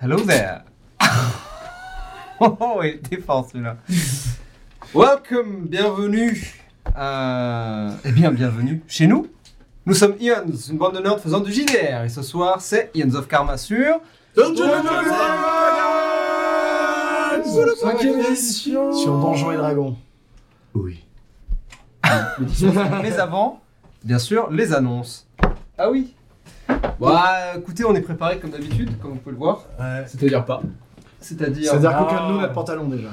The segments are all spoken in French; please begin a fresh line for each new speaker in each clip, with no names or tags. Hello there. oh, oh, il était fort celui-là. Welcome, bienvenue. Euh, eh bien, bienvenue chez nous. Nous sommes Ions, une bande de nerds faisant du JDR. Et ce soir, c'est Ions of Karma sur.
Cinquième édition Sur Donjons et Dragons.
Oui.
Mais avant, bien sûr, les annonces. Ah oui. Bah, écoutez, on est préparé comme d'habitude, comme vous pouvez le voir.
C'est-à-dire pas.
C'est-à-dire. bah,
C'est-à-dire
Ah.
qu'aucun de nous n'a de pantalon déjà.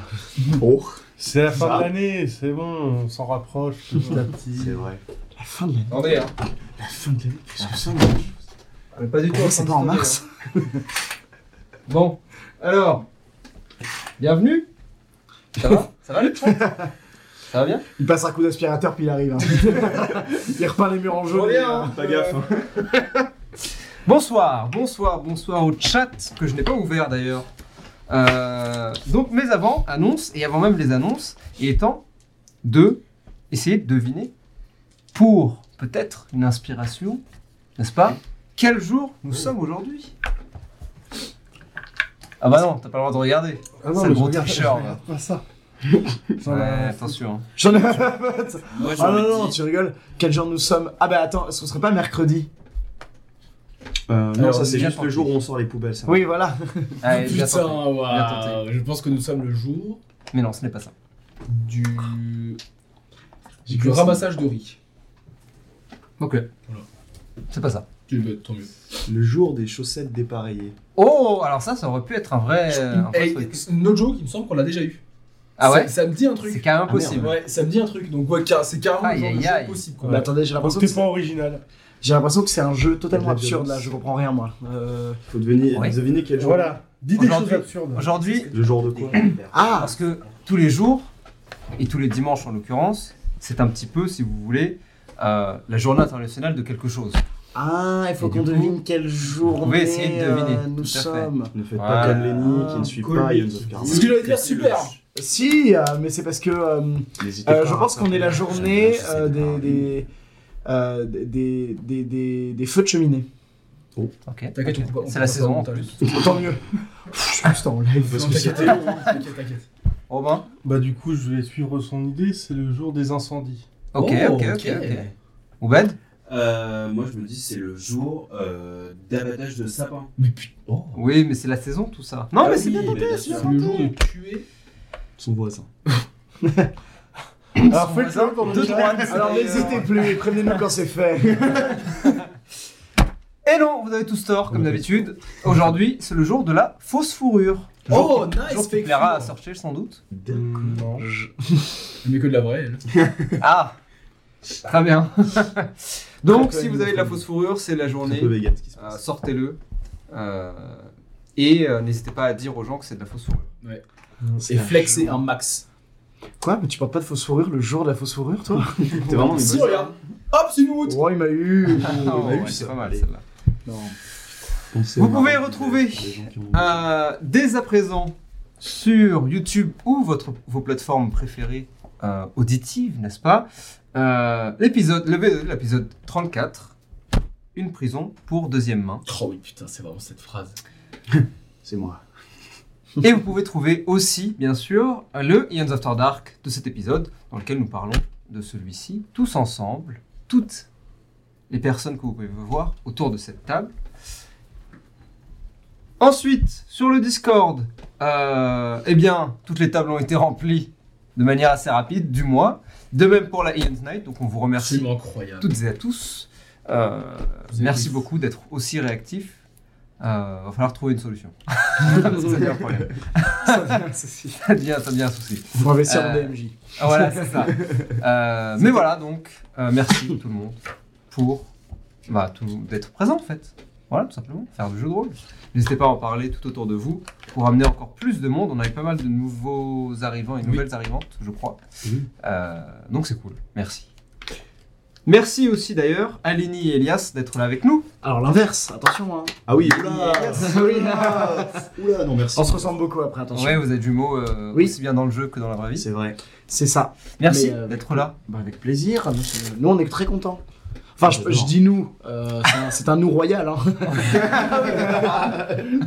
Oh,
C'est la fin
Ça.
de l'année, c'est bon, on s'en rapproche petit à petit.
c'est vrai.
La fin de l'année.
Attendez, hein.
La fin de l'année.
On est Ah, pas du tout. hein,
C'est pas en
train de
mars.
Bon, alors, bienvenue. Ça va Ça va le chat Ça va bien
Il passe un coup d'aspirateur puis il arrive. hein. il repeint les murs en jaune.
Reviens,
hein.
hein. Bonsoir, bonsoir, bonsoir au chat que je n'ai pas ouvert d'ailleurs. Euh, donc, mais avant, annonce, et avant même les annonces, il est temps de essayer de deviner pour peut-être une inspiration, n'est-ce pas Quel jour nous sommes aujourd'hui Ah bah non, t'as pas le droit de regarder.
Ah
C'est
non,
le
mais je
gros
regarde- je
tricheur,
regarde Pas ça. J'en ai-
Ouais, attention. hein.
J'en ai pas la pote.
Moi, j'ai
Ah
envie
non,
de
non,
dire-
tu rigoles. Quel jour nous sommes Ah bah attends, ce serait pas mercredi
Euh, non,
Alors,
ça c'est
déjà
juste
tenté.
le jour où on sort les poubelles, ça.
Oui, voilà.
Allez, bien
Putain,
tenté.
waouh. Je pense que nous sommes le jour
Mais non, ce n'est pas ça.
du,
J'ai
du
cru ça.
ramassage de riz.
Ok. C'est pas ça.
Tu bah, tant mieux.
Le jour des chaussettes dépareillées.
Oh, alors ça, ça aurait pu être un vrai, un vrai
Eh,
truc.
c'est une autre joke, il me semble qu'on l'a déjà eu.
Ah ouais
ça, ça me dit un
C'est
truc. Ah,
quand même possible.
Ouais, ça me dit un truc. Donc, ouais, car- c'est carrément
Aïe,
le genre de
aïe,
joke
aïe.
possible.
Mais
Quoi.
attendez, j'ai
Donc
l'impression que
t'es
c'est-
pas original.
j'ai l'impression que c'est un jeu
Il y
totalement
a de la
absurde là,
violence.
je comprends rien moi. Euh,
Faut devenir,
Ouais.
deviner quel jour.
Voilà, dis des choses
Aujourd'hui-
absurdes.
Aujourd'hui,
Le jour de quoi
Ah
parce que tous les jours, et tous les dimanches en l'occurrence, c'est un petit peu, si vous voulez, euh, la journée internationale de quelque chose.
Ah, il faut
Et du
qu'on
coup,
devine quel jour euh,
pouvez essayer de deviner,
nous
tout à fait.
sommes.
Ne faites
Voilà.
pas comme Lenny qui ne suit
Call
pas
me.
Ions of Karma.
C'est ce que j'allais dire, super.
Si, euh, mais c'est parce que euh,
N'hésitez
Euh,
pas
je
à
pense qu'on est la
s'appeler.
journée
Je sais
euh,
pas.
des, des, euh, des, des, des- des- des feux de cheminée.
Ok.
T'inquiète, on coupe pas- on coupe
C'est
pas
la
ça au
saison en
montage.
plus.
Tant mieux. Pff, Je suis juste en live.
Parce
Non,
que
T'inquiète,
c'était
t'inquiète, t'inquiète.
Robin.
Bah du coup, je vais suivre son idée, c'est le jour des incendies.
Ok,
Oh,
ok, ok, ok. Oubed.
Euh, moi, je me dis, c'est le jour euh, d'abattage de sapin.
Mais oh. putain,
Oui, mais c'est la saison tout ça. Euh, Non,
Ah
mais c'est
oui,
bien tenté.
mais bien
c'est bien
sûr.
c'est le
tenté.
jour de tuer.
Son voisin.
Alors
Son
faites-le
voisin,
dans le
deux
chat.
droites.
Alors
Euh,
n'hésitez plus, prévenez-nous quand c'est fait.
Et eh non, vous avez tous tort comme d'habitude. Aujourd'hui, c'est le jour de la fausse fourrure.
Oh,
Jour qui-
nice,
Jour qui
fake
plaira à
fourrure.
Searcher sans doute.
Hum, non.
Mais que de la vraie, elle.
Ah Très bien. Donc,
Très
si
bien,
vous avez de la
très
fausse fourrure, c'est la
C'est un
journée.
peu vegan ce qui se
Euh,
passe.
Sortez-le. Euh, et euh, n'hésitez pas à dire aux gens que c'est de la fausse fourrure.
Et flexer un max.
Quoi Mais tu portes pas de fausse fourrure le jour de la fausse fourrure, toi
T'es vraiment une
Si, regarde. Hop, c'est une moute.
Oh, il m'a eu.
Ah,
bah
ouais,
oui,
c'est
ça,
pas mal
allez.
celle-là.
Non.
Pensez
Vous
aux
pouvez
marins,
retrouver,
les gens qui ont-
Euh, dès à présent, sur YouTube ou votre, vos plateformes préférées euh, auditives, n'est-ce pas euh, L'épisode le V- l'épisode 34, Une prison pour deuxième main.
Oh oui, putain, c'est vraiment cette phrase.
C'est moi.
Et vous pouvez trouver aussi, bien sûr, le Ian's After Dark de cet épisode, dans lequel nous parlons de celui-ci, tous ensemble, toutes les personnes que vous pouvez voir autour de cette table. Ensuite, sur le Discord, euh, eh bien, toutes les tables ont été remplies de manière assez rapide, du mois. De même pour la Ian's Night, donc on vous remercie
Absolument incroyable.
toutes et à tous. Euh,
Vous êtes
merci
tous.
beaucoup d'être aussi réactifs. Euh, va falloir trouver une solution. Parce que ça devient un problème.
Ça devient un souci.
Ça devient, ça devient un souci.
Faut investir en
Euh,
DMJ.
Ah, Voilà, c'est ça. Euh, mais voilà, donc, euh, merci tout le monde pour bah, tout- d'être présent en fait. Voilà, tout simplement, faire du jeu de rôle. N'hésitez pas à en parler tout autour de vous pour amener encore plus de monde. On a eu pas mal de nouveaux arrivants et de
Oui.
nouvelles arrivantes, je crois.
Oui.
Euh, donc c'est cool, merci. Merci aussi d'ailleurs à Lenny et Elias d'être là avec nous.
Alors l'inverse, attention. Hein.
Ah oui, oula
Oui.
Oula Oula, non merci.
On se ressemble beaucoup après, attention.
Ouais, vous êtes jumeaux euh,
Oui.
aussi bien dans le jeu que dans la vraie vie.
C'est vrai.
C'est ça.
Merci
Mais, euh,
d'être là.
Bah, avec plaisir. Nous, on est très contents. Enfin, je, je dis nous, euh, c'est un- c'est un, nous royal. hein.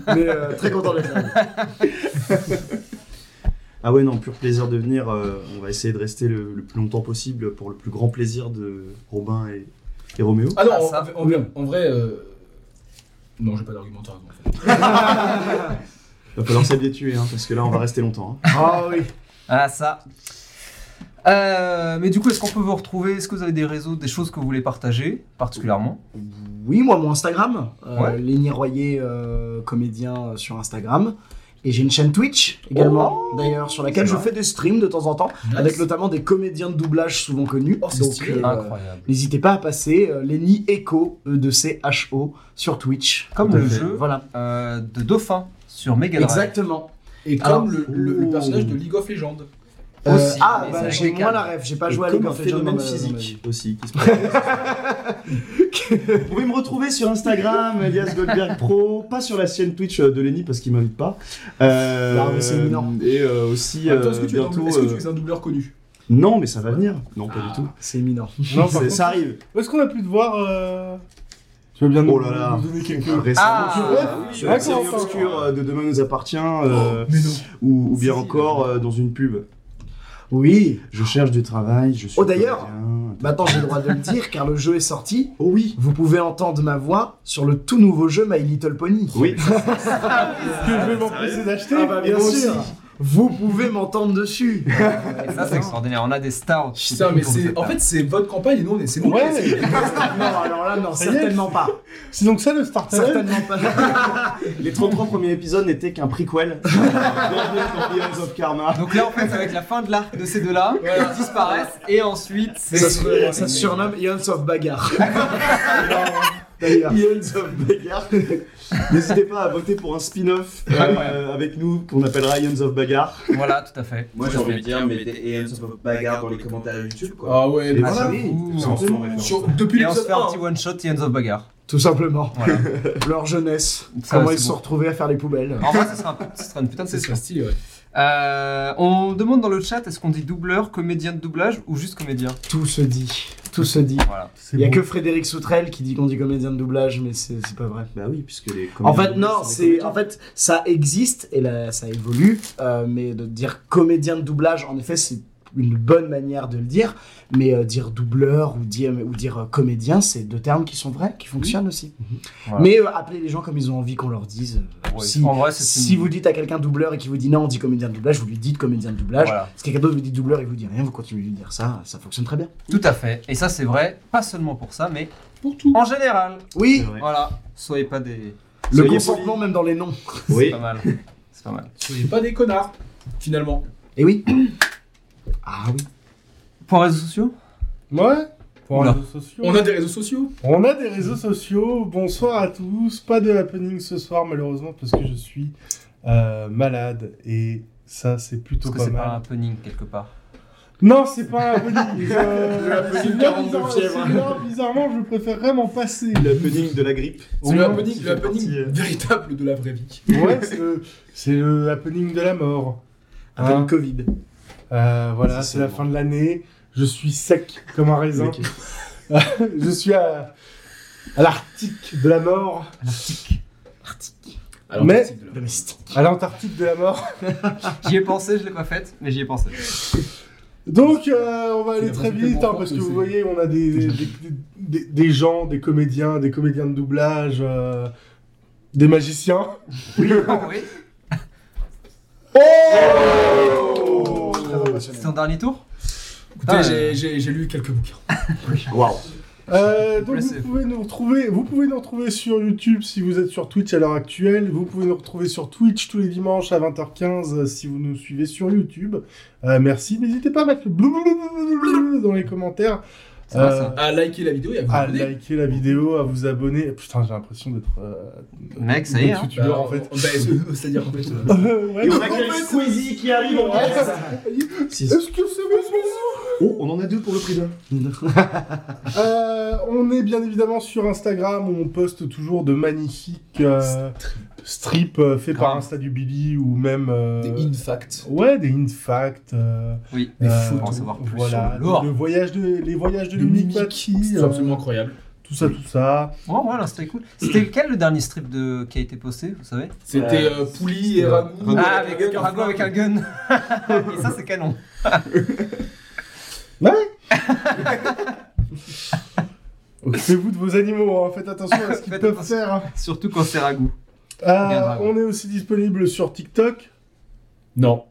Mais euh, très content d'être là.
Ah ouais, non, pur plaisir de venir. euh, on va essayer de rester le, le plus longtemps possible pour le plus grand plaisir de Robin et, et Roméo.
Ah non,
Ah,
en-
ça.
en, en vrai. euh, Non, j'ai pas d'argumentaire. En fait.
Va falloir s'habiller tuer, hein, parce que là, on va rester longtemps. hein.
Ah oui.
Ah ça. Euh, mais du coup, est-ce qu'on peut vous retrouver Est-ce que vous avez des réseaux, des choses que vous voulez partager particulièrement
Oui, moi, mon Instagram, euh,
Ouais.
Lenny Royer, euh, comédien euh, sur Instagram. Et j'ai une chaîne Twitch également, d'ailleurs, sur laquelle
Oh. C'est
je
vrai.
fais des streams de temps en temps, avec
le
notamment des comédiens de doublage souvent connus.
Oh, c'est
Donc,
stylé.
euh,
Incroyable.
N'hésitez pas à passer euh, Lenny Echo, E de C H O, sur Twitch.
Comme
Tout à
le
fait.
jeu
Voilà,
euh, de Dauphin sur Mega Drive.
exactement.
Et
Alors,
comme le, le- le
ouh.
personnage de League of Legends.
Euh,
Aussi,
ah,
mais c'est
bah,
avec
j'ai
des
moins la
câbles.
rêve, j'ai pas
Et
joué à
comme
League
un
of Legends dans
phénomène
ma- dans ma vie.
physique aussi qui se passe. Vous pouvez me retrouver sur Instagram, Elias Goldberg Pro, pas sur la chaîne Twitch euh, de Lenny parce qu'il m'invite pas. Euh,
Non, mais c'est énormant.
Et euh, aussi,
Attends, est-ce que,
euh,
tu es un
bientôt.
double- est-ce que tu
euh,
es un doubleur connu
Non, mais ça va venir. Non, pas du tout.
C'est éminent.
Non, par
C'est-
contre,
ça arrive.
Où est-ce qu'on a pu te voir euh, Tu veux bien nous,
Oh là là.
nous donner quelques.
Ah,
Récemment, sur la
d'accord,
série
enfin.
obscure euh, de Demain nous appartient, euh,
Mais non.
ou, ou bien
Si, si,
encore
euh,
euh, dans une pub.
Oui.
Je cherche du travail, je suis.
Oh, d'ailleurs.
comédien.
Maintenant, j'ai le droit de le dire car le jeu est sorti.
Oh oui
Vous pouvez entendre ma voix sur le tout nouveau jeu My Little Pony.
Oui,
Que je vais m'empresser d'acheter
Ah bah, bien
Et moi aussi.
sûr. Vous pouvez m'entendre dessus.
Et ça, c'est extraordinaire. On a des stars.
Putain, mais c'est. En fait, c'est votre campagne et nous, on est. C'est nous.
Ouais.
Non, alors là, non,
Ça y est.
certainement pas.
C'est donc ça le starter
Certainement pas.
les 33 premiers épisodes n'étaient qu'un prequel. Bienvenue dans Beyond of Karma.
Donc là, en fait, avec la fin de l'arc de ces deux-là, ils disparaissent et ensuite, c'est.
Ça se, ça se surnomme Eons of Bagarre. D'ailleurs.
Eons of Bagarre. N'hésitez pas à voter pour un spin-off euh,
Incroyable.
avec nous qu'on appellera Eons of Bagarre.
Voilà, tout à fait.
Moi j'ai envie de dire, mettez Eons of Bagarre dans les commentaires YouTube quoi.
Ah ouais,
Et bah,
mais
voilà.
ça-
oui.
Sans- sans référence.
Sur- depuis
Et on se
l'épisode
fait un petit
1.
one shot et Ends of Bagarre.
Tout simplement.
Voilà.
Leur jeunesse.
Ça,
comment
c'est
ils se
beau.
sont retrouvés à faire les poubelles.
En vrai, ce sera, un- ce sera une putain de
C'est
session.
ça, stylé, ouais.
Euh, on demande dans le chat est-ce qu'on dit doubleur, comédien de doublage ou juste comédien
Tout se dit. Tout se dit.
Voilà.
C'est
Il n'y a
bon.
que Frédéric Soutrel qui dit qu'on dit comédien de doublage, mais c'est c'est pas vrai.
Bah oui, puisque les.
En
comédiens-
fait, non, c'est en fait ça existe et là, ça évolue, euh, mais de dire comédien de doublage, en effet, c'est une bonne manière de le dire, mais euh, dire doubleur ou dire ou dire euh, comédien, c'est deux termes qui sont vrais, qui fonctionnent aussi.
Voilà.
Mais euh, appeler les gens comme ils ont envie qu'on leur dise. euh,
Ouais,
si
en vrai, c'est
si
une-
vous dites à quelqu'un doubleur et qu'il vous dit non, on dit comédien de doublage, vous lui dites comédien de doublage.
Voilà.
Si quelqu'un d'autre vous dit doubleur et vous dit rien, vous continuez de lui dire ça, ça fonctionne très bien.
Tout à fait. Et ça, c'est vrai, pas seulement pour ça, mais
Pour tout.
en général.
Oui,
C'est vrai.
Voilà. Soyez pas des.
le
Soyez
consentement même dans les noms.
C'est
Oui.
pas mal. C'est pas mal.
Soyez pas des connards, finalement.
Et Eh oui. Ah oui.
Pour les réseaux sociaux
Ouais. Pour
Oula.
les réseaux sociaux.
On a des réseaux sociaux.
On a des réseaux sociaux. Bonsoir à tous. Pas de happening ce soir, malheureusement, parce que je suis euh, malade. Et ça, c'est plutôt
Parce que
pas
c'est
mal.
pas un happening quelque part.
Non, c'est pas un happening. euh,
Le happening
c'est bien
42
bizarre-
fièvre.
c'est bien, Bizarrement, je préférerais m'en passer.
L'opening de la grippe.
C'est le
Ouais,
happening,
qui
le
fait
happening
partie, euh.
véritable de la vraie vie.
Ouais, c'est le, c'est le happening de la mort.
Avec
Hein.
le Covid.
Euh, voilà,
C'est
c'est la
bon.
fin de l'année. Je suis sec comme un raisin.
Ok.
je suis à, à l'Arctique de la mort.
Alors,
Mais-
c'est de la-
À l'Antarctique de la mort.
J'y ai pensé, je l'ai pas faite, mais j'y ai pensé.
Donc, euh, on va
Il
aller
a
très
pas fait
vite, hein,
tellement
parce
fort
que
que
vous
c'est-
voyez, on a des, des, des- des gens, des comédiens, des comédiens de doublage, euh, des magiciens.
Oui, oh, oui.
Oh
Très impressionnant.
C'est ton dernier tour
Écoutez,
Ah,
j'ai- j'ai j'ai lu quelques bouquins.
Waouh.
Euh, donc
Impressive.
vous pouvez nous retrouver, vous pouvez nous retrouver sur YouTube si vous êtes sur Twitch à l'heure actuelle. Vous pouvez nous retrouver sur Twitch tous les dimanches à 20h15 euh, si vous nous suivez sur YouTube. Euh, merci. N'hésitez pas à mettre le blablabla dans les commentaires, Euh,
C'est pas ça.
À liker la vidéo et à vous
à
abonner.
liker la vidéo, à vous abonner. Putain, j'ai l'impression d'être euh,
Mec, ça y est,
d'être
hein.
Bah,
youtubeur en fait.
on- bah, c'est- C'est-à-dire, en fait. euh,
Euh, ouais.
Et on accueille Squeezie qui arrive en
Ouais.
direct.
Est-ce que c'est mon
Oh, on en a deux pour le prix d'un.
Euh, on est bien évidemment sur Instagram où on poste toujours de magnifiques euh, strips euh, faits par
Grave.
Insta du Billy ou même. euh,
Des in fact.
Ouais, des in fact. euh,
Oui,
euh,
Pour en savoir plus
voilà,
sur le lore.
le voyage de, les voyages de
De
Mimic
Mimic.
Mati,
C'est
euh,
absolument incroyable.
tout ça, tout ça.
Ouais, voilà, c'était cool. C'était lequel le dernier strip de... qui a été posté, vous savez
C'était euh, Pouli et
euh,
Ragou.
Ah, avec, un Rago avec un gun. Et ça, c'est canon.
Occupez-vous de vos animaux, hein, faites attention à ce qu'ils
Faites
peuvent
attention.
faire.
Surtout quand c'est Rago.
Euh,
Bien, bravo.
on est aussi disponible sur TikTok.
Non.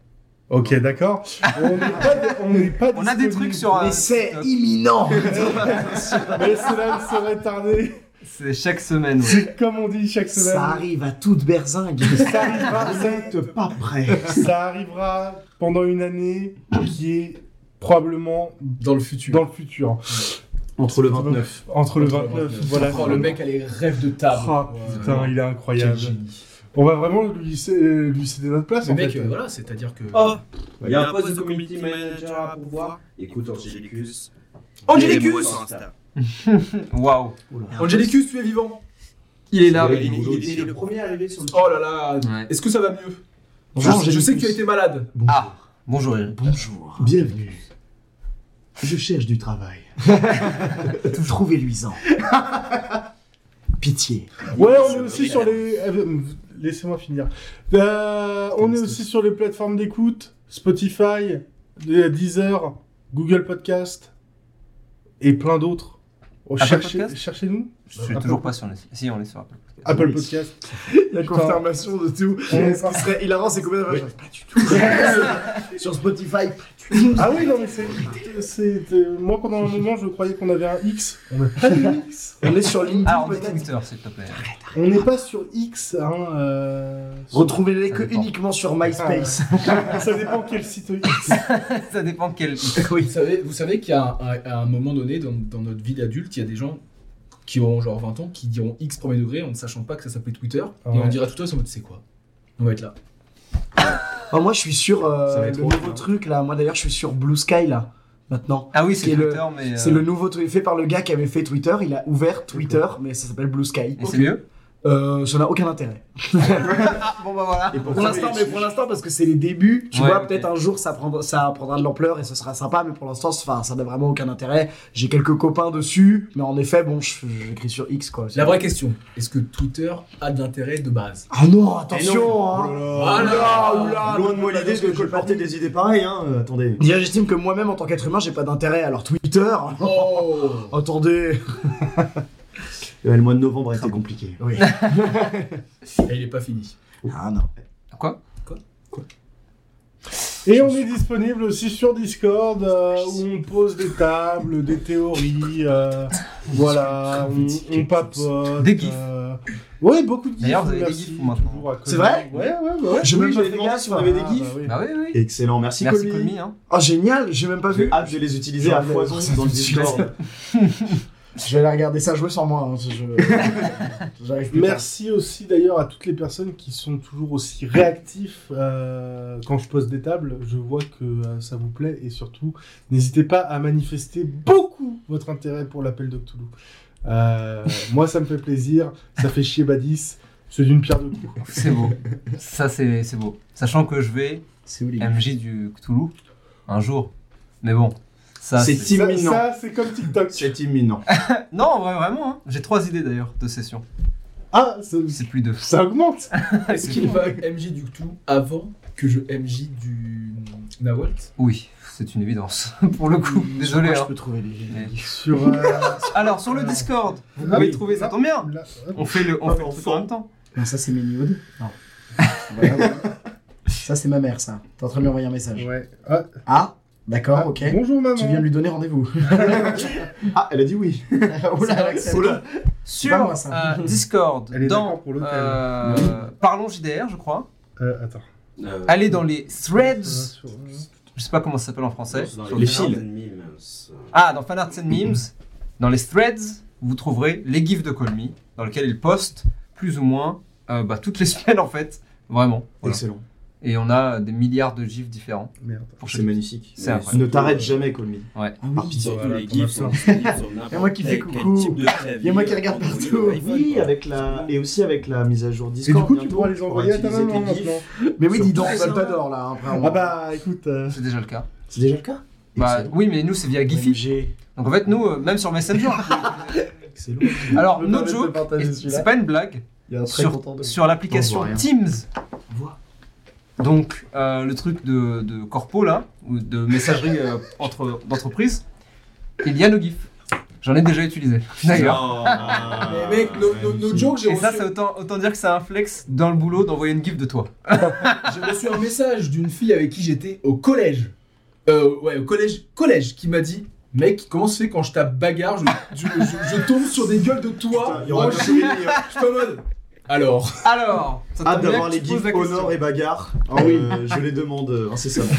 Ok, d'accord. On n'est pas, on n'est pas
On a des
disponible.
trucs sur. euh,
Mais c'est
TikTok.
imminent
Mais cela ne serait tardé.
C'est chaque semaine. ouais.
C'est comme on dit chaque semaine.
Ça arrive à toute berzingue.
Ça arrivera,
Vous n'êtes pas prêt.
ça arrivera pendant une année qui est probablement
Dans le futur.
dans le futur.
Entre le 29.
Entre le
Entre
29, voilà.
Oh, le mec a les rêves de table.
Ah,
Ouais,
putain, il est
quel
incroyable.
génie.
On va vraiment lui, cé- lui céder notre place,
Le
en
mec,
fait.
euh, voilà, c'est-à-dire que.
Oh, Il y a un
poste
poste de
de
community manager
pouvoir.
à pourvoir. Écoute Angelicus.
Angelicus
Sur Insta.
Waouh.
Oh
Angelicus, tu es vivant
Il est là.
Ouais, Il il était le premier arrivé sur le.
Oh là là
Ouais.
Est-ce que ça va mieux
Bonjour,
je, je
Angelicus.
sais que tu as été malade.
Ah, bonjour. Eric.
Bonjour.
Bienvenue. Je cherche du travail.
euh, Trouvez-lui-en. Pitié.
Ouais, on est aussi sur les. euh, Laissez-moi finir. Euh, on est aussi sur les plateformes d'écoute Spotify, euh, Deezer, Google Podcast et plein d'autres. Oh,
Apple
cherchez-
Podcast Ah,
Cherchez-nous.
Je suis
Apple-
toujours pas sur le site. Si, on est sur Apple Podcast.
Apple Podcast.
La
Putain.
confirmation de tout.
On est
Ce
pas-
qui serait hilarant, c'est combien
Oui.
d'informations Pas du tout. Sur Spotify, pas du tout.
Ah oui, non, mais c'est. c'est- euh, Moi, pendant un moment, je croyais qu'on avait un X. On n'a pas de X.
On est sur LinkedIn
Alors, Ah, on est
peut-être.
Twitter, s'il te plaît.
On n'est pas sur X. Hein, euh, sur-
Retrouvez-les
Ça
que
dépend.
uniquement sur MySpace.
Ça dépend quel site X.
Ça dépend quel.
Vous savez, vous savez qu'il y a un, un- à un moment donné dans, dans notre vie d'adulte, il y a des gens qui auront genre 20 ans qui diront X premier degré en ne sachant pas que ça s'appelait Twitter. Et
Ouais.
on dira tout à l'heure, c'est quoi On va être là.
Oh, moi, je suis sur euh,
Ça va
le
être drôle,
nouveau
hein.
truc là. Moi, d'ailleurs, je suis sur Blue Sky là. Maintenant.
Ah oui, c'est
Qui est le-
Twitter, mais. euh,
C'est le nouveau truc fait par le gars qui avait fait Twitter. Il a ouvert Twitter, mais ça s'appelle Blue Sky.
Et c'est mieux
Euh, ça n'a aucun intérêt.
Ah, bon bah voilà.
Et
Pour l'instant, mais pour l'instant, parce que c'est les débuts, tu
Ouais,
vois,
ok.
peut-être un jour ça prendra, ça prendra de l'ampleur et ce sera sympa, mais pour l'instant, c'est- enfin, ça n'a vraiment aucun intérêt. J'ai quelques copains dessus, mais en effet, bon, je- j'écris sur X quoi.
La vraie question, est-ce que Twitter a de l'intérêt de base
Ah non,
Eh
attention
Oh
hein.
Ah là là,
oula,
Loin de moi
pas
l'idée
dire
de
que je
colporter des idées pareilles, hein. euh, Attendez.
Déjà, j'estime que moi-même, en tant qu'être humain, j'ai pas d'intérêt. Alors Twitter, hein.
Oh
attendez.
Ouais, Euh, le mois de novembre a été compliqué. hein.
Oui.
Et Eh, il est pas fini.
Ah non.
Quoi
Et on est disponible aussi sur Discord euh, où on pose des tables, des théories, euh, voilà, on, on papote.
Des gifs.
euh, Ouais, beaucoup de gifs.
D'ailleurs, vous avez des
merci,
gifs, vous, maintenant.
toujours à Colin.
C'est vrai
Ouais, ouais, ouais.
J'ai
Oui,
même pas
j'avais
fait
demandé
gaffe,
si on avait des
ah,
gifs.
bah oui.
Bah oui, oui.
Excellent, merci,
Merci,
Colmy.
Colmy. Hein.
Oh génial, j'ai même pas
J'ai
vu.
hâte de les utiliser à
J'en ai-
foison
ça
dans le
me suffit.
Discord.
Je vais aller regarder ça jouer sans moi. hein, je- J'arrive plus.
Merci aussi d'ailleurs à toutes les personnes qui sont toujours aussi réactifs euh, quand je pose des tables. Je vois que euh, ça vous plaît et surtout, n'hésitez pas à manifester beaucoup votre intérêt pour l'appel de Cthulhu. Euh, moi, ça me fait plaisir, ça fait chier Badis, c'est d'une pierre deux coups.
C'est beau. Ça, c'est c'est beau. Sachant que je vais
C'est où les gars
MJ du Cthulhu un jour. Mais bon, ça.
C'est
Ah, c'est-
Ça,
imminent.
ça, c'est comme TikTok.
C'est imminent.
Non, en vrai, vraiment. hein. J'ai trois idées d'ailleurs de session.
Ah, ça,
C'est plus deux.
ça augmente.
Ah,
Est-ce qu'il va MJ du tout avant que je MJ du Nawalt
Oui, c'est une évidence. Pour le coup, désolé.
Moi, je
hein.
peux trouver les gifs.
Mais-
Sur, euh,
Alors, sur le Discord, vous
Ah
pouvez
oui.
trouver, ça tombe bien.
là, hop.
On fait le, on
Ah,
fait le truc
enfin.
en même temps.
Non, ça c'est mes nudes. Non. Voilà, voilà. ça c'est ma mère, ça. T'es en train de lui envoyer un message.
Ouais. Ah,
Ah, d'accord, ok.
Bonjour maman.
Tu viens de lui donner rendez-vous.
Ah, elle a dit oui.
Oula, Axel.
Oula.
Sur
pas moi, ça.
euh, Discord,
Elle est
dans
d'accord pour l'hôtel.
euh, Parlons JDR, je crois.
Euh, attends.
Euh,
Allez dans les threads.
Sur- euh,
Je sais pas comment ça s'appelle en français.
dans
Sur
les
Discord.
fils.
fils.
Ah, dans Fanarts and Memes, dans les threads, vous trouverez les gifs de Colmy, dans lesquels il poste plus ou moins euh, bah, toutes les semaines en fait. Vraiment. Voilà.
Excellent.
Et on a des milliards de gifs différents.
Merde.
Pour
C'est
chaque-
magnifique.
C'est
Mais
vrai.
Ne t'arrête jamais, Colmy.
Ouais.
Ah oui. Par pitié.
Surtout
Voilà,
les
pour
gifs sont
l'instant.
disponibles sur n'importe
Et moi hein. qui
quel-
fais
quel
coucou.
type de clavier,
Il y a moi qui regarde
Android ou
partout.
iPhone,
Oui,
quoi.
avec la.
Et aussi avec la mise à jour
Et
Discord.
du coup, tu
bientôt,
pourras les
on pourra
envoyer à ta
utiliser
maman
tes gifs.
maintenant.
Mais oui,
Sur
dis donc,
PC.
Salvador là. Après, on-
Ah bah écoute. euh,
C'est déjà le cas.
C'est déjà le cas
Bah,
Excellent.
oui, mais nous, c'est via Giphy.
J'ai-
Donc en fait, nous, euh, même sur Messenger.
Excellent.
Alors,
Je me
no
permets de
joke,
partager
et
celui-là.
c'est pas une blague.
Il y a un très
Sur,
content de.
sur
Non,
l'application
je vois rien.
Teams. Donc, euh, le truc de, de corpo, là, ou de messagerie euh, entre, d'entreprise, il y a nos gifs. J'en ai déjà utilisé, d'ailleurs.
Mais
Mais
Ah,
mec, nos no, no jokes, j'ai
Et ça,
reçu,
c'est autant, autant dire que c'est un flex dans le boulot d'envoyer une gif de toi.
j'ai reçu un message d'une fille avec qui j'étais au collège. Euh, ouais, au collège, collège, qui m'a dit Mec, comment se fait quand je tape bagarre, je, je- je- je tombe sur des gueules de toi
Putain, il y aura
en
pas de
chine Je suis en mode. Alors,
Alors, ça tombe
Hâte
bien
d'avoir
que
les
tu poses
gifs
la question.
Honor et Bagarre.
Ah oui.
Euh, je les demande euh, incessamment.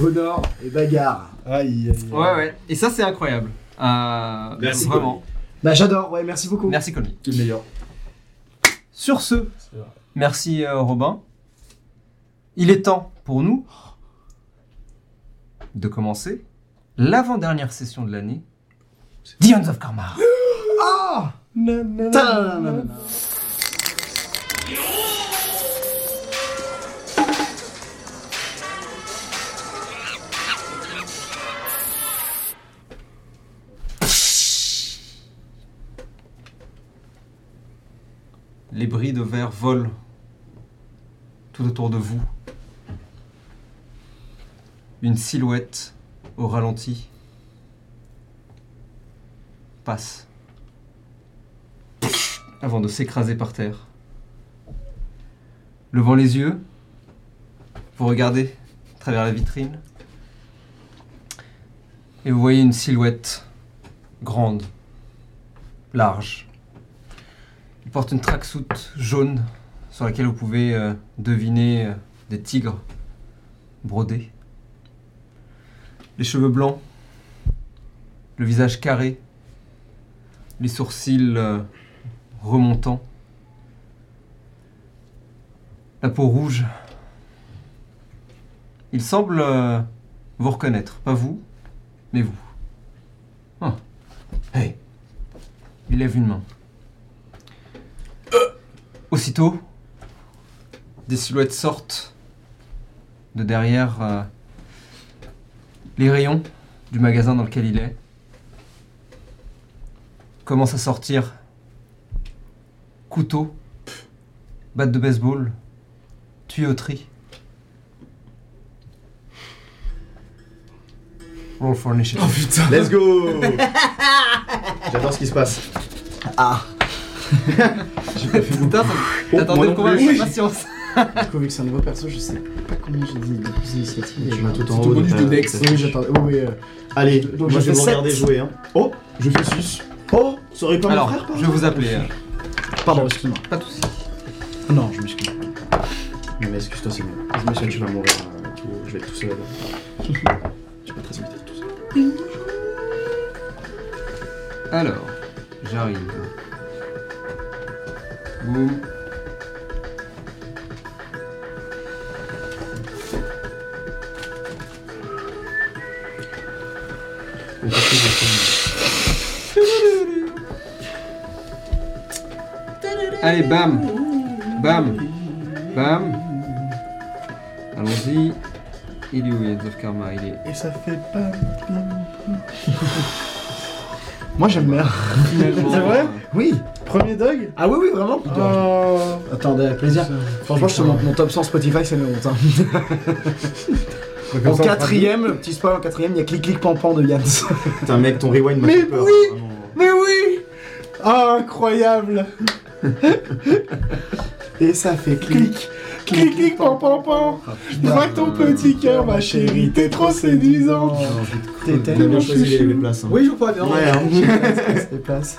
Honor et bagarre.
Aïe, aïe, aïe.
Ouais, ouais. Et ça, c'est incroyable. Euh,
Merci,
Vraiment.
Bah j'adore, ouais, merci beaucoup.
Merci, Colby.
c'est le meilleur.
Sur ce, merci, euh, Robin. Il est temps pour nous de commencer l'avant-dernière session de l'année. The Hands of Karma.
Ah
Nanana.
Tadadadadada.
Les bris de verre volent tout autour de vous. Une silhouette au ralenti passe avant de s'écraser par terre. Levant les yeux, vous regardez à travers la vitrine et vous voyez une silhouette grande, large, il porte une tracksuit jaune sur laquelle vous pouvez euh, deviner euh, des tigres brodés. Les cheveux blancs, le visage carré, les sourcils euh, remontants, la peau rouge. Il semble euh, vous reconnaître, pas vous, mais vous. Ah. Hey. Il lève une main. Aussitôt, des silhouettes sortent de derrière euh, les rayons du magasin dans lequel il est. Commence à sortir couteau, batte de baseball, tuyauterie. Roll for initiative.
Let's go J'adore ce qui se passe.
Ah
J'ai pas fait beaucoup.
Putain, ça-
moi
t'attendais le
non
combat
plus.
avec patience.
Du coup, vu que c'est un nouveau perso, je sais pas combien j'ai dit de plus d'initiative.
Tu m'as tout
C'est
en
ton
haut.
bonus
t'as-
de Dex.
t'as-
Oui, j'attends. Oui, oui. euh,
Allez,
Donc
moi
je
je vais
fais
vous regarder
sept.
jouer. Hein. Oh, je fais 6. Oh, ça aurait pas
Alors,
mon frère par
je vais vous appeler. euh,
Pardon, excuse-moi.
Pas de soucis.
Non, je m'excuse.
exemple Non mais excuse-toi, c'est mieux.
Je m'excuse.
Tu vas mourir. euh, tu- Je vais être tout seul. Je vais pas très vite être tout seul.
Alors, j'arrive. Boum.
Donc, qu'est-ce que je fais
Allez, bam Bam Bam Allons-y. Il est où, Yann of Karma Il est
Et ça fait pas.
Moi, j'aime bien.
finalement...
C'est vrai
Oui.
Premier dog
Ah oui, oui, vraiment. Putain.
Oh.
Attendez, avec plaisir. Franchement, je te montre mon top 100 Spotify, c'est mes honte. Hein. En quatrième, petit spoil, en quatrième, il y a Clic Clic Pan Pan de Yann.
Putain, mec, ton rewind m'a
Mais
fait peur. hein,
oui
vraiment.
Mais oui Ah, incroyable
Et ça fait clic. Ah,
Clic, clic, pan, pan, pan.
Je
Vois ton petit cœur, ma chérie, t'es trop séduisant
Oh. T'es
T'as bien
tellement
choisi les, les places. Hein.
Oui, je vois bien.
Ouais, hein.
C'est passé.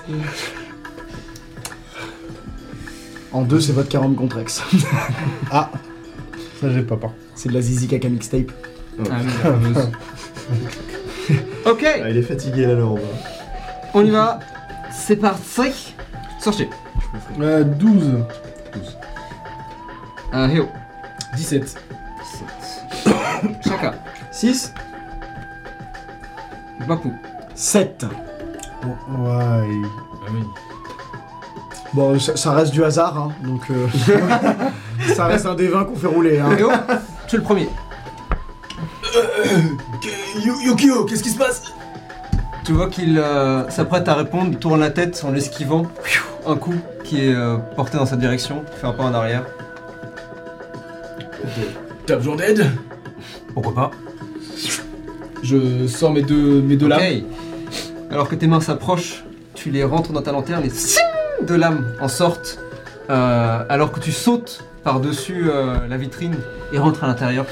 En deux, c'est votre 40 contre X.
Ça, j'ai pas peur.
C'est de la zizi caca mixtape.
Ah oui, la fameuse. Ok,
Ah, il est fatigué là, Laurent. hein.
on y va. C'est parti. Sortez.
Euh, 12.
Euh, Héo.
17.
Chacun.
6
Bapu.
7.
Ouais.
Bon, ça, ça reste du hasard, hein, donc euh, ça reste un des 20 qu'on fait rouler. Hein.
Léo, tu es le premier.
Euh, Yukio, qu'est-ce qui se passe
Tu vois qu'il euh, s'apprête à répondre, il tourne la tête en l'esquivant. Un coup qui est euh, porté dans sa direction, qui fait un pas en arrière.
T'as besoin d'aide
Pourquoi pas
Je sors mes deux, mes deux
Ok.
lames.
Alors que tes mains s'approchent, tu les rentres dans ta lanterne et sing deux lames en sortent. euh, alors que tu sautes par-dessus euh, la vitrine et rentres à l'intérieur.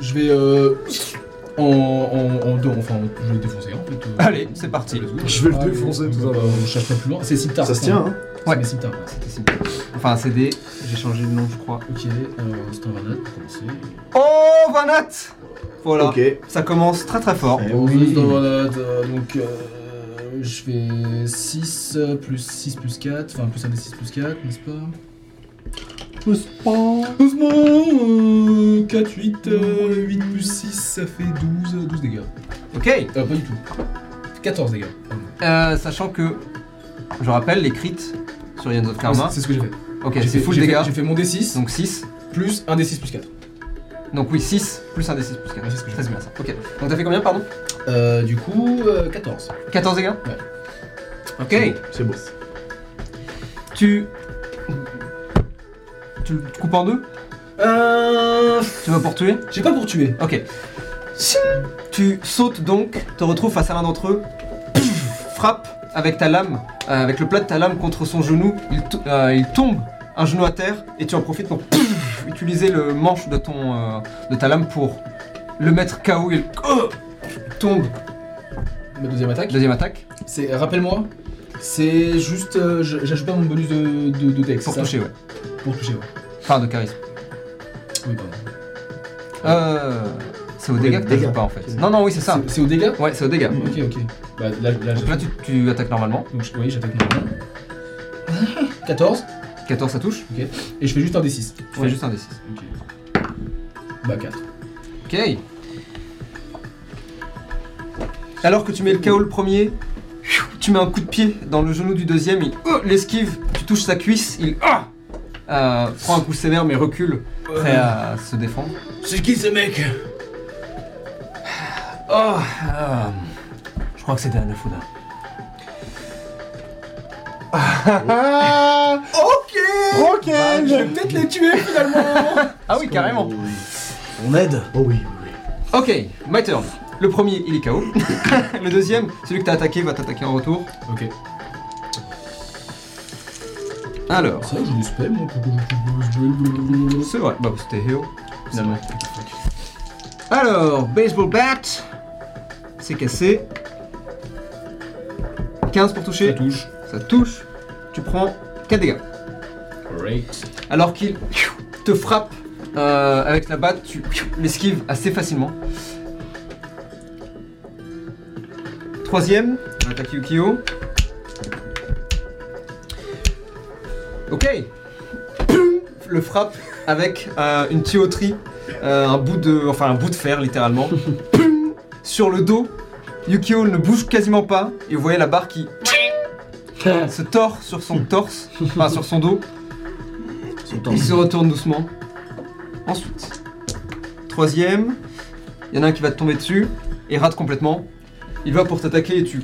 Je vais euh, en, en, en deux, enfin, je vais le défoncer en fait. euh,
Allez, c'est parti.
Je vais le
Allez,
défoncer, tout ça, là.
On cherche pas plus loin. C'est Siptar.
Ça se tient, hein
Ouais.
Ouais, mais Siptar. ouais.
C'était si bien. Enfin, c'est des. J'ai changé de nom, je crois.
Ok, alors c'est un vanade pour commencer.
Oh, Vanat Voilà.
Ok. Et
Ça commence très très fort.
Eh
oui.
C'est un vanade, euh, donc euh, je fais 6 plus 6 plus 4, enfin plus 1 des 6 plus 4, n'est-ce pas
Le spawn.
Doucement 4, 8, 8 euh, plus 6, ça fait 12, 12 dégâts.
Ok.
Euh, pas du tout. 14 dégâts. pardon.
Euh, sachant que, je rappelle, les crits sur Yann of Karma.
Ouais, C'est c'est ce que j'ai fait.
Ok,
J'ai
c'est
fait-
full
j'ai fait-
dégâts.
J'ai fait mon D6,
Donc 6.
plus 1 D6 plus 4.
Donc oui, 6 plus 1 des 6 plus 4.
Ouais, c'est ce que je
Ça, c'est
fais.
bien ça. Ok. Donc t'as fait combien, pardon
Euh, du coup, euh, 14.
14 dégâts
Ouais.
Ok.
C'est bon.
Tu. Tu le coupes en deux
Euh.
Tu vas pour tuer
J'ai pas pour tuer.
Ok. Tu sautes donc, te retrouves face à l'un d'entre eux, Pouf frappe avec ta lame, euh, avec le plat de ta lame contre son genou, il, to- euh, il tombe un genou à terre et tu en profites pour pouf utiliser le manche de, ton, euh, de ta lame pour le mettre KO et le oh tombe.
Ma deuxième attaque.
Deuxième attaque,
C'est, rappelle-moi, c'est juste, euh, je- j'ajoute pas mon bonus de, de, de dex,
pour
c'est ça
toucher, ouais.
Pour toucher, ouais.
Enfin, de charisme.
Oui, pardon.
Euh, c'est au
Oui,
dégât que t'as
dégâts.
pas en fait. Non, non, oui, c'est ça.
C'est, c'est au dégât
Ouais, c'est au dégât.
Ok, ok. Bah là, là,
Donc là,
j'attaque.
tu, tu attaques normalement.
Donc, je- oui, j'attaque normalement. 14,
14, ça touche.
et je fais juste un D6.
Tu fais juste un D6.
Ok. Bah 4.
Ok. Alors que tu mets le KO le premier, tu mets un coup de pied dans le genou du deuxième, il oh, l'esquive, tu touches sa cuisse, il ah Euh, prend un coup sévère mais recule, prêt à se défendre.
C'est qui ce mec
Oh euh, Je crois que c'était un Afuda.
Ah
Ok
Tranquille
Bah, Je vais peut-être les tuer finalement
Ah oui, carrément
On aide
Oh oui, oui, oui.
Ok, my turn. Le premier, il est KO. le deuxième, celui que t'as attaqué va t'attaquer en retour.
Ok.
Alors,
Ça, je l'espère, moi, pourquoi je
c'est vrai, bah c'était Heo. Finalement. Alors, baseball bat, c'est cassé. 15 pour toucher.
Ça touche.
Ça touche. Tu prends 4 dégâts.
Great.
Alors qu'il te frappe euh, avec la batte, tu l'esquives assez facilement. Troisième, on attaque Yukio. Ok. Poum Le frappe avec euh, une tuyauterie, euh, un bout de, enfin un bout de fer littéralement, Poum sur le dos. Yukio ne bouge quasiment pas et vous voyez la barre qui se tord sur son torse, enfin sur son dos.
Son temps.
Il se retourne doucement. Ensuite, troisième, il y en a un qui va te tomber dessus et rate complètement. Il va pour t'attaquer et tu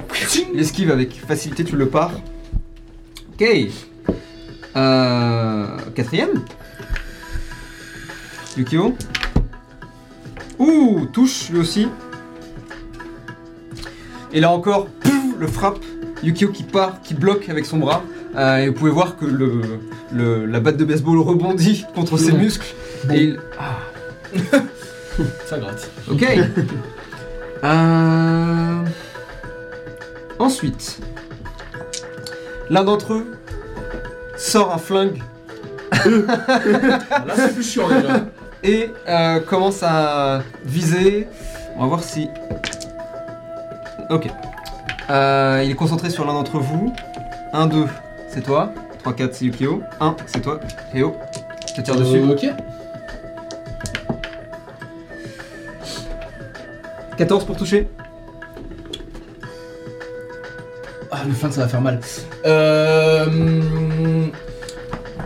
l'esquives avec facilité, tu le pars. Ok. Euh, quatrième. Yukio. Ouh, touche lui aussi. Et là encore, pouf, le frappe. Yukio qui part, qui bloque avec son bras. Euh, et vous pouvez voir que le, le- la batte de baseball rebondit contre ses
Bon.
muscles.
Bon.
Et il... Ah,
Ça gratte.
ok. Euh, Ensuite, l'un d'entre eux sort un flingue
Là, c'est plus chiant déjà.
et euh, commence à viser. On va voir si. Ok. Euh, il est concentré sur l'un d'entre vous. 1, 2, c'est toi. 3, 4, c'est Yukio. 1, c'est toi, Théo. Je te tire dessus.
Euh, Ok.
14 pour toucher.
Ah, le flingue, ça va faire mal. Euh...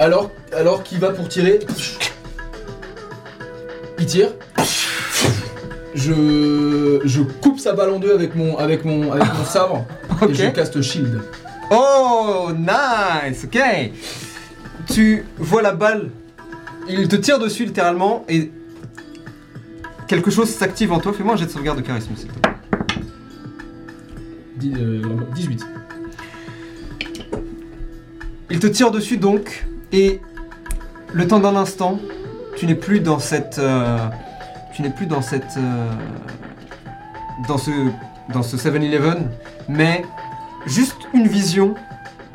Alors, alors qu'il va pour tirer. Il tire. Je, je coupe sa balle en deux avec mon, avec mon, avec mon sabre et je caste shield.
Oh, nice, ok. Tu vois la balle, il te tire dessus littéralement et quelque chose s'active en toi. Fais-moi un jet de sauvegarde de charisme, s'il te plaît.
Dix- euh, 18.
Il te tire dessus donc et le temps d'un instant, tu n'es plus dans cette, euh, tu n'es plus dans cette, euh, dans ce, dans ce 7-Eleven, mais juste une vision.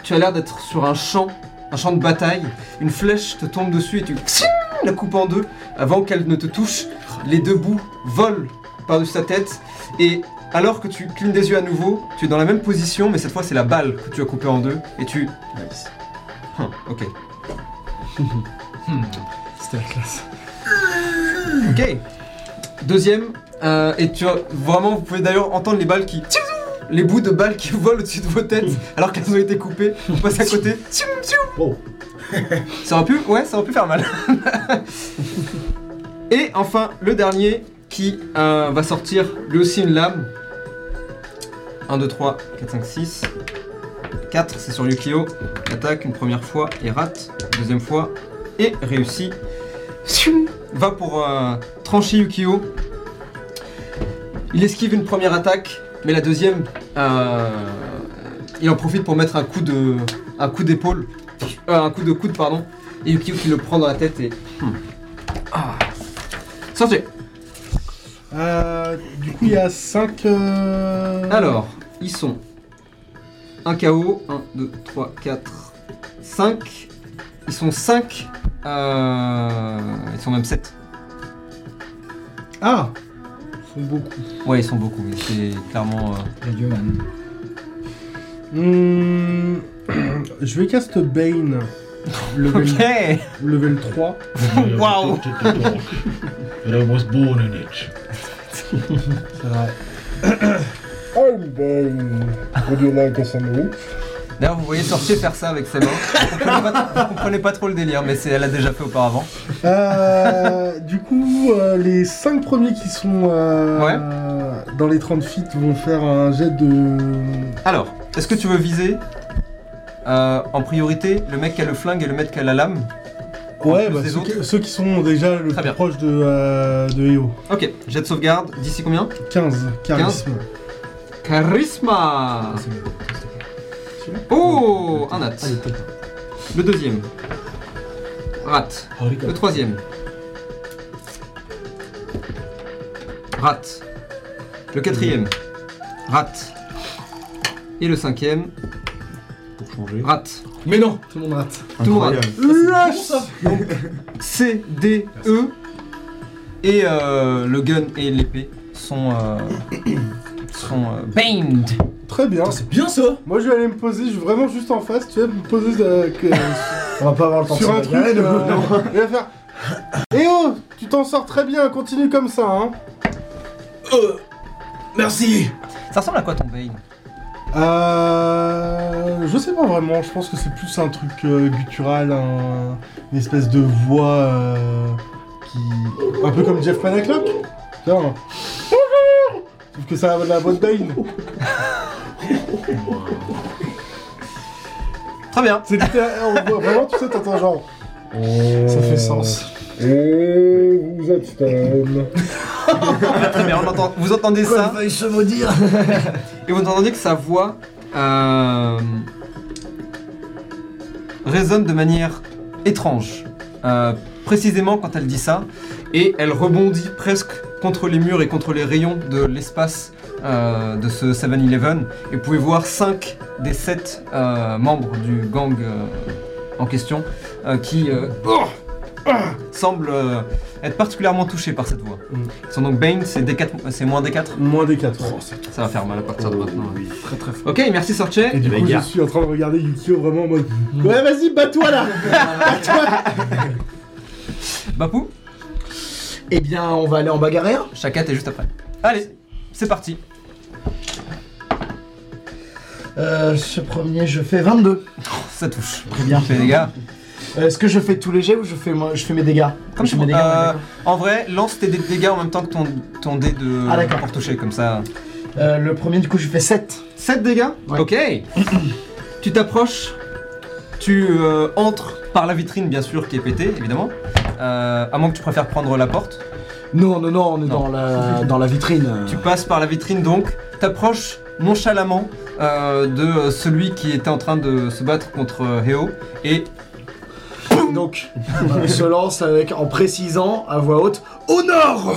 Tu as l'air d'être sur un champ, un champ de bataille. Une flèche te tombe dessus et tu tching la coupes en deux avant qu'elle ne te touche. Les deux bouts volent par-dessus ta tête et alors que tu clignes des yeux à nouveau, tu es dans la même position, mais cette fois c'est la balle que tu as coupée en deux et tu.
Nice.
Hum, ok.
C'était la classe.
Ok. Deuxième, euh, et tu as vraiment, vous pouvez d'ailleurs entendre les balles qui. Tchoum Les bouts de balles qui volent au-dessus de vos têtes alors qu'elles ont été coupées, vous passez à côté. Tchoum, tchoum.
Oh.
ça aurait pu, ouais, ça aurait pu faire mal. et enfin, le dernier qui euh, va sortir lui aussi une lame. 1, 2, 3, 4, 5, 6. 4, c'est sur Yukio. Attaque une première fois et rate. Deuxième fois et réussit. Tchoum va pour euh, trancher Yukio. Il esquive une première attaque, mais la deuxième, euh, il en profite pour mettre un coup de, un coup d'épaule, euh, un coup de coude pardon, et Yukio qui le prend dans la tête et hmm. ah. sortez.
Euh, du coup, il y a euh, 5.
Alors, ils sont 1 KO, 1, 2, 3, 4, 5. Ils sont 5, ils sont même 7.
Ah Ils sont beaucoup.
Ouais, ils sont beaucoup, mais c'est clairement. euh,
Hmm, Je vais cast Bane. Level,
Ok!
level 3.
Wow.
But I was born in it.
I'm Bane. Would you like a sandwich?
D'ailleurs, vous voyez sortir faire ça avec ses mains. Vous comprenez pas, vous comprenez pas trop le délire, mais c'est- elle a déjà fait auparavant.
Euh, du coup, euh, les 5 premiers qui sont euh, dans les 30 feet vont faire un jet de.
Alors, est-ce que tu veux viser euh, en priorité le mec qui a le flingue et le mec qui a la lame
Ouais,
plus
bah,
des
ceux,
autres
qui, ceux qui sont déjà le
Très
plus
bien.
proche de, euh, de EO.
Ok, jet de sauvegarde, d'ici combien
15, charisme.
Charisma Oh Un
Ah,
at. Le deuxième. Rate. Le troisième. Rate. Le quatrième. Rate. Et le cinquième.
Pour changer.
Rate.
Mais non
Tout le monde rate.
tout le monde
Incroyable.
C, D, E et euh, le gun et l'épée sont euh, sont euh, banged.
Très bien.
Ah, C'est bien ça
Moi, je vais aller me poser, je vais vraiment juste en face, tu vas me poser euh, que-
On va pas avoir le temps
sur
de
un
se
truc.
bagarrer,
euh,
nous.
il va faire. Eh oh, tu t'en sors très bien, continue comme ça, hein.
Euh, Merci
Ça ressemble à quoi ton bang
Euh, je sais pas vraiment, je pense que c'est plus un truc euh, guttural, un- une espèce de voix euh, qui. Un peu comme Jeff Panaclock Tiens. Bonjour Sauf que ça a de la bonne Bane.
Très bien.
C'est littéraire, on voit vraiment, tu sais, t'entends genre.
Ça fait sens.
Euh, Et vous êtes stone.
Très bien. On entend- vous entendez
Quoi,
ça
il se maudire
et vous entendez que sa voix euh, résonne de manière étrange. Euh, précisément quand elle dit ça et elle rebondit presque contre les murs et contre les rayons de l'espace euh, de ce 7-Eleven et vous pouvez voir 5 des 7 membres du gang euh, en question euh, qui euh, oh, ah, semblent euh, être particulièrement touchés par cette voix.
Mm.
Ils sont donc Bane, c'est D4 c'est moins D4
Moins des 4.
ça va faire mal à partir de maintenant.
Oh,
hein.
Oui.
Très très fort.
Ok, merci Sorche.
Et du
Eh ben,
coup, je
gars.
suis en train de regarder Yukio vraiment en mode. Ouais, vas-y, bats-toi là
Bapou,
Eh bien, on va aller en bagarre arrière
Chaka, t'es juste après. Allez, c'est parti.
Euh, ce premier, je fais 22.
Ça touche.
Très bien.
Fais des dégâts.
Euh, Est-ce que je fais tous les jets ou je fais, moi, je fais mes dégâts
Comme
je
tu
fais mes
veux.
dégâts. ouais,
Euh,
d'accord.
en vrai, lance tes dés de dégâts en même temps que ton, ton dé de
Ah, d'accord.
pour toucher, comme ça.
Euh, le premier, du coup, je fais 7.
7 dégâts
Ouais.
Ok. tu t'approches, tu euh, entres par la vitrine, bien sûr, qui est pétée, évidemment. Euh, à moins que tu préfères prendre la porte.
Non, non, non, on est
Non.
Dans, la, dans la vitrine.
Tu passes par la vitrine donc, t'approches nonchalamment euh, de euh, celui qui était en train de se battre contre euh, Heo et
Donc, on se lance avec, en précisant à voix haute Au nord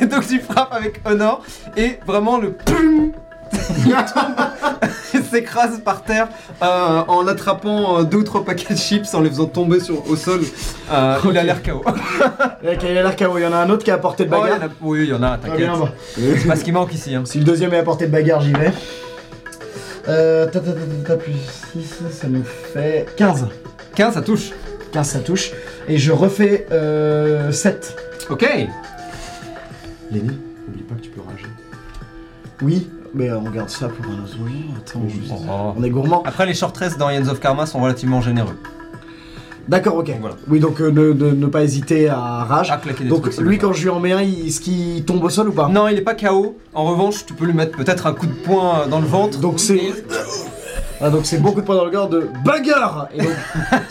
Et donc tu frappes avec Honor et vraiment le PUM il tombe, il s'écrase par terre euh, en attrapant euh, deux ou trois paquets de chips en les faisant tomber sur, au sol. Euh, Il a l'air KO. Oh,
Avec il a l'air KO, il Oh, y en a un autre qui a apporté de
il y en
bagarre.
a- oui, il y en a,
Ah,
t'inquiète.
bien, bon.
C'est pas ce qui manque ici. hein.
Si le deuxième est à portée de bagarre, j'y vais. Euh, ta, ta, ta, ta, ta, plus 6, ça nous fait 15.
15, ça touche.
15, ça touche. Et je refais euh, 7.
Ok.
Lenny, oublie pas que tu peux rager.
Oui, mais on garde ça pour un autre moment. Attends,
Mais juste-
Oh.
on est gourmand.
Après, les short rests dans Hands of Karma sont relativement généreux.
D'accord, ok.
Voilà.
Oui, donc euh, ne, ne- ne pas hésiter à rage.
À claquer des
donc
trucs, c'est
lui,
bon.
quand Ah. je lui en mets un, il, ce qui tombe au sol ou pas
Non, il est pas KO. En revanche, tu peux lui mettre peut-être un coup de poing euh, dans le ventre.
Donc c'est. Ah, donc c'est beaucoup de points dans le regard de bagarre Et donc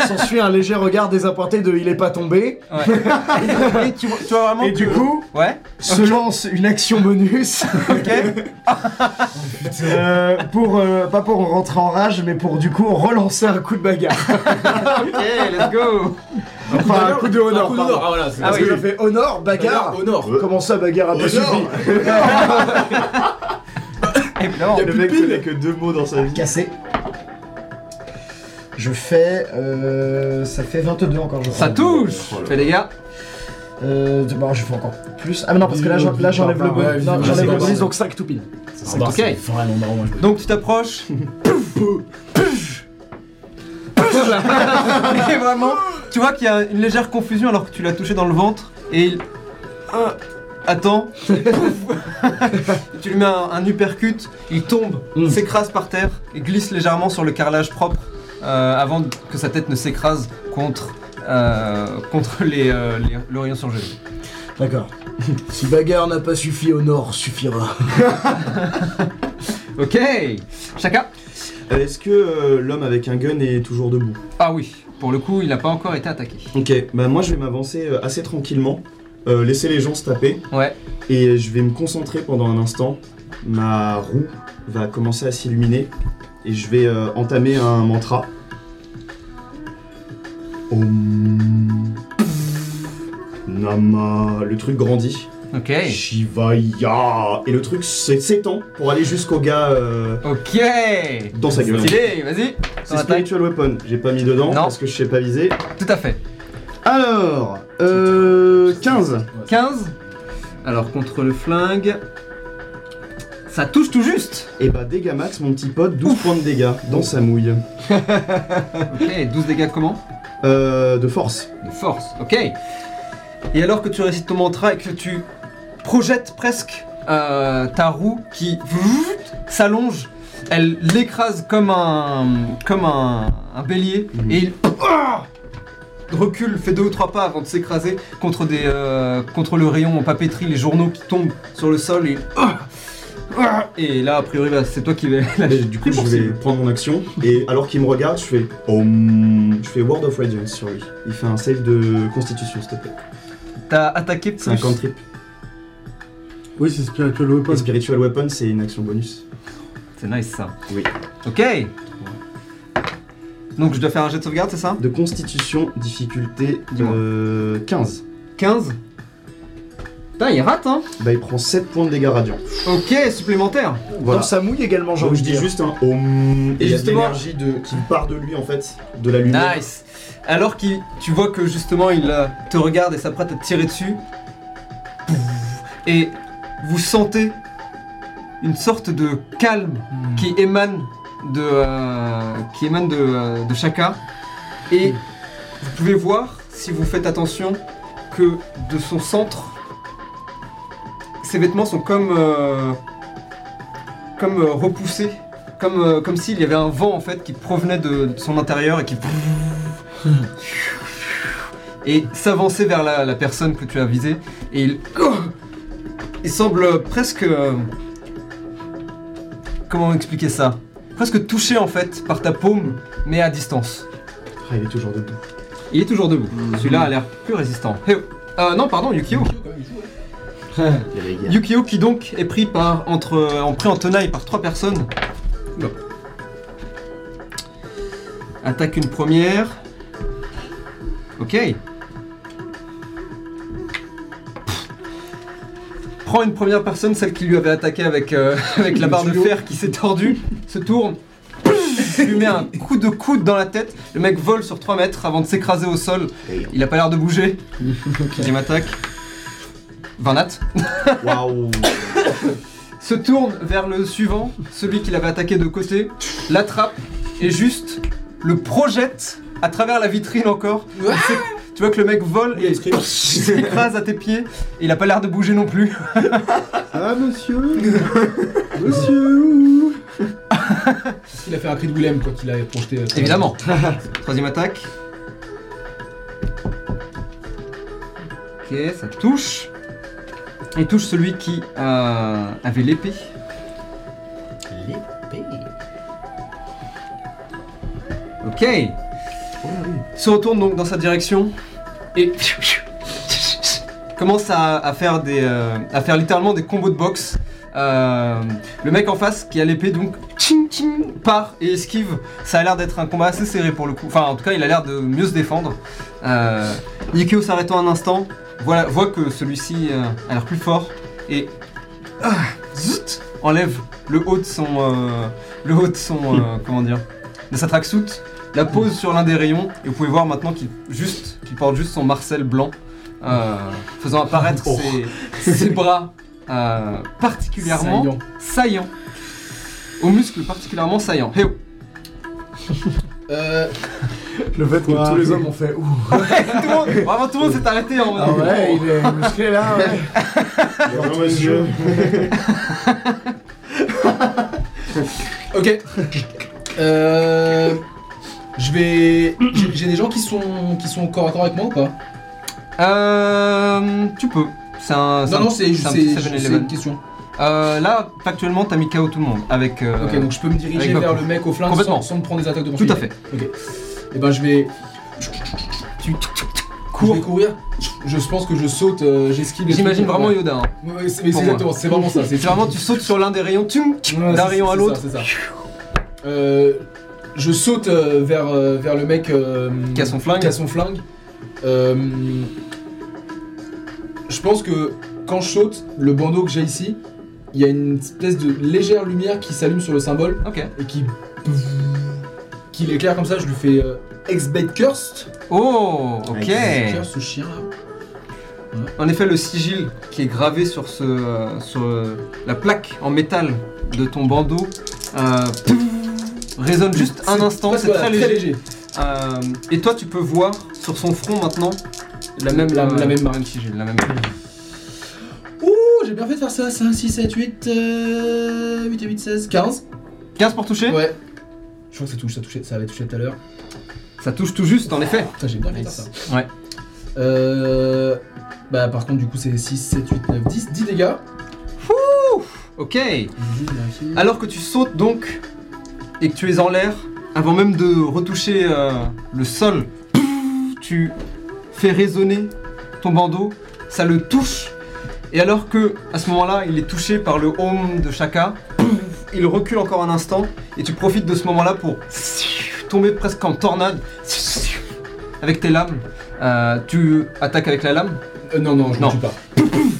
s'ensuit un léger regard désappointé de il est pas tombé.
Ouais. Et tu, vois- tu vois vraiment
Et
que-
du coup,
Ouais,
se lance une action bonus.
ok.
Euh, pour euh, pas pour rentrer en rage, mais pour du coup relancer un coup de bagarre.
ok, let's go.
Enfin un coup de
Un
honor.
coup
pardon.
d'honneur, ah voilà, c'est
Ah
Parce
oui.
que j'ai fait honor bagarre.
Bagarre, honor.
Euh,
Comment ça bagarre a pas
Honor.
suffi
Évidemment.
Il y a
Le
plus de
mec
pile.
connaît que deux mots dans sa vie.
Cassé. Je fais euh, ça fait 22 encore. Je crois.
Ça touche
Voilà.
Fais des gars.
Euh, de- bon, je fais encore plus. Ah mais non parce que là j'en- là, j'enlève le
Ouais,
bonus. Non,
ouais,
j'enlève
c'est
le bonus
bon.
donc 5 tout pile.
Ah bah, c'est vraiment marrant, moi, je peux-
Donc tu t'approches. Pouf, pouf, pouf. Et vraiment, tu vois qu'il y a une légère confusion alors que tu l'as touché dans le ventre et il. Ah, attends. Pouf. tu lui mets un, un uppercut, il tombe,
Mm.
s'écrase par terre et glisse légèrement sur le carrelage propre euh, avant que sa tête ne s'écrase contre. euh, contre les, euh, les- le rayon surgelé.
D'accord. si bagarre n'a pas suffi, honor suffira.
Ok Chacun
Euh, Est-ce que euh, l'homme avec un gun est toujours debout
Ah oui, pour le coup, il n'a pas encore été attaqué.
Ok, bah moi je vais m'avancer euh, assez tranquillement, euh, laisser les gens se taper,
Ouais.
et je vais me concentrer pendant un instant. Ma roue va commencer à s'illuminer, et je vais euh, entamer un mantra. Om. Nama. Le truc grandit.
Ok.
Shivaya. Et le truc s'é- s'étend pour aller jusqu'au gars euh,
Ok
dans sa gueule.
Stylé, vas-y
C'est Spiritual Weapon, j'ai pas mis dedans
Non.
parce que je sais pas viser.
Tout à fait.
Alors, euh, 15.
15 Alors, contre le flingue... Ça touche tout juste
Et bah dégâts max, mon petit pote, 12 points de dégâts dans sa mouille.
Ok, 12 dégâts comment
Euh, de force.
De force, ok Et alors que tu récites ton mantra et que tu projettes presque euh, ta roue qui s'allonge, elle l'écrase comme un comme un, un bélier
Mhm.
et il Ah recule, fait deux ou trois pas avant de s'écraser contre des euh, contre le rayon en papeterie, les journaux qui tombent sur le sol et Ah Ah et là a priori bah, c'est toi qui vas
Mais du coup, je vais prendre mon action. Et alors qu'il me regarde, je fais Om. Je fais Word of Radiance sur lui. Il fait un save de constitution, s'il te plaît.
t'as attaqué plus
C'est un cantrip.
Oui, c'est Spiritual Weapon.
Et Spiritual Weapon, c'est une action bonus.
C'est nice ça.
Oui.
Ok. Donc je dois faire un jet de sauvegarde, c'est ça
De constitution, difficulté
Dis-moi.
euh, 15.
15 Putain, il rate, hein
Bah, il prend 7 points de dégâts radiants.
Ok, supplémentaire.
Voilà.
Dans sa mouille également, j'ai
Donc,
envie
je
de
dis
dire.
juste un Om. Et,
Et
il y a de
justement-
l'énergie de- qui part de lui, en fait, de la lumière.
Nice. Alors que tu vois que justement il euh, te regarde et s'apprête à te tirer dessus. Pouf. Et vous sentez une sorte de calme qui émane de euh, qui émane de, euh, de Shaka. Et vous pouvez voir, si vous faites attention, que de son centre ses vêtements sont comme. euh, comme euh, repoussés. Comme, euh, comme s'il y avait un vent en fait qui provenait de, de son intérieur et qui. et s'avançait vers la, la personne que tu as visée. Et il. oh, Il semble presque. euh, Comment expliquer ça Presque touché en fait par ta paume, mais à distance.
Ah, il est toujours debout.
Il est toujours debout. Celui-là a l'air plus résistant. Eh oh. Euh, non, pardon, Yukio. Yukio qui donc est pris par entre euh, en pris en tenaille par trois personnes. Oula. Attaque une première. Ok. Pff. Prend une première personne, celle qui lui avait attaqué avec, euh, avec la barre de fer qui s'est tordue, se tourne, lui met un coup de coude dans la tête. Le mec vole sur 3 mètres avant de s'écraser au sol. Il a pas l'air de bouger. Il m'attaque. 20 nat.
Waouh
se tourne vers le suivant, celui qui l'avait attaqué de côté, l'attrape et juste le projette à travers la vitrine encore. Tu sais- Tu vois que le mec vole et il s'écrase à tes pieds et il a pas l'air de bouger non plus.
Ah, monsieur Monsieur
Il a fait un cri de Willem quoi qu'il a projeté. euh,
Évidemment. Troisième attaque. Ok, ça touche. Il touche celui qui euh, avait l'épée.
L'épée.
Ok. Se retourne donc dans sa direction et commence à, à faire des, euh, à faire littéralement des combos de boxe. Euh, le mec en face qui a l'épée donc tching, tching, part et esquive. Ça a l'air d'être un combat assez serré pour le coup. Enfin, en tout cas, il a l'air de mieux se défendre. Euh, Yukio s'arrêtant un instant, voilà, voit que celui-ci euh, a l'air plus fort et ah, zut, enlève le haut de son, euh, le haut de son, euh, comment dire, de sa tracksuit la pose sur l'un des rayons et vous pouvez voir maintenant qu'il juste qu'il porte juste son Marcel blanc, euh, faisant apparaître ses, ses bras euh, particulièrement
saillant.
saillants, aux muscles particulièrement saillants. Hey, oh.
Euh,
Le fait que
Quoi
tous les hommes ont fait ouh.
Tout le monde- vraiment tout le monde s'est arrêté en mode.
Ah ouais, il est musclé là. ouais.
Bonjour, monsieur
ok. Euh, je vais. j'ai- J'ai des gens qui sont qui sont corps à corps avec moi ou pas
Euh, tu peux. C'est un. Ah, c'est
Non
un-
non c'est c'est-
un petit
c'est-
7-Eleven.
c'est une question.
Euh, là, factuellement, t'as mis KO tout le monde avec. euh,
Ok donc je peux me diriger
avec
vers
Baku.
le mec au flingue
Complètement.
sans, sans me prendre des attaques de
tout à fait.
Et ben je vais
Tu
Je
cours.
vais courir. Je pense que je saute, euh, j'esquive. les
J'imagine
trucs.
vraiment Yoda. hein.
Ouais, ouais, c'est mais
Pour
c'est
moi.
exactement, c'est vraiment ça.
C'est vraiment tu sautes sur l'un des rayons, tu
Ouais,
d'un
c'est-
rayon à
c'est
l'autre.
ça, c'est ça. Euh, je saute euh, vers, euh, vers le mec euh,
Qui a son flingue.
qui a son flingue. Euh, je pense que quand je saute, le bandeau que j'ai ici, il y a une espèce de légère lumière qui s'allume sur le symbole
Ok.
et qui, qui l'éclaire comme ça. Je lui fais euh, Ex-Bait Cursed.
Oh, ok.
Cursed, ce chien là.
En effet, le sigil qui est gravé sur, ce, euh, sur euh, la plaque en métal de ton bandeau euh, pouf, résonne juste un instant, c'est très léger. Euh, et toi, tu peux voir sur son front maintenant Euh, la même,
La- la même
marine sigil. La même
Ouh, j'ai bien fait de faire ça, 5, 6, 7, 8, 8 et 8, 16, 15.
15 pour toucher
Ouais. Je crois que ça touche, ça, touchait, ça avait touché tout à l'heure.
Ça touche tout juste, en effet.
Putain, j'ai bien fait de faire
Nice.
ça.
Ouais.
Euh. Bah, par contre, du coup, c'est 6, 7, 8, 9, 10, 10 dégâts.
Ok. Alors que tu sautes donc et que tu es en l'air, avant même de retoucher euh, le sol, tu fais résonner ton bandeau, ça le touche. Et alors que à ce moment-là, il est touché par le home de Shaka, il recule encore un instant et tu profites de ce moment-là pour tomber presque en tornade avec tes lames. Euh, tu attaques avec la lame
Euh, non, non, je
Non.
ne tue pas.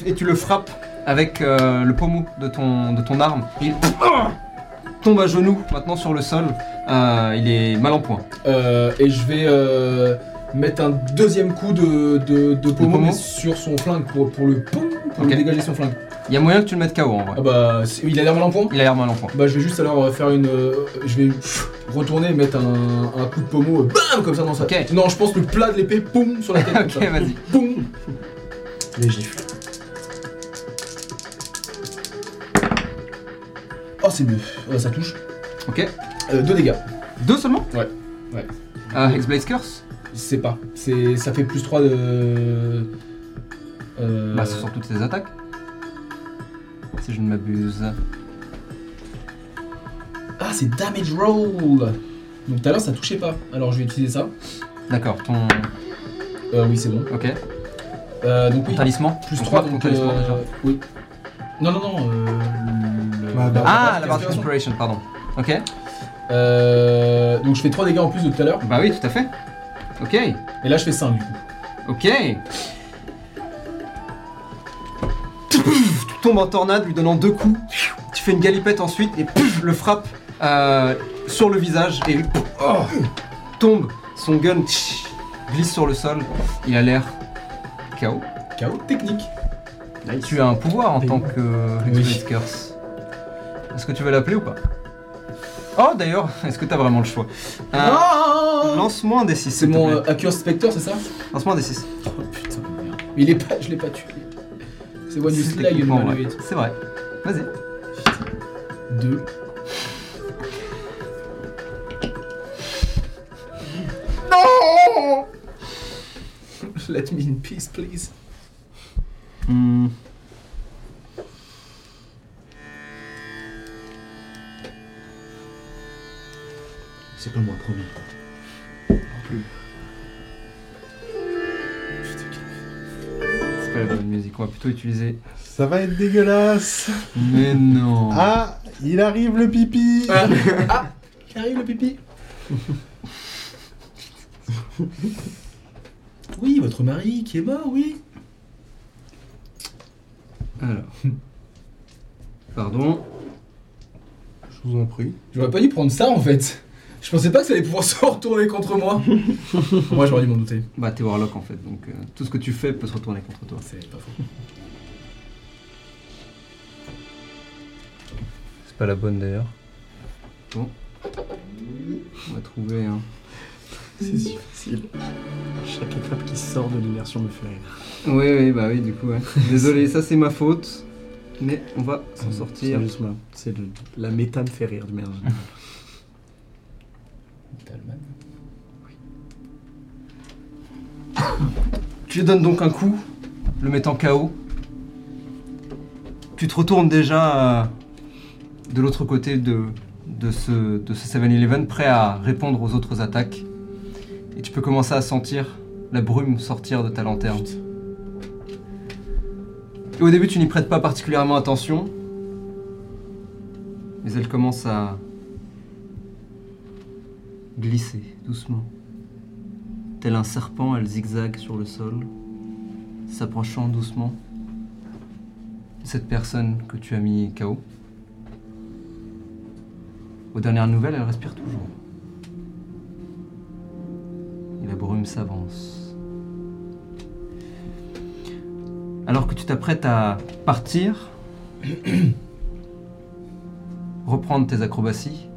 et tu le frappes avec euh, le pommeau de ton, de ton arme. Et il tombe à genoux maintenant sur le sol. Euh, il est mal en point.
Euh, et je vais euh, mettre un deuxième coup de, de, de pommeau
pommeau
mais sur son flingue pour, pour le poum, pour
Ok.
lui dégager son flingue.
Il y a moyen que tu le mettes KO en vrai.
Ah bah, c'est- il a l'air mal en point
Il a l'air mal en point.
Bah je vais juste alors euh, faire une... euh, je vais pff, retourner, mettre un, un coup de pommeau, euh, bam, comme ça dans sa...
Ok.
Non, je pense que le plat de l'épée, poum, sur la tête.
Ok, vas-y.
Boum
Les gifles.
Oh, c'est bleu. Ouais, ça touche.
Ok.
Euh, deux dégâts.
Deux seulement
Ouais, ouais.
Euh, Hexblade's Curse
C'est pas. C'est, ça fait plus 3 de. Euh...
Bah, ce sont toutes ses attaques. Si je ne m'abuse.
Ah, c'est damage roll. Donc tout à l'heure ça touchait pas. Alors je vais utiliser ça.
D'accord, ton.
Euh, oui, c'est bon.
Ok.
Euh, donc
Ton
oui,
talisman
plus
Ton
3
ton
donc
talisman
euh,
déjà.
oui. Non non non. Euh, le-
Bah, bah,
Ah, la barre de inspiration,
d'inspiration.
pardon. Ok.
Euh, donc je fais 3 dégâts en plus de tout à l'heure
Bah oui, tout à fait. Ok.
et là je fais 5 du coup.
Ok. Pouf, Tu tombes en tornade, lui donnant deux coups. Tu fais une galipette ensuite et pouf, le frappe euh, sur le visage et pouf, oh, tombe. Son gun tch, glisse sur le sol. Il a l'air KO.
KO technique.
Tu as un pouvoir en
Oui.
tant que Hexblade Curse. Est-ce que tu veux l'appeler ou pas Oh d'ailleurs, est-ce que t'as vraiment le choix Euh,
Ah
Lance-moi un des 6.
c'est mon euh, Accursed Spectre, c'est ça
Lance-moi un des 6.
Oh putain de merde. Mais il est pas, je l'ai pas tué. C'est One You Slay, une malhonnête.
C'est vrai. Vas-y.
2.
Non
Let me in peace, please.
Hmm.
C'est comme moi, promis.
C'est pas la bonne musique, on va plutôt utiliser.
Ça va être dégueulasse.
Mais non
Ah, il arrive le pipi.
Ah, ah il arrive le pipi. Oui, votre mari qui est mort, oui.
Alors. Pardon.
Je vous en prie.
J'aurais pas dû prendre ça en fait. Je pensais pas que ça allait pouvoir se retourner contre moi. moi j'aurais dû m'en douter.
Bah, t'es Warlock en fait, donc euh, tout ce que tu fais peut se retourner contre toi.
C'est pas faux.
C'est pas la bonne d'ailleurs. Bon. On va trouver hein. un.
C'est si facile. Chaque étape qui sort de l'immersion me fait rire.
Oui, oui, bah oui, du coup, ouais. Désolé, ça c'est ma faute. Mais on va s'en sortir.
Mmh, C'est juste ma- c'est le- la méta me fait rire du merde.
Talman.
Tu lui donnes donc un coup, le mettant KO. Tu te retournes déjà euh, de l'autre côté de, de ce, de ce 7-Eleven, prêt à répondre aux autres attaques. Et tu peux commencer à sentir la brume sortir de ta lanterne. Et au début, tu n'y prêtes pas particulièrement attention. Mais elle commence à glisser doucement. Tel un serpent, elle zigzague sur le sol, s'approchant doucement de cette personne que tu as mis KO. Aux dernières nouvelles, elle respire toujours. Et la brume s'avance. Alors que tu t'apprêtes à partir, reprendre tes acrobaties,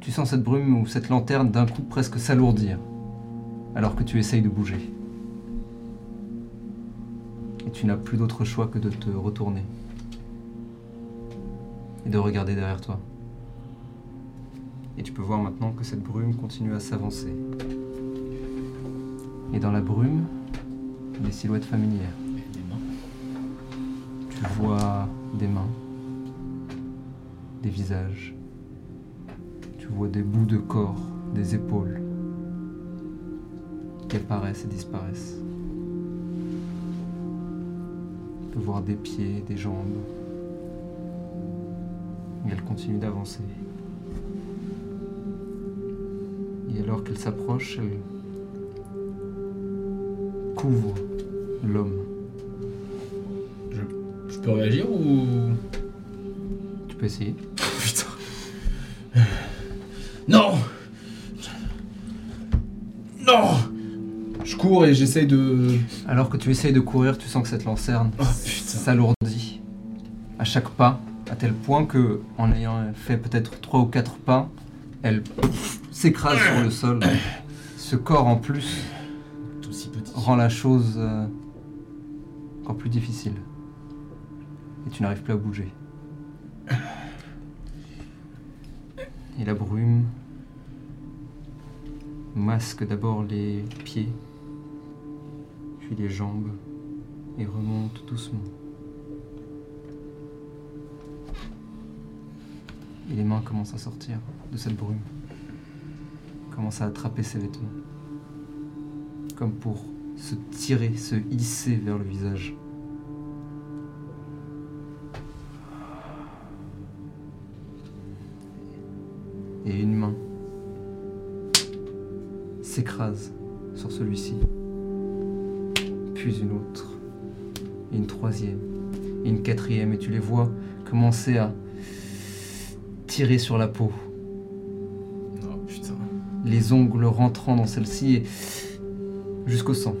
tu sens cette brume ou cette lanterne d'un coup presque s'alourdir, alors que tu essayes de bouger. Et tu n'as plus d'autre choix que de te retourner. Et de regarder derrière toi. Et tu peux voir maintenant que cette brume continue à s'avancer. Et dans la brume, des silhouettes familières. Tu vois des mains, des visages. Tu vois des bouts de corps, des épaules qui apparaissent et disparaissent. Tu peux voir des pieds, des jambes. Et elle continue d'avancer. Et alors qu'elle s'approche, elle couvre l'homme.
Je peux réagir ou.
Tu peux essayer.
Putain. Non Non Je cours et j'essaye de.
Alors que tu essayes de courir, tu sens que cette lanterne
Oh, putain.
s'alourdit à chaque pas, à tel point que, en ayant fait peut-être trois ou quatre pas, elle pouf, s'écrase sur le sol. Ce corps en plus
Tout si petit.
rend la chose euh, encore plus difficile. Et tu n'arrives plus à bouger. et la brume masque d'abord les pieds, puis les jambes, et remonte doucement. Et les mains commencent à sortir de cette brume, commencent à attraper ses vêtements, comme pour se tirer, se hisser vers le visage. Et une main s'écrase sur celui-ci, puis une autre, et une troisième, et une quatrième, et tu les vois commencer à tirer sur la peau,
Oh putain.
les ongles rentrant dans celle-ci et jusqu'au sang.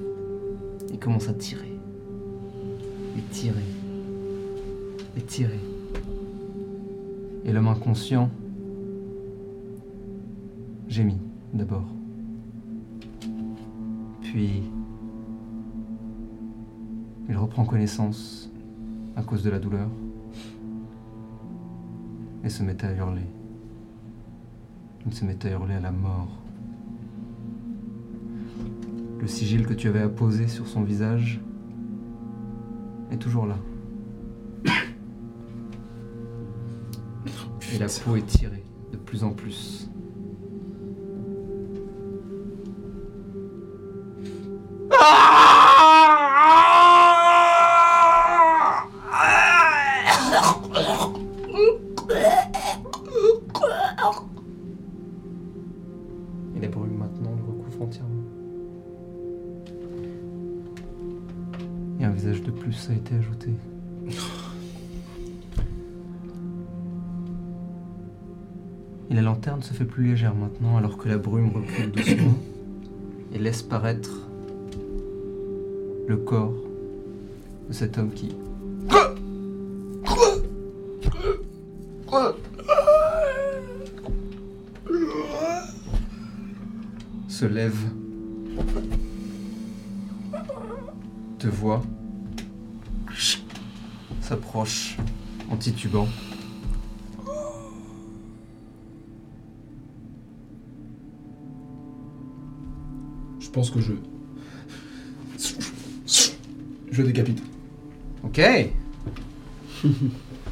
Et commencent à tirer, et tirer, et tirer. Et l'homme inconscient gémit d'abord puis il reprend connaissance à cause de la douleur et se met à hurler. Il se met à hurler à la mort. Le sigil que tu avais apposé sur son visage est toujours là. Et la peau est tirée de plus en plus. Et la brume maintenant le recouvre entièrement. Et un visage de plus a été ajouté. Et la lanterne se fait plus légère maintenant alors que la brume recule doucement et laisse paraître le corps de cet homme qui se lève, te voit, s'approche en titubant.
Je pense que je. Je décapite.
Ok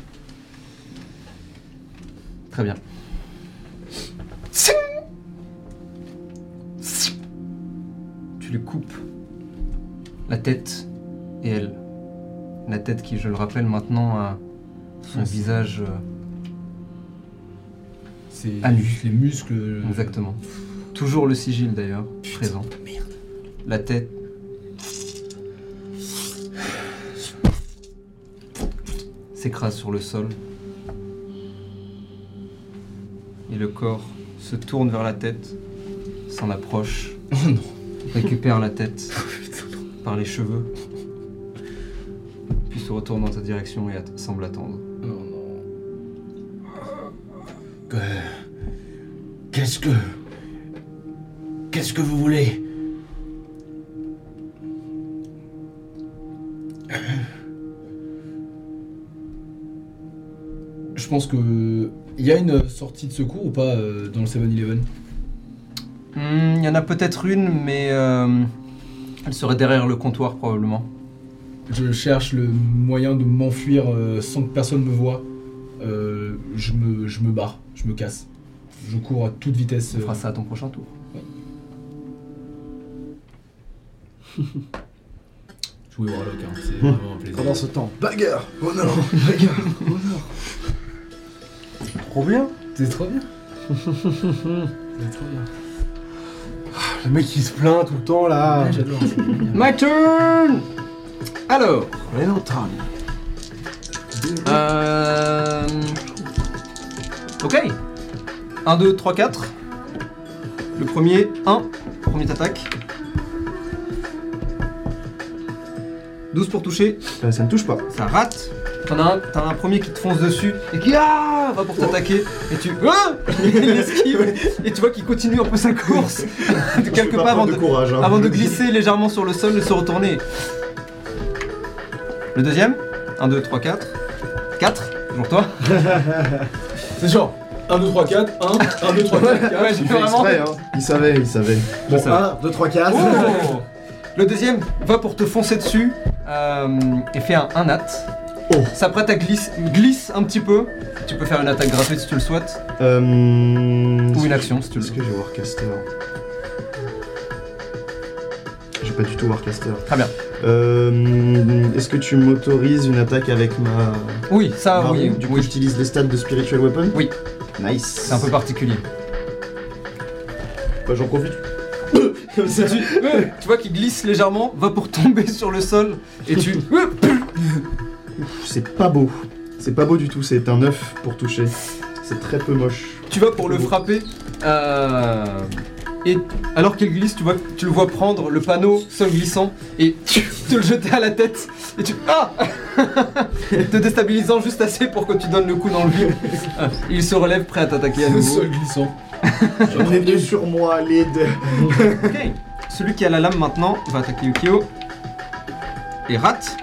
Très bien. Tu lui coupes la tête et elle. La tête qui, je le rappelle maintenant, a son
Ouais, c'est-
visage euh,
C'est
Ah, lui.
juste les muscles. euh,
Exactement. Toujours le sigil d'ailleurs, présent. La tête. s'écrase sur le sol. Et le corps se tourne vers la tête, s'en approche, récupère la tête par les cheveux, puis se retourne dans ta direction et att- semble attendre.
Oh non.
Que- Qu'est-ce que. Qu'est-ce que vous voulez
Je pense que. Il y a une sortie de secours ou pas euh, dans le 7-Eleven
Hmm, Il y en a peut-être une, mais euh, elle serait derrière le comptoir probablement.
Je cherche le moyen de m'enfuir euh, sans que personne me voie. Euh, je, me, je me barre, je me casse. Je cours à toute vitesse.
Tu
euh,
feras ça à ton prochain tour.
Jouer au Warlock, hein, c'est vraiment un plaisir.
Pendant ce temps, bagarre Oh non Bagarre Oh non
Trop bien.
C'est trop bien. C'est trop bien.
Le mec il se plaint tout le temps là.
Ouais, J'adore. c'est génial.
My turn Alors,
Mais non, Tom
euh... Ok 1, 2, 3, 4. Le premier, 1. Premier attaque. 12 pour toucher,
Euh, ça ne touche pas.
ça rate. T'en as un, t'as un premier qui te fonce dessus et qui ah, va pour t'attaquer et tu ah Il esquive et tu vois qu'il continue un peu sa course de
Je fais
quelques pas
preuve
avant de,
de courage. hein.
avant de glisser légèrement sur le sol et se retourner. Le deuxième 1, 2, 3, 4. 4, toujours toi.
C'est genre, 1, 2, 3, 4, 1, 1, 2, 3, 4, 4.
Ouais, j'ai
Il
fait
fait
vraiment.
exprès, hein. Il savait, il savait.
Je
Bon,
savais.
1, 2, 3, 4.
Oh le deuxième va pour te foncer dessus euh, et fait un 1 nat.
Oh.
S'apprête à glisse, glisse un petit peu. Tu peux faire une attaque gratuite si tu le souhaites.
Euh...
Ou
Ou
une action si tu le
Est-ce
souhaites.
que j'ai Warcaster J'ai pas du tout Warcaster.
Très bien.
Euh, Est-ce que tu m'autorises une attattaque avec ma.
Oui, ça,
ma
Ah oui,
roue Du coup,
oui.
j'utilise les stats de Spiritual Weapon
Oui.
Nice.
C'est un peu particulier.
Bah, J'en profite. Comme ça.
tu, tu vois qu'il glisse légèrement, va pour tomber sur le sol et tu.
Ouf, C'est pas beau. C'est pas beau du tout, c'est un 9 pour toucher. C'est très peu moche.
Tu vas pour le frapper. euh, et alors qu'il glisse, tu, vois, tu le vois prendre le panneau sol glissant et te le jeter à la tête. Et tu. Ah Te déstabilisant juste assez pour que tu donnes le coup dans le vide. Euh, Il se relève prêt à t'attaquer à
Le
nouveau.
sol glissant.
J'en ai deux sur moi, les deux.
Ok. Celui qui a la lame maintenant va attaquer Yukio. Et rate.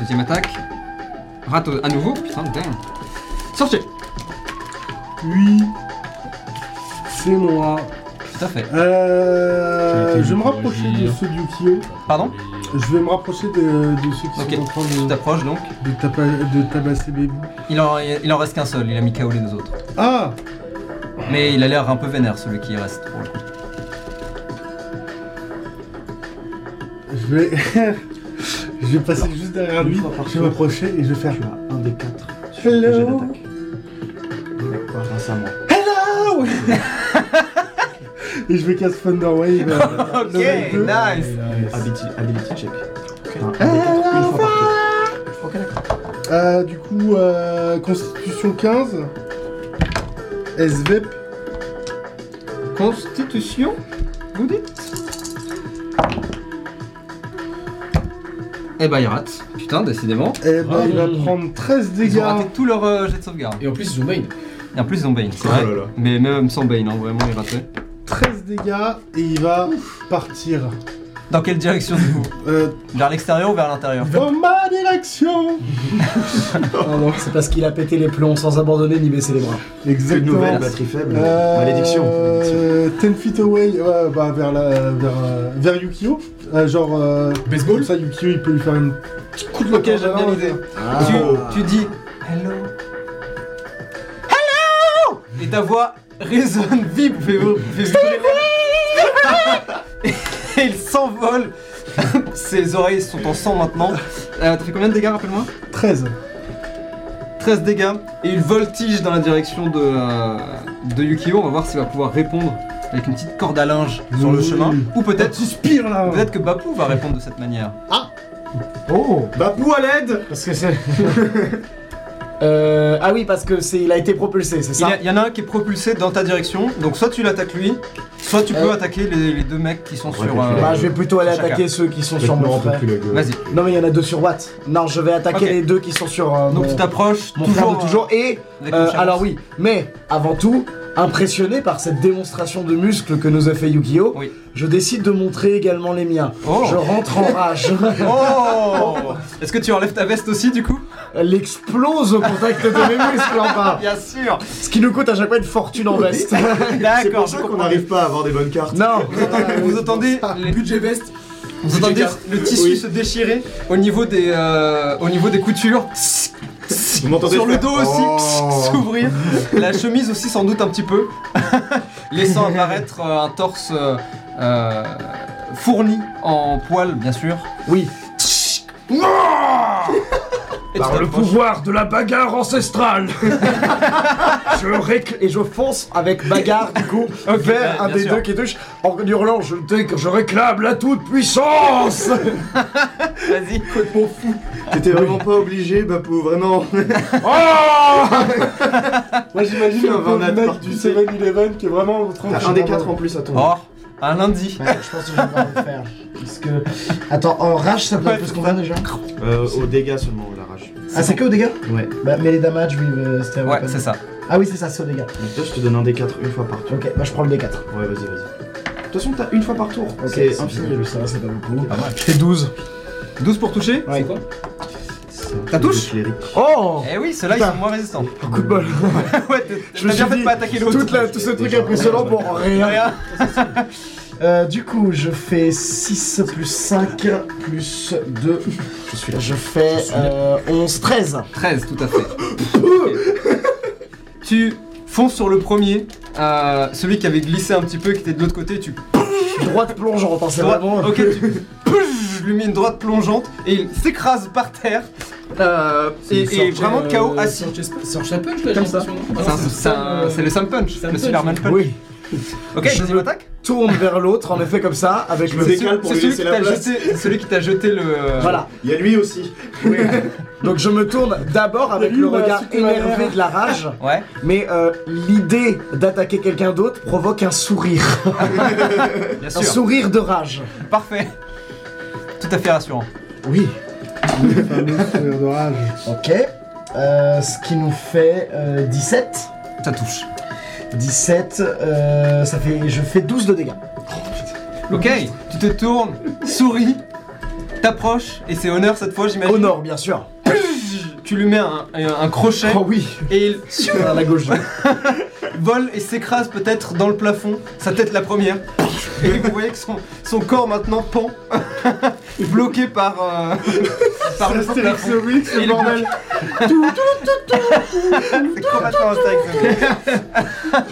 Deuxième attaque. Rate au- à nouveau. Putain, damn. Sortez
Oui. C'est moi.
Tout à fait.
Euh,
J'ai été
je vais me
pour
rapprocher de
hein.
agir.
ceux du Kyo.
Pardon
Je vais me rapprocher de, de ceux qui
Ok.
sont en train
Tu
de,
t'approches donc.
de, tapa- de tabasser Bébou.
Il en, il en reste qu'un seul, il a mis KO les deux autres.
Ah
Mais il a l'air un peu vénère celui qui reste pour le coup.
Je vais. je vais passer juste derrière lui. Je vais m'approcher et je vais faire.
Tu as un des 4
Hello.
Grâce à moi.
Et je vais casse Thunder Wave. euh,
Ok,
level 2.
nice
Ability, ability check. Enfin, un des quatre, une fois par tour.
Euh, du coup, euh, Constitution 15. SVEP.
Constitution Vous dites Eh bah il rate. Putain, décidément.
Eh ben, il va
Bravo.
prendre 13
Ils ont
dégâts.
raté tout leur euh, jet de sauvegarde.
Et en plus, ils ont main.
Et en plus ils ont Bane, c'est
Oh
vrai.
là là.
Mais même sans Bane, hein, vraiment il raté.
13 dégâts et il va partir.
Dans quelle direction du coup
Euh,
Vers l'extérieur ou vers l'intérieur
dans ma direction
Pardon, c'est parce qu'il a pété les plombs sans abandonner ni baisser les bras.
Une
Exactement.
nouvelle batterie faible.
Euh,
Malédiction. Malédiction.
10 feet away, ouais, bah, vers, la, vers, euh, vers Yukio. Euh, genre, euh,
Baseball
comme ça, Yukio, il peut lui faire une petite coup de
Ok,
corde
j'aime
à
bien
l'un,
l'idée.
ouais.
Tu,
Ah.
tu dis Hello. Hello Et ta voix résonne, vibre, fait, fait vibrer les- Et il s'envole. Ses oreilles sont en sang maintenant. Euh, T'as fait combien de dégâts, rappelle-moi
13.
13 dégâts. Et il voltige dans la direction de, euh, de Yukio. On va voir s'il va pouvoir répondre avec une petite corde à linge sur le
Oui.
chemin. Ou peut-être
Suspire là
peut-être que Bapu va répondre de cette manière.
Oh
Bapou à l'aide
Parce que c'est. euh, ah oui, parce que c'est, il a été propulsé, c'est
Il y,
ça
a- il y en a un qui est propulsé dans ta direction, donc soit tu l'attaques lui, soit tu peux
Euh.
attaquer les, les deux mecs qui sont
Ouais,
sur. euh,
mais tu l'as.
Bah, je vais plutôt aller
Chacun.
attaquer ceux qui sont sur
Maintenant,
mon
on peut
frère.
plus la gueule.
Vas-y.
Non, mais il y en a deux sur Watt. Non, je vais attaquer
Ok.
les deux qui sont sur euh,
Donc
mon,
tu t'approches
mon
toujours.
frère de toujours. Et
avec
Euh,
nonchalance.
alors oui, mais avant tout, impressionné par cette démonstration de muscles que nous a fait Yu-Gi-Oh,
Oui.
je décide de montrer également les miens.
Oh.
Je rentre en rage,
Oh Est-ce que tu enlèves ta veste aussi du coup
elle explose au contact de mes muscles en bas.
Bien sûr.
Ce qui nous coûte à chaque fois une fortune en veste.
C'est
D'accord.
pour
je
ça qu'on
comprends.
n'arrive pas à avoir des bonnes cartes.
non,
Vous entendez, vous entendez
Ah,
les-
Budget vest.
vous entendez
Budget
le tissu
Oui.
se déchirer au niveau des euh, au niveau des coutures.
Vous m'entendez
Sur le
faire
dos aussi,
Oh.
s'ouvrir. La chemise aussi, sans doute un petit peu. Laissant apparaître euh, un torse euh, euh, fourni en poils, bien sûr.
oui.
Et tu t'approches.
Ah, pouvoir de la bagarre ancestrale. je réc- et je fonce avec bagarre du coup
Ok, bah,
vers
bien
un des
sûr.
deux qui touche en hurlant je, te- je réclame la toute puissance.
Vas-y.
T'étais vraiment pas obligé, Bapou, vraiment.
Oh
Moi j'imagine
Putain,
un peu
Van
le mec
Hart,
du
parti.
7-Eleven qui est vraiment en train de.
T'as un des 4 en plus à ton.
Oh, un lundi.
Ouais, je pense que je vais pas le faire. Parce que. Attends, en rage, ça peut être plus combien déjà
Euh, aux dégâts seulement, la rage.
Ah, c'est que au dégâts
Ouais.
Bah, mais les damages, oui, euh, c'était à
Ouais,
weapon.
c'est ça.
Ah, oui, c'est ça, c'est au dégâts.
Donc toi, je te donne un des 4 une fois par tour.
Ok, bah, je prends le D4.
Ouais, vas-y, vas-y. De toute façon, t'as une fois par tour.
Ok,
c'est infini.
Ça va, c'est pas beaucoup. C'est 12.
12 pour toucher
Ouais.
quoi
C'est-
Ça touche
Oh
Eh oui, ceux-là, ils
Putain.
sont moins résistants.
Coup de bol.
ouais, t'as-
Je
t'as bien
me suis
fait de
dit,
pas attaquer l'autre.
Toute la- tout ce truc impressionnant pour rien.
Rien.
Euh, du coup, je fais 6 plus 5 plus 2. Je, fais euh, 11, 13.
13, tout à fait. Ok. tu fonces sur le premier, euh, celui qui avait glissé un petit peu, qui était de l'autre côté, tu
Droite plonge, on pensait vraiment.
Ok, tu Pouf, je lui mets une droite plongeante et il s'écrase par terre. Euh, et, et vraiment KO assis.
C'est un chapelle, j'ai
Comme ça.
l'impression. Ah non
C'est un- c'est un- c'est le Sam Punch,
Sam
le
Punch.
Superman Punch.
Oui.
Ok,
Je
deuxième
me-
attaque.
Tourne vers l'autre, en effet, comme ça, avec
Je
le
me
C'est
décalage.
décale pour lui
celui
laisser
qui
la
t'a
place.
jeté, c'est celui qui t'a jeté le.
Voilà.
Il y a lui aussi.
Donc je me tourne d'abord avec
Lui,
le
bah,
regard
c'est ma mère.
énervé de la rage,
Ouais.
mais euh, l'idée d'attaquer quelqu'un d'autre provoque un sourire.
Bien
Un
sûr.
sourire de rage.
Parfait. Tout à fait rassurant.
Oui.
Le fameux sourire de rage.
Ok. Euh, ce qui nous fait euh, 17.
Ça touche.
17, euh, ça fait, je fais 12 de dégâts.
Ok, tu te tournes, souris, t'approches et c'est honneur cette fois, j'imagine.
Honor, bien sûr.
Tu lui mets un, un- un crochet
Oh oui,
et il
à la gauche.
vole et s'écrase peut-être dans le plafond, sa tête la première. Et vous voyez que son, son corps maintenant pend, bloqué par, euh, par le
Astérix
plafond.
Obélix,
Il est
le bordel.
C'est complètement Astérix.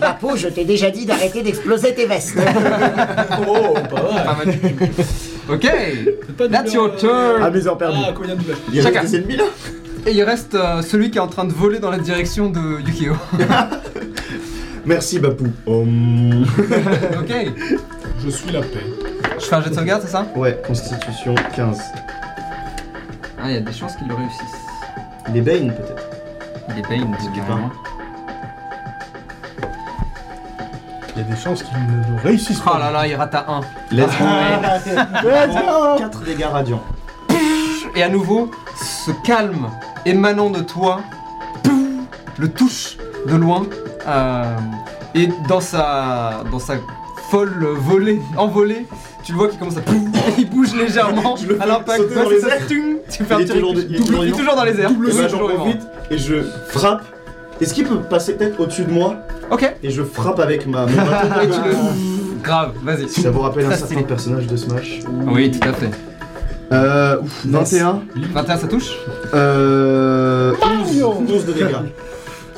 Papo, je t'ai déjà dit d'arrêter d'exploser tes vestes.
Oh, pas mal.
Pas mal du tout. Ok,
Faites pas de
that's
douleur,
your
euh,
ah,
turn.
mais ils ont perdu.
Ah, combien de douleurs
Il y a
Chacun.
des ennemis là
Et il reste euh, celui qui est en train de voler dans la direction de Yukio.
Merci Bapou. Hum.
Ok,
Je suis la paix.
je fais un jet de sauvegarde, c'est ça
Ouais, constitution 15.
Ah, il y a des chances qu'il le réussisse.
Il est Bane peut-être.
Il est Bane,
Je sais pas.
carrément.
Il y a des chances qu'ils ne réussissent
Oh
pas.
là là, il rate à 1.
Let's go.
Ah, Let's go
4 dégâts radiants.
Et à nouveau, ce calme émanant de toi pouf, le touche de loin. euh, et dans sa, dans sa folle volée, envolée, tu le vois qui commence à. pouf, il bouge légèrement
Je le fais
à l'impact.
sauter dans
Ouais, c'est
les
ça,
airs.
tung, Tu fais un
Il est
petit
toujours-
recul.
il est toujours
Il est
vivant.
toujours dans les airs.
Double
Il est
saut, j'en
toujours vivant.
profite et je frappe. Est-ce qu'il peut passer peut-être au-dessus de moi
Ok.
et je frappe avec ma mon bâton
Et tu le. Grave, vas-y.
Si Ah, ça vous rappelle un
Ça,
certain
stylé.
personnage de Smash.
Oui, tout à fait.
Euh, ouf, 21.
Ah,
21, ça touche
Euh, 11,
Mario
11 de dégâts.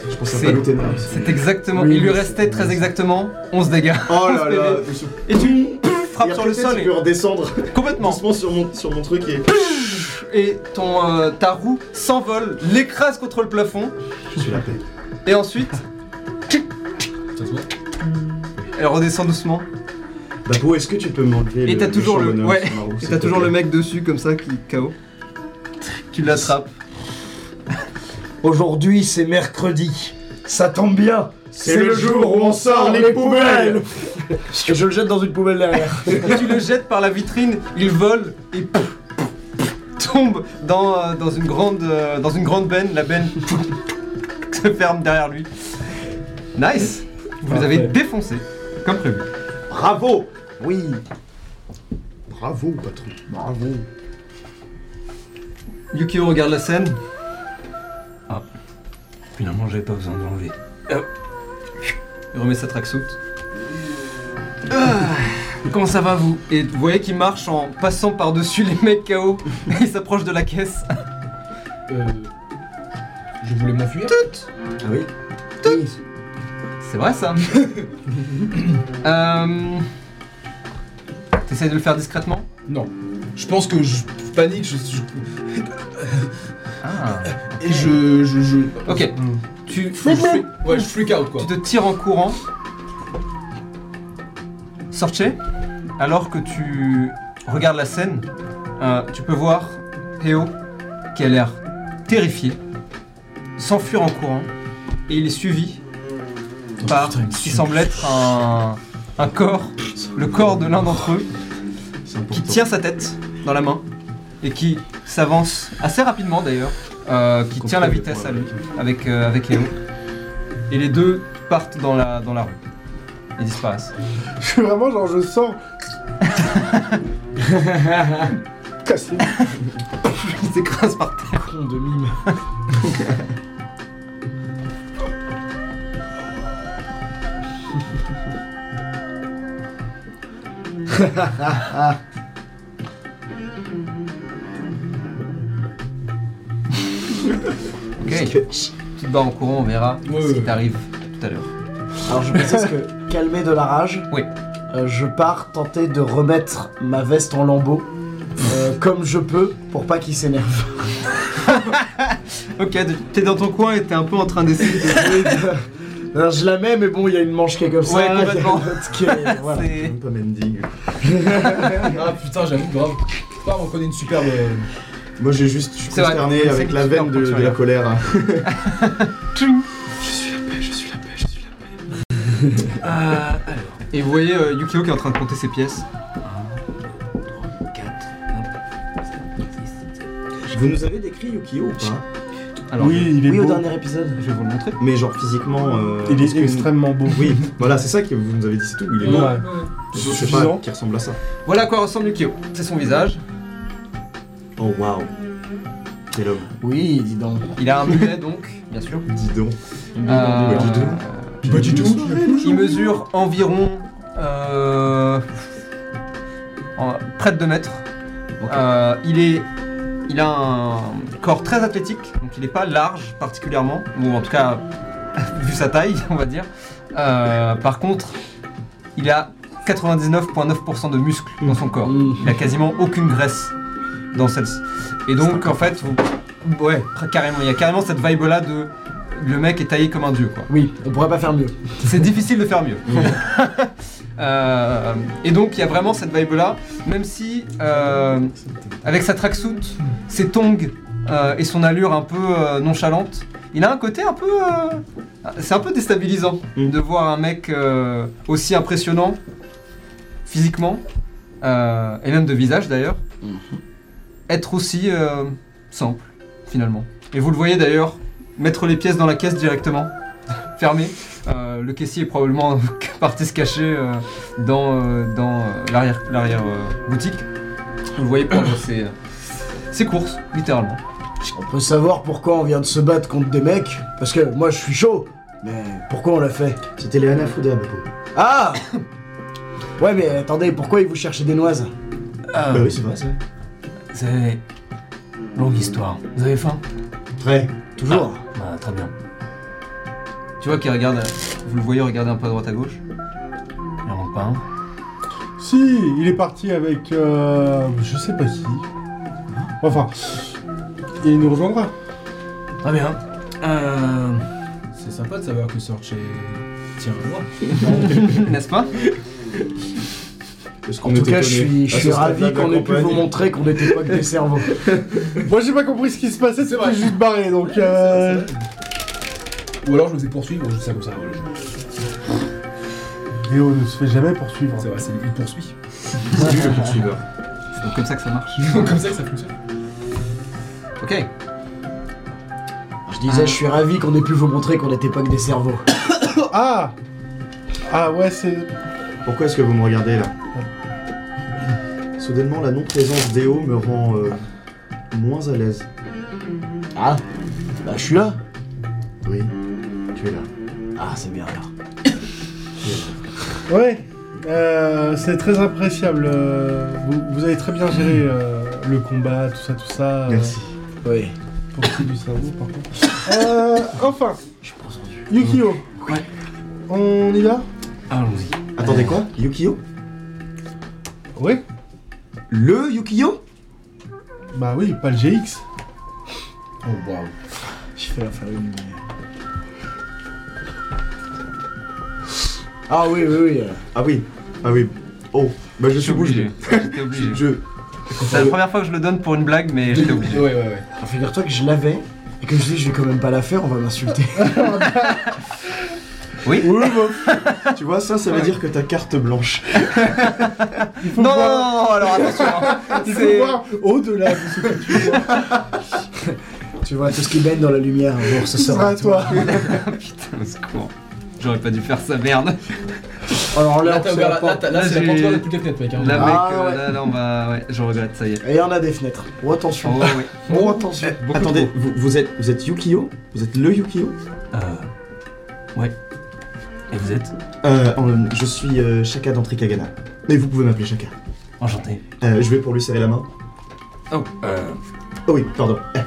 Je pense à
C'est-
pas l'autre énorme.
C'est exactement.
Oui,
il lui
mais
restait très exactement 11 dégâts.
Oh là là.
Et tu pouf,
Et
frappes sur
après,
le
peut-être,
sol
Je
et.
peux redescendre
Complètement.
doucement sur mon, sur mon truc et.
et ton euh, ta roue s'envole, l'écrase contre le plafond,
Je suis la paix.
et ensuite elle redescend doucement.
Babou, Bah, est-ce que tu peux m'enlever
Et
le-
t'as toujours
champ
le-
bonhomme
ouais.
sur ma roue,
Et
s'il
t'as
te
toujours
plaît
le mec dessus comme ça qui KO. Tu l'attrapes.
Aujourd'hui, c'est mercredi. Ça tombe bien.
C'est le jour où on sort les poubelles.
Et je le jette dans une poubelle derrière.
Et tu le jettes par la vitrine, il vole et pouf, pouf, pouf, tombe dans, euh, dans une grande euh, dans une grande benne, la benne pouf, se ferme derrière lui. Nice. Vous les avez
Parfait.
défoncé comme prévu.
Bravo
Oui.
Bravo, patron.
Bravo.
Yukio regarde la scène.
Ah, Finalement, j'avais pas besoin de l'enlever.
Euh. Il remet sa tracksuit. Ah, Comment ça va vous Et vous voyez qu'il marche en passant par-dessus les mecs KO et il s'approche de la caisse.
Euh, Je voulais m'enfuir.
Ah oui
C'est vrai ça euh... T'essayes de le faire discrètement
Non. Je pense que je panique, je, je-
Ah
et je, je, je...
Ok, tu,
Je freak- ouais, je freak out quoi.
tu te tires en courant. Sorche, alors que tu regardes la scène, euh, tu peux voir Heo qui a l'air terrifié, s'enfuir en courant, et il est suivi par
putain, il me
ce qui
suit.
semble être un, un corps, le corps de l'un d'entre eux,
C'est important.
qui tient sa tête dans la main et qui s'avance assez rapidement d'ailleurs, euh, qui tient la vitesse à lui avec, euh, avec Léo. Et les deux partent dans la, dans la rue. Ils disparaissent.
Je suis vraiment genre, je sens. Cassé.
Il s'écrase par terre.
Con de mime.
Ok, tu te bats en courant, on verra ce qui t'arrive tout à l'heure.
Alors je précise que calmé de la rage,
Oui.
euh, je pars tenter de remettre ma veste en lambeaux euh, comme je peux pour pas qu'il s'énerve.
Ok, de- t'es dans ton coin et t'es un peu en train d'essayer de jouer.
Alors, je la mets mais bon il y a une manche qui est comme ça.
Ouais,
il y a une
complètement.
autre qui est- voilà.
C'est-
Même pas Mending.
Ah putain, j'avoue, grave. Putain, on connaît une superbe. euh,
Moi, j'ai juste, je suis
C'est vrai,
consterné
c'est
avec
le
la
petit
veine de,
carton
de la
sur
colère.
Et vous voyez euh, Yukio qui est en train de compter ses pièces.
Vous nous avez décrit Yukio ou pas
Alors,
oui, il est
Oui au
beau.
dernier épisode.
je, je vais vous le montrer.
Mais genre physiquement. euh,
Il est
est-ce que-
extrêmement beau.
Oui, voilà, c'est ça que vous nous avez dit, c'est tout. Il est
Ouais.
beau.
C'est
Je sais
suffisant.
pas qui ressemble à ça.
Voilà à quoi ressemble Yukio. C'est son visage.
Oh waouh. Quel homme.
Oui dis donc.
Il a un mulet donc, bien sûr.
Dis donc.
Euh,
dis donc.
Pas du tout.
il mesure environ euh, en- près de 2 mètres. Euh, il est, il a un corps très athlétique, donc il n'est pas large particulièrement, ou en tout cas vu sa taille, on va dire. Euh, par contre, il a 99,9% de muscles dans son corps.
Mmh.
Il a quasiment aucune graisse dans celle-ci. Et donc, en fait, vous- ouais, carrément, il y a carrément cette vibe-là de le mec est taillé comme un dieu, quoi.
Oui on pourrait pas faire mieux.
C'est difficile de faire mieux. Euh, et donc il y a vraiment cette vibe là, même si euh, avec sa tracksuit, ses tongs euh, et son allure un peu euh, nonchalante, il a un côté un peu. euh, c'est un peu déstabilisant
Mm.
de voir un mec euh, aussi impressionnant physiquement euh, et même de visage d'ailleurs être aussi euh, simple finalement. Et vous le voyez d'ailleurs mettre les pièces dans la caisse directement, fermée. Euh, le caissier est probablement parti se cacher euh, dans, euh, dans euh, l'arrière, l'arrière euh, boutique. Vous le voyez prendre ses, euh, ses courses, littéralement.
On peut savoir pourquoi on vient de se battre contre des mecs parce que moi je suis chaud. Mais pourquoi on l'a fait
C'était les Hanafuda, Babo.
Ah Ouais mais attendez pourquoi ils vous cherchaient des noises
Bah oui, c'est vrai, ça.
C'est longue histoire. Vous avez faim
Très.
Toujours.
Bah très bien. Tu vois qu'il regarde, euh, vous le voyez regarder un peu à droite à gauche. Il en manque pas un.
Si, il est parti avec. euh, je sais pas qui. Enfin. Et il nous rejoindra.
Très bien. Euh...
C'est sympa de savoir que Search est. Tiens, moi.
N'est-ce pas
Parce qu'on
En tout
était
cas, je suis,
étonnés.
je
À
suis
ce stade-là
ravi
de la
qu'on ait pu
campagne.
vous montrer qu'on n'était pas que des cerveaux.
Moi j'ai pas compris ce qui se passait, c'était juste barré donc. euh,
Ou alors je me faisais poursuivre, je dis ça comme ça.
Léo ne se fait jamais poursuivre.
C'est vrai, c'est il poursuit.
C'est lui le poursuiveur.
C'est donc comme ça que ça marche.
comme ça que ça fonctionne.
Ok.
Je disais, je suis ravi qu'on ait pu vous montrer qu'on n'était pas que des cerveaux.
Ah Ah ouais, c'est.
Pourquoi est-ce que vous me regardez là Soudainement, la non-présence d'Eo me rend euh, moins à l'aise.
Ah Bah, je suis là.
Oui, tu es là.
Ah, c'est bien alors.
Ouais, euh, c'est très appréciable. euh, vous, vous avez très bien géré euh, le combat, tout ça, tout ça. euh,
Merci.
Oui.
pour ce qui est du cerveau, par contre. Euh, enfin,
Je suis pas entendu.
Yukio.
Ouais.
On y va
Allons-y.
Attendez quoi
Euh,
Yukio
Oui.
Le Yukio
Bah oui, pas le GX.
Oh waouh.
J'ai fait la farine. mais- Ah oui, oui, oui. euh,
Ah oui, ah oui. Oh, bah je suis
obligé.
bougé.
J'étais obligé.
Je.
C'est la première fois que je le donne pour une blague, mais j'étais obligé.
Ouais, ouais, ouais.
alors, Ah, Figure-toi que je l'avais et que je dis, je vais quand même pas la faire, on va m'insulter.
Oui, bah, tu vois, ça, ça veut dire que ta carte blanche.
Non, non, non, non, alors attention. hein.
Il faut
C'est-
voir au-delà de ce que tu vois.
tu vois, tout ce qui baigne dans la lumière, un jour, ce
Ce
sera à toi.
Putain, au secours. J'aurais pas dû faire ça, merde.
Alors
Là,
là,
t'as
on
ouvert
sait
la,
pas.
là, t'as- là,
Là,
c'est la
j'ai-
pantoire de toutes les fenêtres, mec. hein.
Là,
Ah,
mec, euh,
ouais.
là, là, on va. Ouais, je regrette, ça y est.
Et il y en a des fenêtres. Oh, attention.
Oh, ouais.
Oh, attention.
Beaucoup
Attendez,
trop.
vous, vous êtes, vous êtes Yukio Vous êtes le Yukio
Ouais. Et vous êtes
Euh, en- Je suis euh, Shaka d'entrée Kagana. Mais vous pouvez m'appeler Shaka.
enchanté.
Euh, je vais pour lui serrer la main.
Oh, euh,
Oh oui, pardon. Euh.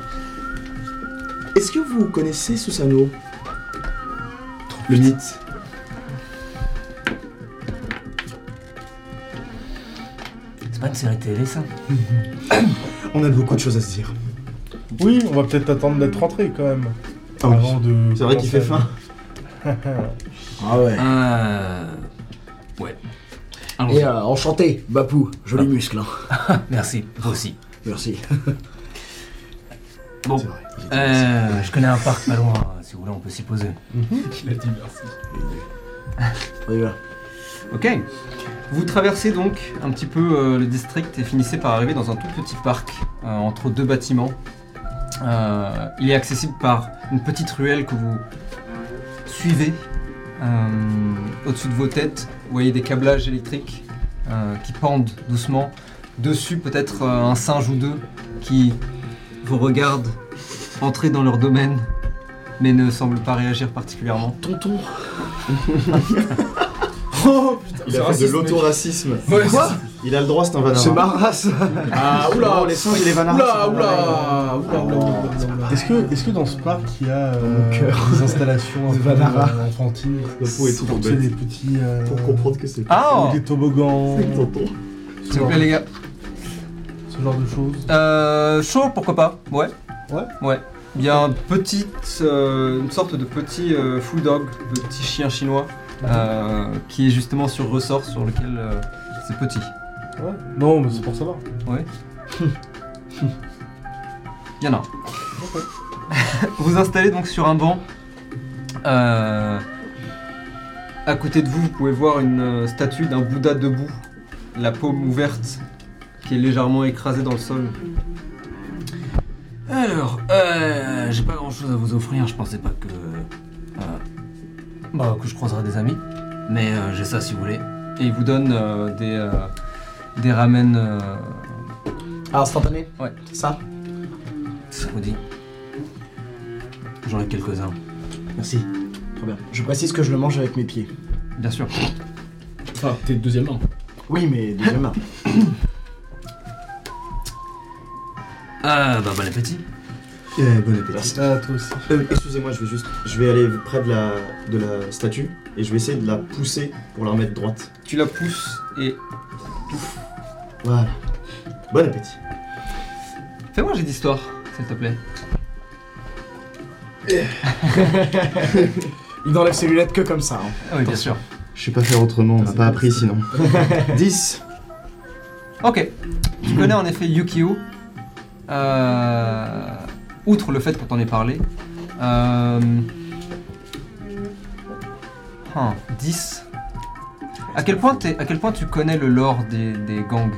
Est-ce que vous connaissez Susano Le mythe
c'est pas une série télé ça
On a beaucoup de choses à se dire.
Oui, on va peut-être attendre d'être rentré quand même.
Ah oui.
avant de.
C'est vrai qu'il fait faim.
Ah ouais.
Euh. Ouais. Allons-y.
Et euh, enchanté, Bapou. Joli muscle. hein.
Merci, vous aussi.
Merci.
Bon.
C'est vrai.
Euh, je connais un parc pas loin, euh, si vous voulez, on peut s'y poser.
Il a dit merci.
On y va.
Ok. Vous traversez donc un petit peu euh, le district et finissez par arriver dans un tout petit parc euh, entre deux bâtiments. Euh, il est accessible par une petite ruelle que vous suivez euh, au-dessus de vos têtes. Vous voyez des câblages électriques euh, qui pendent doucement. Dessus, peut-être euh, un singe ou deux qui vous regardent entrer dans leur domaine, mais ne semblent pas réagir particulièrement.
Tonton.
Oh putain,
Il
c'est
a fait
raciste,
de l'autoracisme.
mec. Ouais,
Quoi
Il a le droit, c'est un vanard.
C'est ma race.
Ah, oula
Oh, les singes et les vanards.
Oula, oula Oula, oula, oula, oula, oula.
Est-ce que, est-ce que dans ce parc il y a euh,
Mon cœur.
des installations un
De
peu,
Vanara.
euh, enfantines
Le pot est tout
pour
en
tuer
bête.
des petits. euh,
Pour comprendre que c'est
Ah
ou des toboggans,
c'est tonton.
S'il vous plaît, les gars.
ce genre de choses.
Euh, chaud, pourquoi pas Ouais.
Ouais
Ouais. Il y a un petit, euh, une sorte de petit euh, food dog, de petit chien chinois, euh, qui est justement sur ressort, sur lequel euh, c'est petit.
Ouais. Non, mais c'est pour savoir.
Il y en a. un. vous installez donc sur un banc. Euh, à côté de vous, vous pouvez voir une euh, statue d'un Bouddha debout, la paume ouverte, qui est légèrement écrasée dans le sol.
Alors, euh, j'ai pas grand chose à vous offrir, je pensais pas que. euh, bah, que je croiserais des amis. Mais euh, j'ai ça si vous voulez.
Et il vous donne euh, des, euh, des ramen. euh,
Ah, instantané
Ouais.
Ça
Ça vous dit J'en ai quelques-uns.
Merci. Très bien. Je précise que je le mange avec mes pieds.
Bien sûr.
Enfin, t'es le deuxième main.
Oui, mais deuxième main.
Ah, bah, bon appétit.
Euh, bon appétit.
Ah, toi aussi.
Euh, Excusez-moi, je vais juste. Je vais aller près de la, de la statue et je vais essayer de la pousser pour la remettre droite.
Tu la pousses et
Voilà. Bon appétit.
Fais-moi j'ai d'histoire, s'il te plaît.
Il n'enlève ses lunettes que comme ça. hein.
Ah oui, bien sûr.
Je sais pas faire autrement, on n'a pas appris sinon. 10
Ok. Tu connais en effet Yukio. Euh, outre le fait qu'on t'en ait parlé. Euh, hum, 10. À quel, point t'es- à quel point tu connais le lore des, des gangs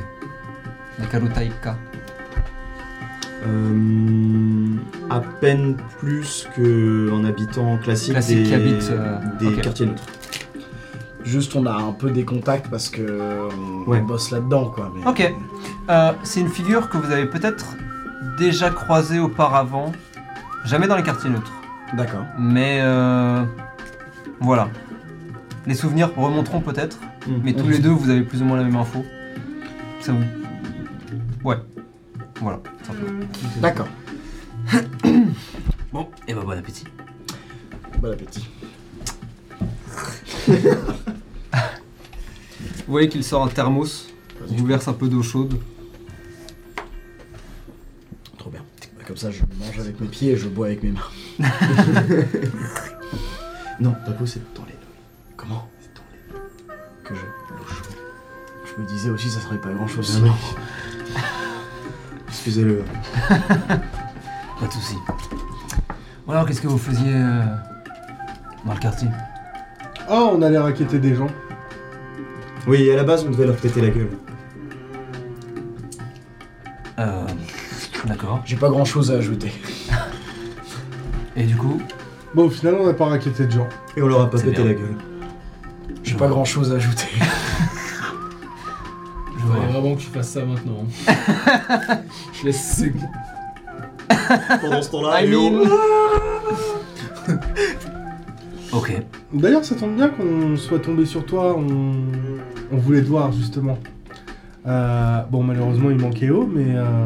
Des Karutaika
Euh, à peine plus qu'un habitant classique,
Classique
des,
qui habite, euh,
des
ok.
quartiers neutres.
Juste, on a un peu des contacts parce que euh, on
Ouais.
bosse là-dedans, quoi. mais-
Ok. Euh, c'est une figure que vous avez peut-être déjà croisée auparavant. Jamais dans les quartiers neutres.
D'accord.
Mais euh, voilà. Les souvenirs remonteront peut-être,
Mm.
mais tous les deux vous avez plus ou moins la même info. Ça vous. Ouais. Voilà. simplement.
D'accord.
Bon, et bah, bon appétit.
Bon appétit.
Vous voyez qu'il sort un thermos, il vous verse un peu d'eau chaude.
Trop bien. Comme ça, je mange avec mes pieds et je bois avec mes mains.
Non, Paco, c'est dans les
Comment
C'est dans les
Que je louche. Je me disais aussi, ça serait pas grand-chose.
Ah non. Excusez-le.
Pas de soucis. Bon, alors, qu'est-ce que vous faisiez euh, dans le quartier
Ah, on allait raqueter des gens.
Oui, à la base, on devait leur péter la gueule.
Euh. D'accord.
J'ai pas grand-chose à ajouter.
Et du coup,
Bon, au final, on n'a pas raquetté de gens.
Et on leur a pas
C'est
pété
bien.
la gueule.
J'ai pas grand chose à ajouter.
Je voudrais vraiment que tu fasses ça maintenant. je laisse c'est bon.
Pendant ce temps-là,
I
Léo-
mean-
Ok.
D'ailleurs, ça tombe bien qu'on soit tombé sur toi. On, on voulait te voir, justement. Euh, bon, malheureusement, il manquait haut, mais euh,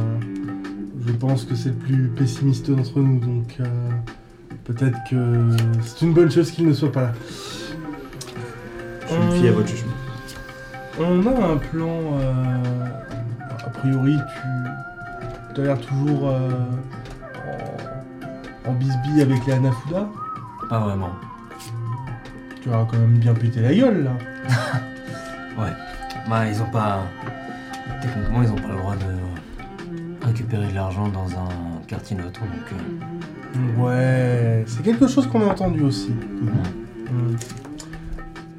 je pense que c'est le plus pessimiste d'entre nous. Donc, euh, peut-être que c'est une bonne chose qu'il ne soit pas là.
Je me fie à votre jugement.
On a un plan. euh, a priori, tu as l'air toujours euh, en, en bisbille avec les Hanafuda.
Pas vraiment.
Tu as quand même bien pété la gueule là.
Bah, ils ont pas. Techniquement, ils ont pas le droit de récupérer de l'argent dans un quartier neutre, donc. euh,
Ouais, c'est quelque chose qu'on a entendu aussi. Mm.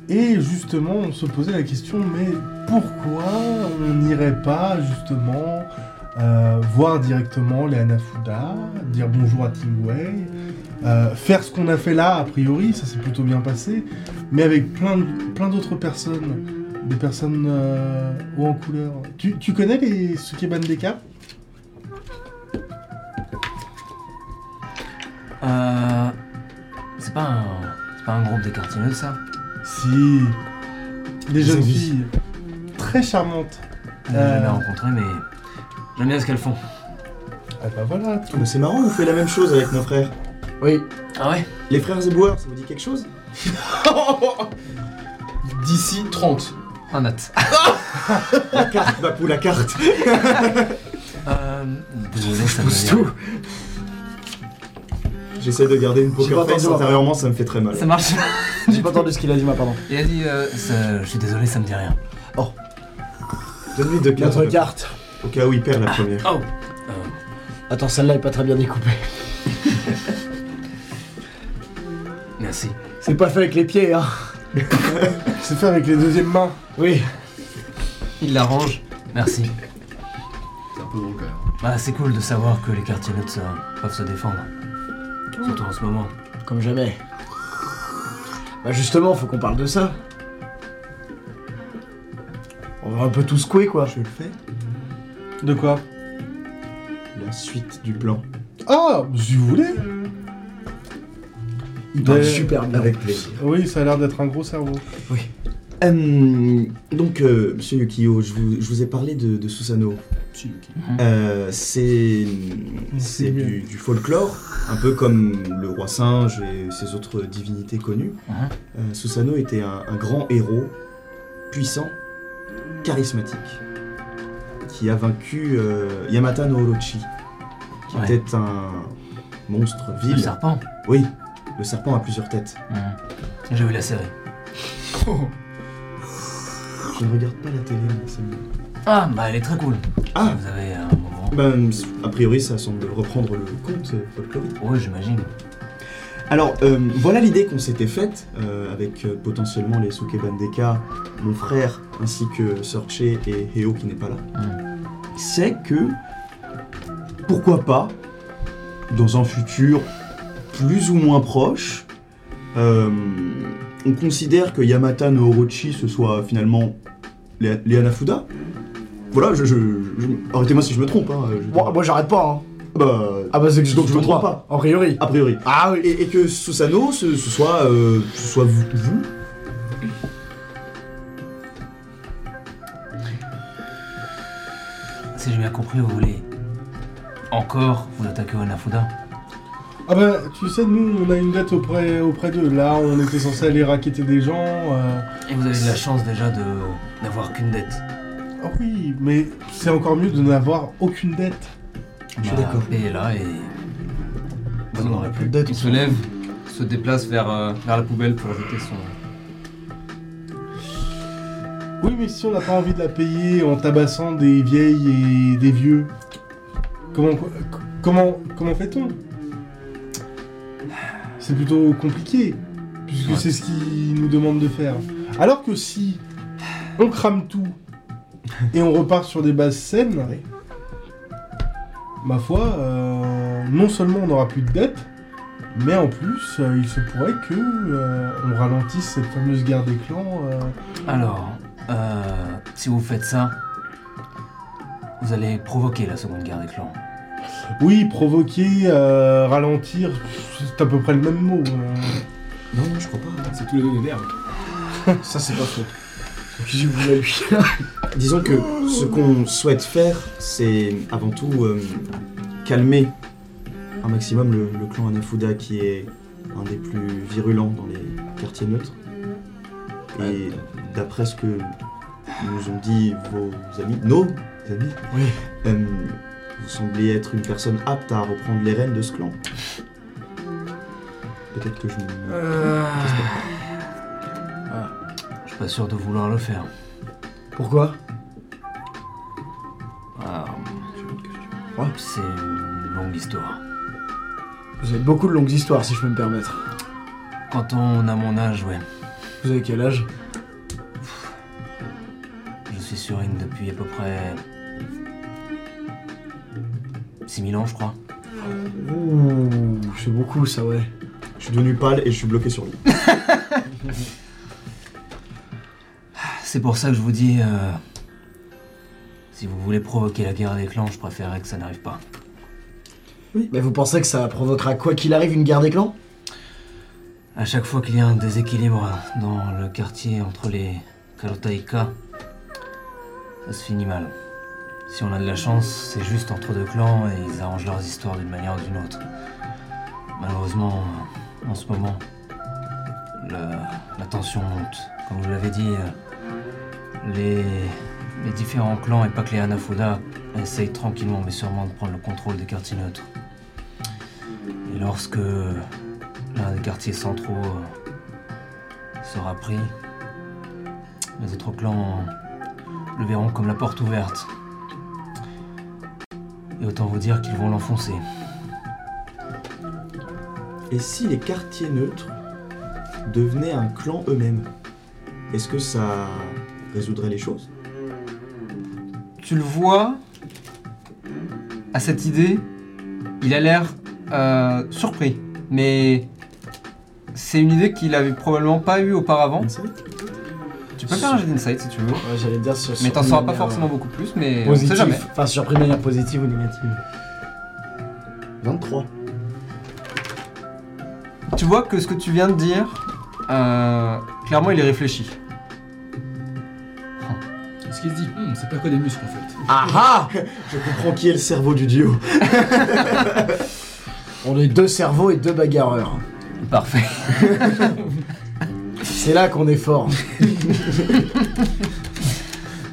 Et justement, on se posait la question, mais pourquoi on n'irait pas justement euh, voir directement les Hanafuda, dire bonjour à Tingwei, euh, faire ce qu'on a fait là, a priori, ça s'est plutôt bien passé, mais avec plein, de- plein d'autres personnes, des personnes euh, haut en couleur. Tu, tu connais les Sukeban Deka
Euh. C'est pas un. C'est pas un groupe des quartiers neutres, ça
Si. Des jeunes
envies.
filles très charmantes.
Je l'ai
Euh.
jamais rencontré, mais. J'aime bien ce qu'elles font.
Ah bah voilà, tout.
Mais c'est marrant, on fait la même chose avec nos frères.
Oui,
Ah ouais
Les frères éboueurs, ça vous dit quelque chose
D'ici 30.
Un note.
La carte, Bapou, la carte
Euh. Désolé, ça me
pousse
vient.
tout.
J'essaie de garder une
J'ai pas
poker face
entendu,
intérieurement, ça me fait très mal.
Ça marche
J'ai pas entendu ce qu'il a dit, ma pardon.
Il a dit, euh, ça- je suis désolé, ça me dit rien.
Donne-lui deux cartes.
Notre
Bapou,
carte.
Au cas où il perd la première.
Oh
Attends, celle-là est pas très bien découpée.
Merci.
C'est pas fait avec les pieds, hein.
C'est fait avec les deuxièmes mains.
Oui.
Il la range.
Merci.
C'est un peu drôle quand même.
Bah, c'est cool de savoir que les quartiers neutres euh, peuvent se défendre. Surtout en ce moment.
Comme jamais. Bah justement, faut qu'on parle de ça. On va un peu tout secouer, quoi.
Je le fais.
De quoi
La suite du plan.
Ah, si vous voulez.
Il parle
Ouais.
super bien.
Avec plaisir.
Oui, ça a l'air d'être un gros cerveau.
Hum, donc, euh, monsieur Yukio, je vous, je vous ai parlé de, de Susano.
Mhm.
Euh, c'est c'est du, du folklore, un peu comme le roi singe et ses autres divinités connues.
Mhm.
Euh, Susano était un, un grand héros, puissant, charismatique, qui a vaincu euh, Yamata no Orochi, qui
Ouais.
était un monstre
Le
vil.
serpent
Oui, le serpent à plusieurs têtes.
Mmh.
Mhm. J'ai vu la série.
Je ne regarde pas la télé, mais c'est mieux.
Ah, bah, elle est très cool.
Ah.
Si Vous avez un moment.
Ben, a priori, ça semble reprendre le conte euh, folklorique.
Oui, j'imagine.
Alors, euh, voilà l'idée qu'on s'était faite euh, avec euh, potentiellement les Sukeban Deka, mon frère, ainsi que Sorche et Heo qui n'est pas là.
Hmm.
C'est que, pourquoi pas, dans un futur plus ou moins proche, euh, on considère que Yamata no Orochi ce soit finalement les, les Hanafuda voilà, je, je- je- arrêtez-moi si je me trompe. Hein, je-
Moi, moi, j'arrête pas, hein.
Bah,
Ah bah c'est que je
Donc,
je
je me
comprends
trompe
A priori.
a priori.
Ah oui.
Et, et que Susano, ce, ce soit, euh, ce soit vous, vous.
Si j'ai bien compris, vous voulez encore vous attaquer au Nafuda
Ah bah, tu sais, nous, on a une dette auprès, auprès d'eux. Là, on était censé aller raqueter des gens. euh,
Et vous avez de la chance déjà de n'avoir qu'une dette.
Ah oui, mais c'est encore mieux de n'avoir aucune dette.
Je suis
d'accord.
Bah, Et là, et. Vous n'en aurez plus.
Il se lève, se déplace vers, euh, vers la poubelle pour jeter son.
Oui, mais si on n'a pas envie de la payer en tabassant des vieilles et des vieux, comment, comment, comment fait-on C'est plutôt compliqué, puisque
Ouais.
c'est ce qu'ils nous demandent de faire. Alors que si on crame tout et on repart sur des bases saines,
Ouais.
ma foi, euh, non seulement on n'aura plus de dettes, Mais en plus, euh, il se pourrait que euh, on ralentisse cette fameuse guerre des clans. euh,
Alors, euh, si vous faites ça, vous allez provoquer la seconde guerre des clans.
Oui, provoquer, euh, ralentir, c'est à peu près le même mot. euh.
Non, non, je crois pas.
C'est tous les deux des verbes.
Ça, c'est pas faux. J'ai voulu la lui. Disons que ce qu'on souhaite faire, c'est avant tout euh, calmer un maximum le, le clan Anafuda qui est un des plus virulents dans les quartiers neutres. Et d'après ce que nous ont dit vos amis, nos amis,
Oui.
euh, vous semblez être une personne apte à reprendre les rênes de ce clan. Peut-être que je me...
Je suis pas sûr de vouloir le faire.
Pourquoi
Ah,
Ouais.
C'est une longue histoire.
Vous avez beaucoup de longues histoires, si je peux me permettre.
Quand on a mon âge, ouais,
Vous avez quel âge
je suis sur une depuis à peu près 6000 ans, je crois.
Ouh, c'est beaucoup ça, ouais.
Je suis devenu pâle et je suis bloqué sur lui.
C'est pour ça que je vous dis, euh, si vous voulez provoquer la guerre des clans, je préférerais que ça n'arrive pas.
Mais vous pensez que ça provoquera quoi qu'il arrive une guerre des clans
À chaque fois qu'il y a un déséquilibre dans le quartier entre les Karotaika, ça se finit mal. Si on a de la chance, c'est juste entre deux clans et ils arrangent leurs histoires d'une manière ou d'une autre. Malheureusement, en ce moment, le- la tension monte. Comme vous l'avez dit, euh, les, les différents clans et pas que les Hanafuda essayent tranquillement mais sûrement de prendre le contrôle des quartiers neutres. Et lorsque l'un des quartiers Ah, centraux euh, sera pris. Les autres clans euh, le verront comme la porte ouverte. Et autant vous dire qu'ils vont l'enfoncer.
Et si les quartiers neutres devenaient un clan eux-mêmes Est-ce que ça résoudrait les choses
Tu le vois, à cette idée, il a l'air euh, surpris. Mais c'est une idée qu'il avait probablement pas eue auparavant.
Insight
Tu peux faire un jeu d'insight si tu veux.
Ouais, j'allais dire sur.
Mais
sur
t'en
une
sauras pas
manière,
forcément beaucoup plus, mais
euh,
on sait
Positive.
jamais.
Enfin, surpris de manière positive ou négative.
23.
Tu vois que ce que tu viens de dire, euh, clairement, il est réfléchi.
Est-ce qu'il se dit, Hum, c'est pas que des muscles en fait.
Ah ah
Je comprends qui est le cerveau du duo.
On est deux cerveaux et deux bagarreurs.
Parfait.
C'est là qu'on est fort. La
Ah,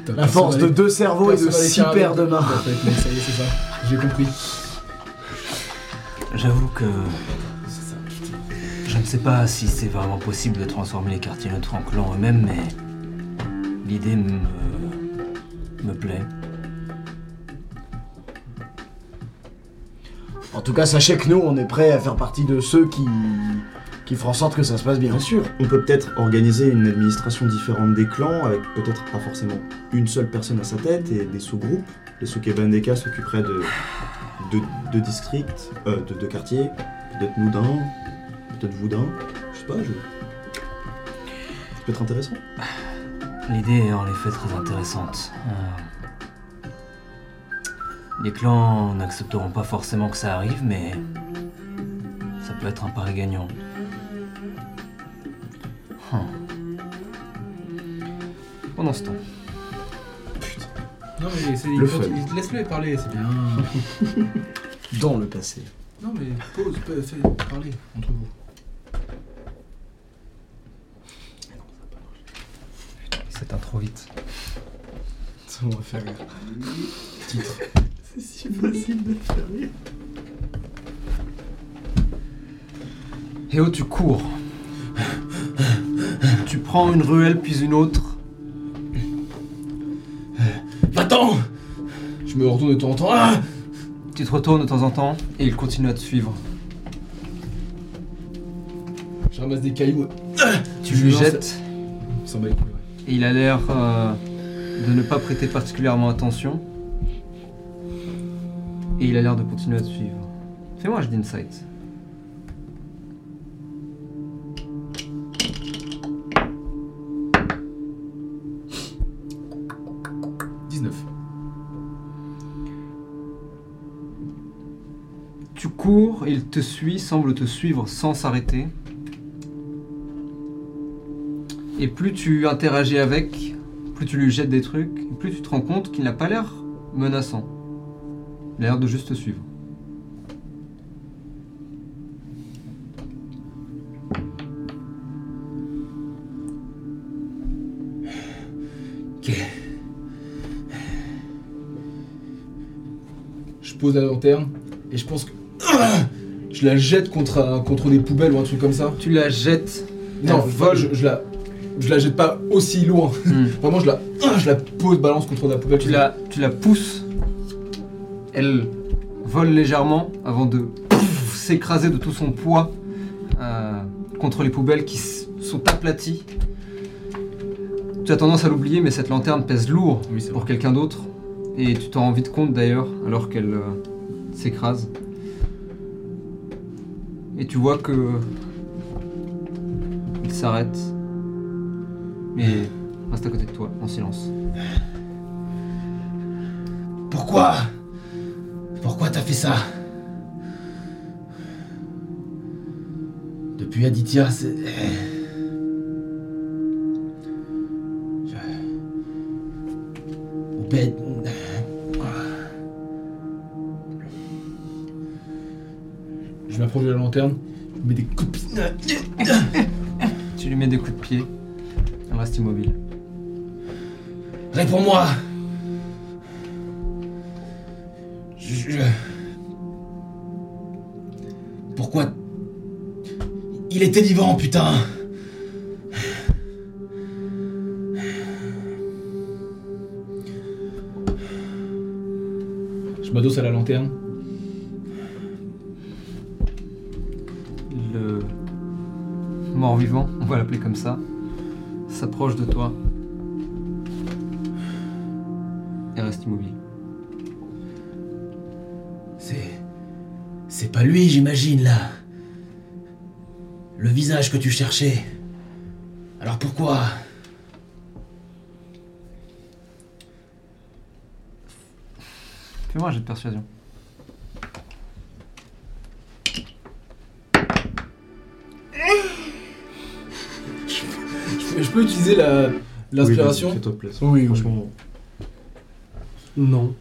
Personne
force de
n'allait-
deux cerveaux et de
personne n'allait
six
carrément
paires de
comprendre,
mains.
en fait, mais ça y est, c'est ça. J'ai compris.
J'avoue que. Je ne sais pas si c'est vraiment possible de transformer les quartiers neutres en clans eux-mêmes, mais. L'idée me. me plaît.
En tout cas, sachez que nous, on est prêts à faire partie de ceux qui. qui feront en sorte que ça se passe bien.
sûr. On peut peut-être organiser une administration différente des clans, avec peut-être pas forcément une seule personne à sa tête et des sous-groupes. Les Sukebandeka s'occuperaient de deux de districts, euh, de deux quartiers, peut-être nous d'un, peut-être vous d'un. Je sais pas, je. Ça peut être intéressant.
L'idée est en effet très intéressante. Euh, Les clans n'accepteront pas forcément que ça arrive, mais ça peut être un pari gagnant. Hmm.
Hein. Pendant ce temps.
Non mais c'est,
Le fun.
il- laisse-le parler, c'est bien.
Dans le passé.
non mais pose, pa- fais parler entre vous.
C'est un trop vite.
Ça va faire rire.
C'est si facile de faire rire.
Héo, Eh oh, tu cours. tu prends une ruelle puis une autre.
Va-t'en Je me retourne de temps en temps. Ah
Tu te retournes de temps en temps et il continue à te suivre.
je ramasse des cailloux.
Tu lui
Non, ça-
jettes
Ça bat les couilles, ouais.
et il a l'air euh, de ne pas prêter particulièrement attention. Et il a l'air de continuer à te suivre. Fais-moi un jeu d'insight.
19.
Tu cours, il te suit, semble te suivre sans s'arrêter. Et plus tu interagis avec, plus tu lui jettes des trucs, et plus tu te rends compte qu'il n'a pas l'air menaçant. Il a l'air de juste te suivre.
Je pose la lanterne et je pense que. ah Je la jette contre, un- contre des poubelles ou un truc comme ça.
Tu la jettes.
Non,
Elle
vol, je, je la. Je la jette pas aussi loin.
Hmm.
Vraiment, je la. ah, Je la pose, balance contre la poubelle.
Tu la, tu la pousses. Elle vole légèrement avant de pouf, s'écraser de tout son poids euh, contre les poubelles qui s- sont aplaties. Tu as tendance à l'oublier, mais cette lanterne pèse lourd
Oui, c'est
pour quelqu'un d'autre. Et tu t'en rends vite compte d'ailleurs, alors qu'elle euh, s'écrase. Et tu vois que. Il s'arrête. Mais reste à côté de toi, en silence.
Pourquoi Pourquoi t'as fait ça Depuis Aditya, c'est. Je- Obed.
Je m'approche de la lanterne. Je mets des coups de pied.
Tu lui mets des coups de pied. Elle reste immobile.
Réponds-moi Je- je- Pourquoi Il était vivant, putain
Je m'adosse à la lanterne.
Le mort-vivant, on va l'appeler comme ça, s'approche de toi. Et reste immobile.
C'est. C'est pas lui, j'imagine, là. Le visage que tu cherchais. Alors pourquoi
Fais-moi un jet de persuasion.
Je peux utiliser la. L'inspiration
Oui, vas-y, fais-toi plaisir.
Oui,
Franchement,
Non.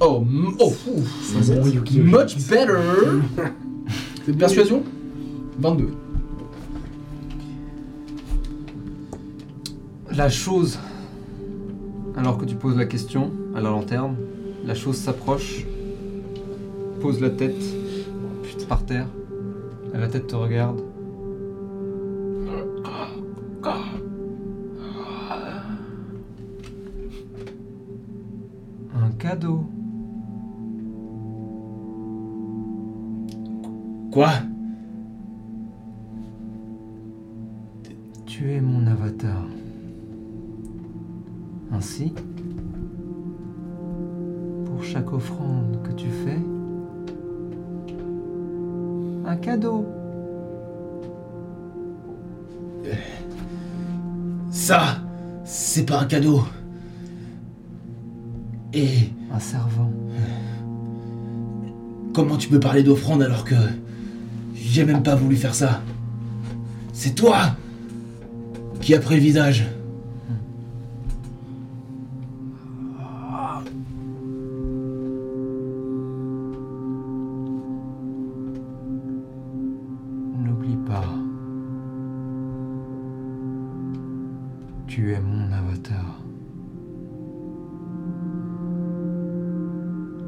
Oh, m- oh, ouf,
C'est bon, Yuki.
much better C'est de persuasion 22.
La chose, alors que tu poses la question à la lanterne, la chose s'approche, pose la tête par terre, la tête te regarde. Un cadeau.
Quoi
Tu es mon avatar. Ainsi, pour chaque offrande que tu fais, un cadeau.
Ça C'est pas un cadeau. Et
Un servant.
comment tu peux parler d'offrande alors que. J'ai même pas voulu faire ça. C'est toi qui as pris le visage.
N'oublie pas. Tu es mon avatar.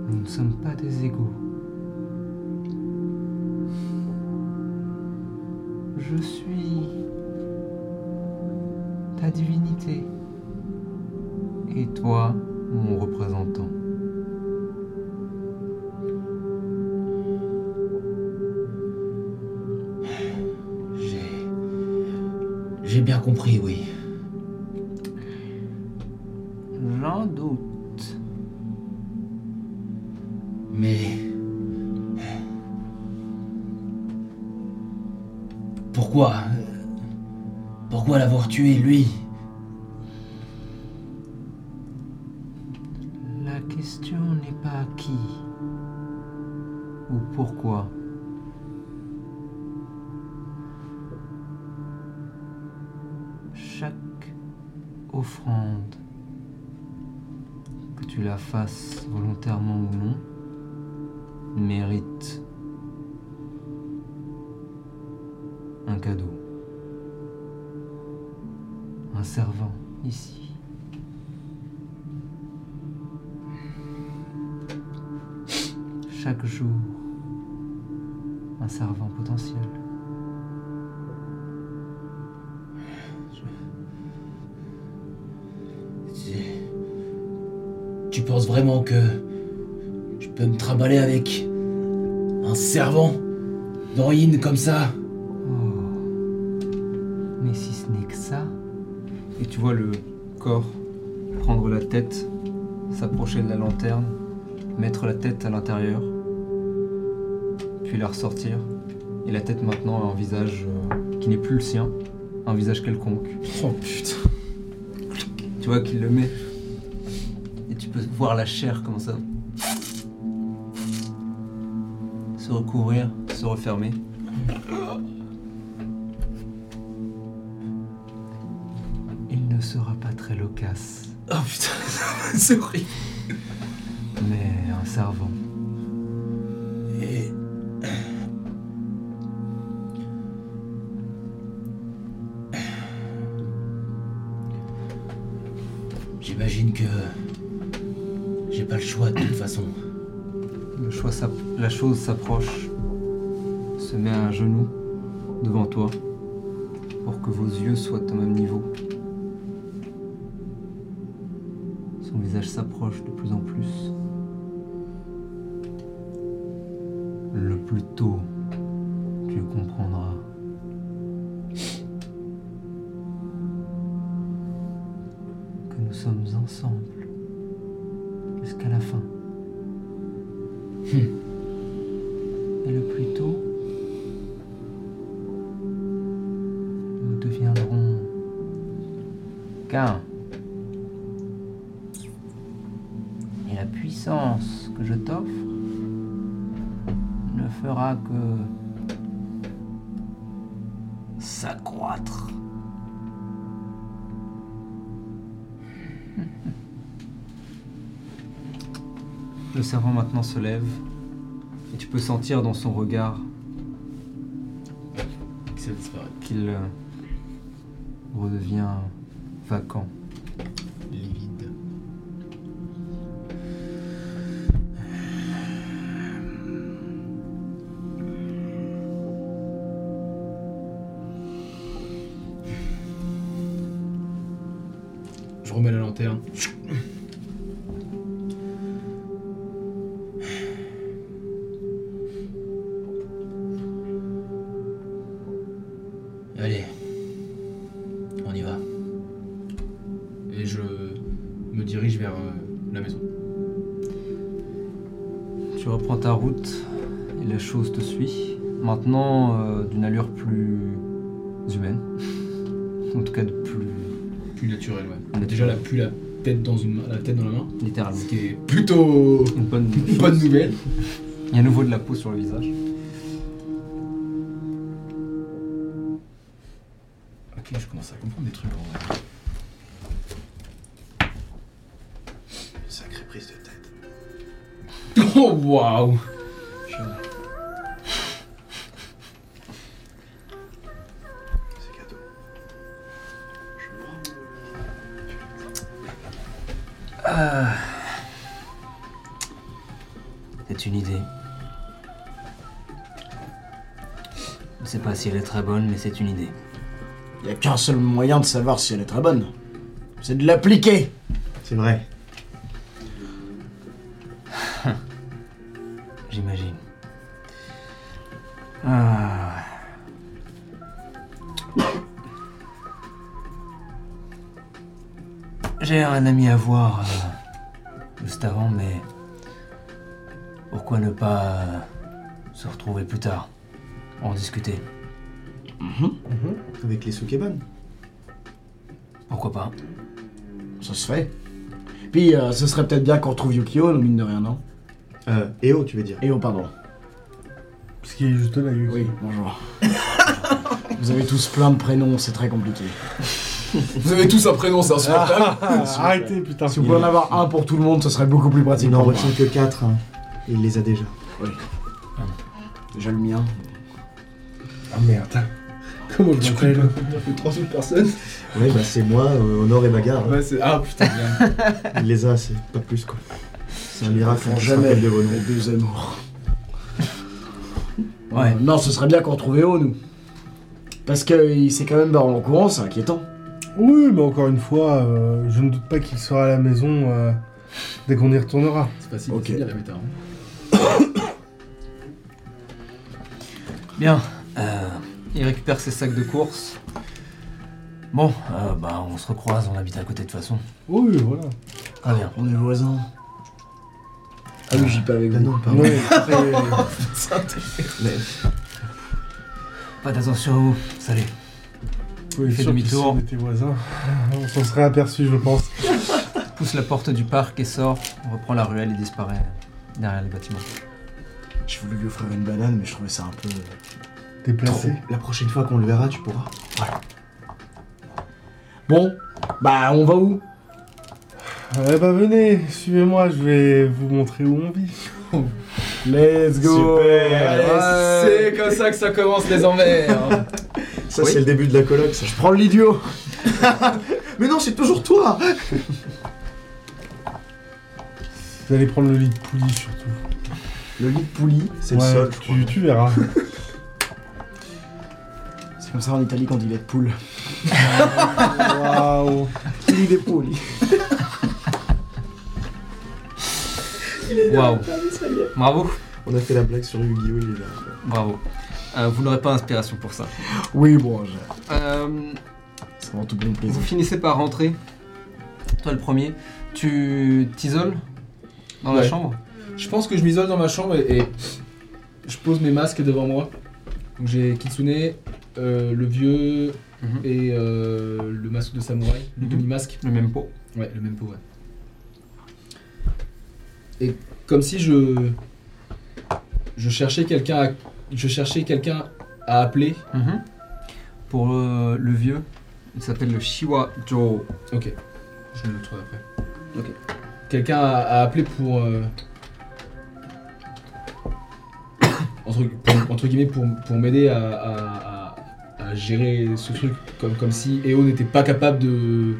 Nous ne sommes pas des égaux. Je suis ta divinité. Et toi, mon représentant.
J'ai. J'ai bien compris, oui.
J'en doute.
Mais. Pourquoi Pourquoi l'avoir tué, lui
chaque offrande, que tu la fasses volontairement ou non, mérite un cadeau. Un servant ici. Chaque jour, un servant potentiel.
Tu- Tu penses vraiment que je peux me trimballer avec un servant d'Orine comme ça
Oh. Mais si ce n'est que ça,
Et tu vois le corps
prendre la tête, s'approcher de la lanterne, mettre la tête à l'intérieur, puis la ressortir. Et la tête maintenant a un visage euh, qui n'est plus le sien, un visage quelconque.
Oh putain.
Tu vois qu'il le met. Et tu peux voir la chair comme ça. Se recouvrir, se refermer. Il ne sera pas très loquace,
Oh putain, c'est horrible.
mais un servant.
Et... J'imagine que j'ai pas le choix de toute façon.
Le choix s'app- la chose s'approche, se met à genoux devant toi pour que vos yeux soient au même niveau. Son visage s'approche de plus en plus. Le plus tôt, tu comprendras. que nous sommes ensemble jusqu'à la fin. Et le plus tôt, nous deviendrons qu'un. Et la puissance que je t'offre ne fera que s'accroître. Le servant maintenant se lève et tu peux sentir dans son regard
Ça disparaît.
qu'il euh, redevient vacant.
Livide.
Je remets la lanterne.
Allez, on y va.
Et je me dirige vers euh, la maison.
Tu reprends ta route et la chose te suit. Maintenant euh, d'une allure plus humaine. En tout cas de plus
Plus naturel, ouais.
Naturel.
Déjà, la plus la tête dans une main- la tête dans la main.
littéralement.
Ce qui est plutôt
Une bonne,
une bonne
chose.
nouvelle.
Il y a à nouveau de la peau sur le visage.
Ok, je commence à comprendre des trucs en vrai.
Sacrée prise de tête.
Oh waouh
C'est cadeau. Je me rends.
C'est une idée. Je ne sais pas si elle est très bonne, mais c'est une idée.
Il n'y a qu'un seul moyen de savoir si elle est très bonne. C'est de l'appliquer.
C'est vrai.
J'imagine. Ah. J'ai un ami à voir euh, juste avant, mais pourquoi ne pas euh, se retrouver plus tard En discuter.
Avec les Sukeban.
Pourquoi pas
Ça se fait. Puis, euh, ce serait peut-être bien qu'on retrouve Yukio, mine de rien, non
Euh, Eo, tu veux dire.
Eh oh, pardon.
Parce qu'il est juste là, lui.
Oui, bonjour. Vous avez tous plein de prénoms, c'est très compliqué.
Vous avez tous un prénom, c'est insupportable.
Arrêtez, putain.
Si vous pouvez en avoir un pour tout le monde, ce serait beaucoup plus pratique.
Il n'en
pour moi.
retient que 4. Il les a déjà.
Déjà le mien.
Ah merde. Comment je m'appelle
fait 3 autres personnes.
Oui, bah c'est moi, euh, Honor et Bagarre.
Ouais, c'est- Ah putain, bien.
Il les a, c'est pas plus quoi. C'est un miracle.
Enfin,
on se
jamais
rappelle de vos
les
noms.
deux amours.
Ouais.
Non, ce serait bien qu'on retrouve Eo, nous. Parce qu'il s'est quand même barré en courant, c'est inquiétant.
Oui, mais encore une fois, euh, je ne doute pas qu'il sera à la maison euh, dès qu'on y retournera.
C'est facile,
Ok.
c'est bien la méta. hein.
Bien. euh, il récupère ses sacs de course. Bon, euh, bah on se recroise, on habite à côté de toute façon.
Oui, voilà.
Très bien.
On est voisins. Ah oui, j'y pas avec
Ah
vous.
non, pardon.
Ouais, après,
Pas attention à vous. Salut.
oui,
Fait
sûr que
demi-tour.
si on était voisins, on s'en serait aperçu, je pense.
Pousse la porte du parc et sort. On reprend la ruelle et disparaît derrière les bâtiments.
J'ai voulu lui offrir une banane, mais je trouvais ça un peu.
Trop.
Déplacé.
La prochaine fois qu'on le verra, tu pourras.
Bon, bah on va où
Eh ben venez, suivez-moi, je vais vous montrer où on vit.
Let's go
Super.
Allez, Eh, C'est comme ça que ça commence les envers.
Ça, c'est le début de la colloque, ça.
Je prends l'idiot
Mais non, c'est toujours toi
Vous allez prendre le lit de poulie surtout.
Le lit de poulie, c'est
Ouais,
le sol, je crois.
tu, tu verras.
C'est comme ça en Italie qu'on dit lait de poule.
Waouh.
Il des poules.
Waouh. Bravo.
On a fait la blague sur Yu-Gi-Oh! Il est là.
Bravo. Euh, vous n'aurez pas inspiration pour ça.
Oui, bon, je-
Euh,
c'est vraiment tout bon
vous
plaisir.
finissez par rentrer. Toi le premier. Tu t'isoles dans la
Ouais.
chambre
Je pense que je m'isole dans ma chambre et, et je pose mes masques devant moi. Donc j'ai Kitsune, euh, le vieux
Mhm.
et euh, le masque de samouraï, le
Mhm.
demi-masque.
Le même pot.
Ouais, le même pot, ouais. Et comme si je. Je cherchais quelqu'un à. Je cherchais quelqu'un à appeler.
Mhm. Pour euh, le vieux, il s'appelle le Shiwa Joe.
Ok. Je le trouve après.
Ok.
Quelqu'un à, à appeler pour, euh, entre, pour- entre guillemets pour, pour m'aider à, à- à- à gérer ce truc comme, comme si EO n'était pas capable de.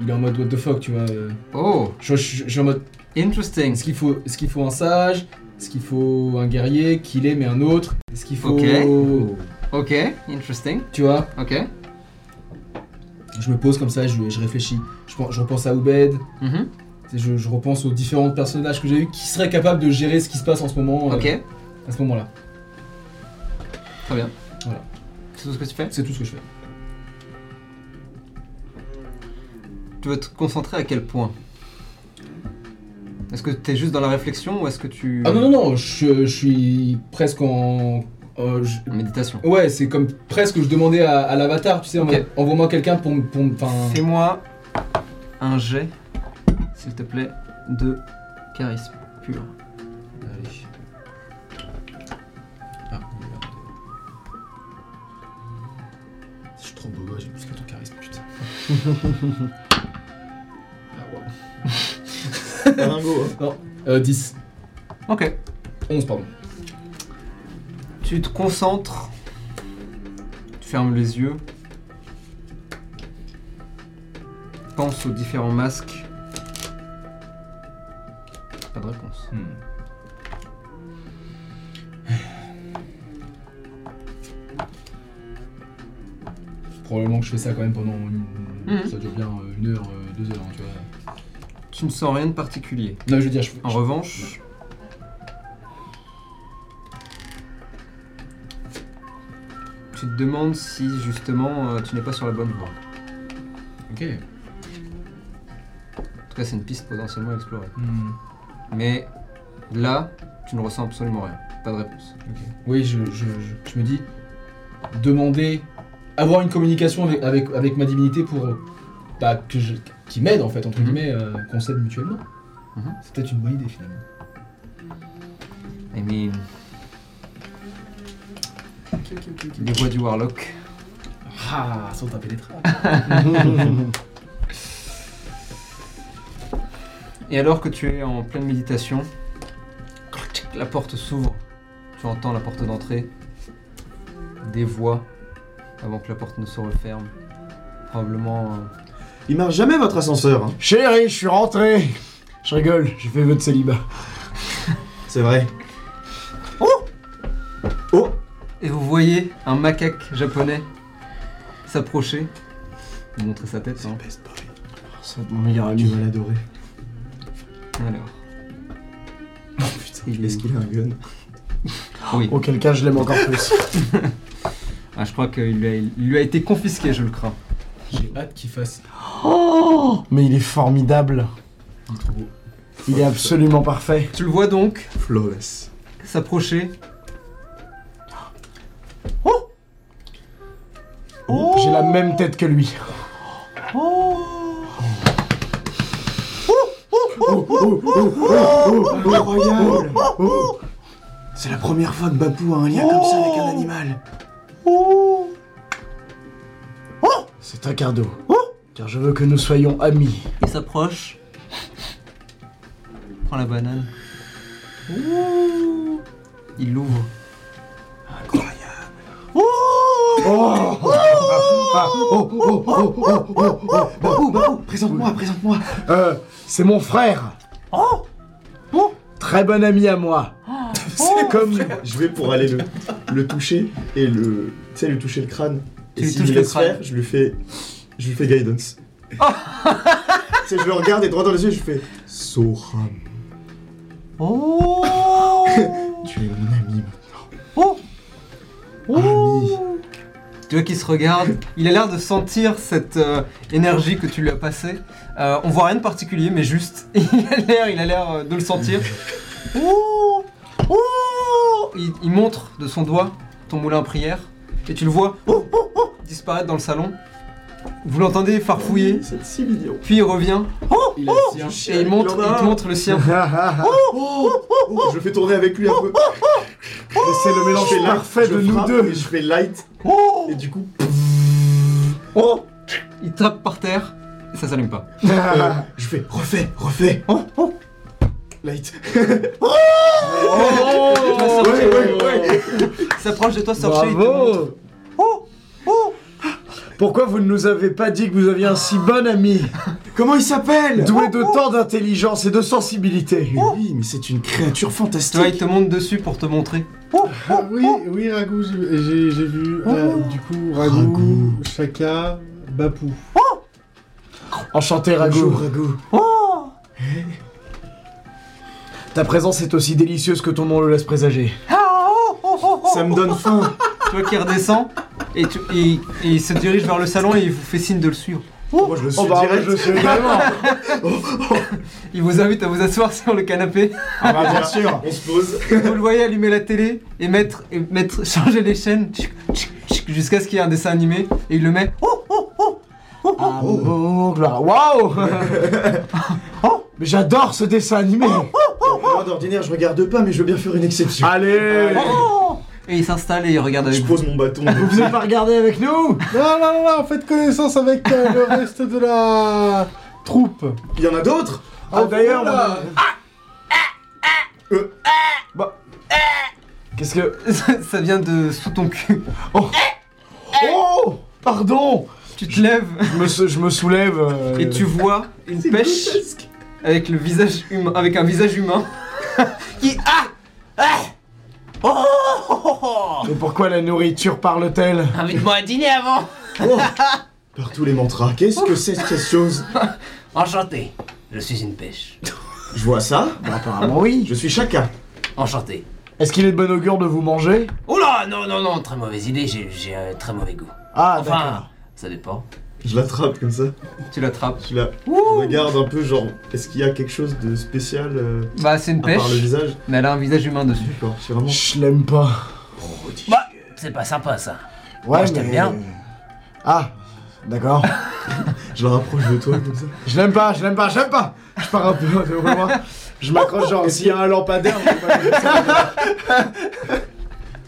Il est en mode what the fuck, tu vois. euh.
Oh,
Je, je- je suis en mode
interesting.
Est-ce qu'il faut, est-ce qu'il faut un sage Est-ce qu'il faut un guerrier qu'il est mais un autre Est-ce qu'il faut...
Ok. Ok, interesting.
Tu vois
Ok.
Je me pose comme ça, je, je réfléchis. Je, pen- je repense à Oubed,
Mhm.
tu sais, je, je repense aux différents personnages que j'ai eus qui seraient capables de gérer ce qui se passe en ce moment. euh,
Ok,
à ce moment-là.
très bien.
Voilà.
C'est tout ce que tu fais
C'est tout ce que je fais.
Tu veux te concentrer à quel point Est-ce que t'es juste dans la réflexion ou est-ce que tu...
Ah non, non, non, je, je suis presque en... euh, je-
En Méditation.
Ouais, c'est comme presque je demandais à, à l'avatar, tu sais, en
Ok.
mode, envoie-moi quelqu'un pour me... pour me- enfin,
Fais-moi un jet, s'il te plaît, de charisme pur.
Allez. Ah, on est là. Je suis trop beau gosse, j'ai plus que ton charisme, putain. ah, waouh.
Ringo, hein.
Ah, Euh, 10.
Ok.
11, pardon.
Tu te concentres, tu fermes les yeux, pense aux différents masques. Pas de réponse.
Hmm. Probablement que je fais ça quand même pendant une...
Mhm.
Ça dure bien euh, une heure, euh, deux heures, hein, tu vois.
Tu ne sens rien de particulier.
Non, je veux dire, je...
En revanche, tu te demandes si justement euh, tu n'es pas sur la bonne voie.
Ok.
En tout cas, c'est une piste potentiellement explorée.
Hmm.
Mais là, tu ne ressens absolument rien. Pas de réponse.
Ok. Oui, je, je- je- je me dis, demander, avoir une communication avec, avec, avec ma divinité pour euh, bah, que je, qui m'aide en fait, entre
Mhm.
guillemets, euh, qu'on s'aide mutuellement.
Mhm.
C'est peut-être une bonne idée finalement.
I mean, les voix du Warlock.
Ah, Ah, sont impénétrables.
Et alors que tu es en pleine méditation, la porte s'ouvre. Tu entends la porte d'entrée. Des voix avant que la porte ne se referme. Probablement. euh,
Il marche jamais votre ascenseur, hein.
Chérie, je suis rentré. Je rigole, j'ai fait vœu de célibat.
c'est vrai. Oh Oh
Et vous voyez un macaque japonais s'approcher. Vous montrez sa tête. hein.
Best boy.
C'est mon meilleur ami.
Tu vas l'adorer.
Alors.
Putain, est-ce qu'il a un gun
Oui.
Auquel cas, je l'aime encore plus.
Ah, je crois qu'il lui, a- il lui a été confisqué, je le crains.
J'ai hâte qu'il fasse.
Oh, mais il est formidable. Il est absolument parfait.
Tu le vois donc
Flawless.
s'approcher.
J'ai la même tête que lui.
Incroyable C'est la première fois que Bapou a un lien comme ça avec
Oh
un animal.
Oh C'est un cadeau.
Oh
Car je veux que nous soyons amis.
Il s'approche. Prends la banane. Il l'ouvre.
Oh.
Bapou, Bapou, oh, bah, présente-moi, présente-moi.
Euh, c'est mon frère. Oh Très bon ami à moi.
C'est comme je vais pour aller le, le toucher et le tu sais lui toucher le crâne
Tu
et
lui
s'il
touches
me
le
laisse
crâne.
faire, je lui fais je lui fais guidance. tu sais je le regarde et droit dans les yeux je lui fais Soram. Oh Tu es mon ami
Oh. Tu vois qu'il se regarde. Il a l'air de sentir cette euh, énergie que tu lui as passée. Euh, on voit rien de particulier, mais juste. Il a l'air, il a l'air euh, de le sentir. Ouh Ouh il, il montre de son doigt ton moulin à prière. Et tu le vois oh, oh, oh, disparaître dans le salon. Vous l'entendez farfouiller.
C'est si mignon.
Puis il revient.
Il a
Oh,
le sien.
Et il, montre, il te montre le sien.
oh, Je le fais tourner avec lui un peu.
Et c'est le
Oh, Je
mélange
fais light,
parfait
je
de nous
frappe
deux.
Et je fais light et du coup
Oh Il tape par terre. Et ça s'allume pas.
euh, je fais refais, refais. Oh, oh. Light.
Tu vois, Sorche,
Ouais, ouais, ouais.
il s'approche de toi, Sorche, il te montre.
Bravo Pourquoi vous ne nous avez pas dit que vous aviez un si bon ami
Comment il s'appelle
Doué de tant d'intelligence et de sensibilité
Mais Oui, mais c'est une créature
Tu vois, il
fantastique.
te monte dessus pour te montrer.
Ah, oui, oui, Ragou, j'ai j'ai- j'ai vu. euh, du coup, Ragou, Chaka, Bapou.
Enchanté Rago.
Bonjour, Eh. Rago.
Ta présence est aussi délicieuse que ton nom le laisse présager.
Ça me donne faim.
Tu vois qu'il redescend et, tu- et- et il se dirige vers le salon et il vous fait signe de le suivre.
Moi, je le suis
Oh bah ouais,
direct.
je le suis également
Il vous invite à vous asseoir sur le canapé.
Ah bah, bien sûr. On se pose.
Vous le voyez allumer la télé et mettre, et mettre changer les chaînes tchic, tchic, tchic, jusqu'à ce qu'il y ait un dessin animé et il le met. Oh,
Amour, gloire. Waouh Oh, mais J'adore ce dessin animé
Moi, d'ordinaire, je regarde pas, mais je veux bien faire une exception.
Allez
oh et il s'installe et il regarde avec
Ah, Je
vous.
pose mon bâton.
Vous venez pas regarder avec nous
Non, non, non, non, faites connaissance avec euh, le reste de la troupe.
Il y en a d'autres
Ah d'ailleurs on-
Euh,
Bah... Qu'est-ce que...
Ça ça vient de sous ton cul.
Oh Pardon
Tu te lèves
je me, sou- je me soulève... euh,
et tu vois une pêche avec le visage humain, avec un visage humain qui ah
Mais pourquoi la nourriture parle-t-elle
Invite-moi à dîner avant
Oh. Par tous les mantras. Qu'est-ce que c'est cette chose
Enchanté, je suis une pêche.
Je vois ça.
Bah, Apparemment oui
Je suis chacun.
Enchanté.
Est-ce qu'il est de bon augure de vous manger
Oula, non, non, non, très mauvaise idée, j'ai- j'ai un très mauvais goût.
Ah
Enfin, ça dépend.
Je l'attrape comme ça.
Tu l'attrapes.
Je la je regarde un peu, genre, est-ce qu'il y a quelque chose de spécial euh,
Bah c'est une
à part le
pêche,
visage
mais elle a un visage humain dessus.
D'accord, c'est
d'accord.
vraiment.
Je l'aime pas.
Bah, c'est pas sympa ça.
Ouais
Moi, je t'aime bien.
Ah D'accord.
Je la rapproche de toi comme ça.
Je l'aime pas, je l'aime pas, je l'aime pas Je pars un peu de loin. Je m'accroche genre s'il y a un lampadaire. je sais pas comment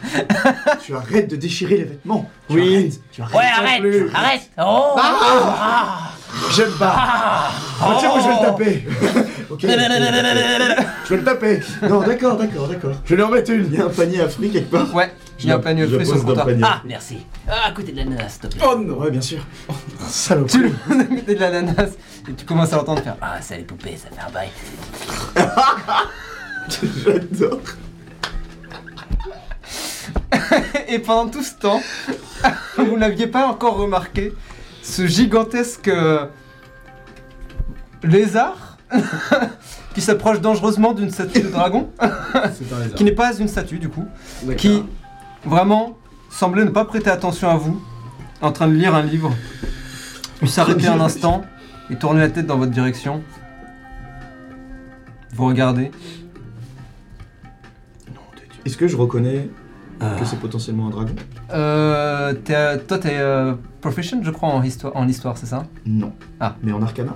ça s'appelle.
tu arrêtes de déchirer les vêtements. Tu
Oui.
arrêtes, tu arrêtes.
Ouais, arrête Arrête
Ah,
Oh
Je me bats. Ah, tiens, moi, je vais le taper. ok. Je vais le taper. Non, d'accord, d'accord, d'accord.
Je vais lui en mettre
Il
une.
y a un panier à fruits quelque part.
Ouais, il y a un panier de fruits sur le comptoir.
Ah, merci. Ah, à côté de l'ananas, s'il te plaît.
Oh non Ouais, bien sûr.
Salope.
Tu le mets à côté de l'ananas et tu commences à l'entendre faire.
Ah, ça les poupées, ça fait un bail.
J'adore.
Et pendant tout ce temps, vous n'aviez pas encore remarqué ce gigantesque euh, lézard qui s'approche dangereusement d'une statue de dragon,
C'est un
qui
lézard.
n'est pas une statue du coup,
D'accord.
qui vraiment semblait ne pas prêter attention à vous, en train de lire un livre. Il s'arrêtait un instant et tournait la tête dans votre direction. Vous regardez.
Est-ce que je reconnais
Ah.
que c'est potentiellement un dragon
Euh, t'es, euh, toi, t'es euh, proficient, je crois, en histoire, en histoire c'est ça
Non.
Ah.
Mais en arcana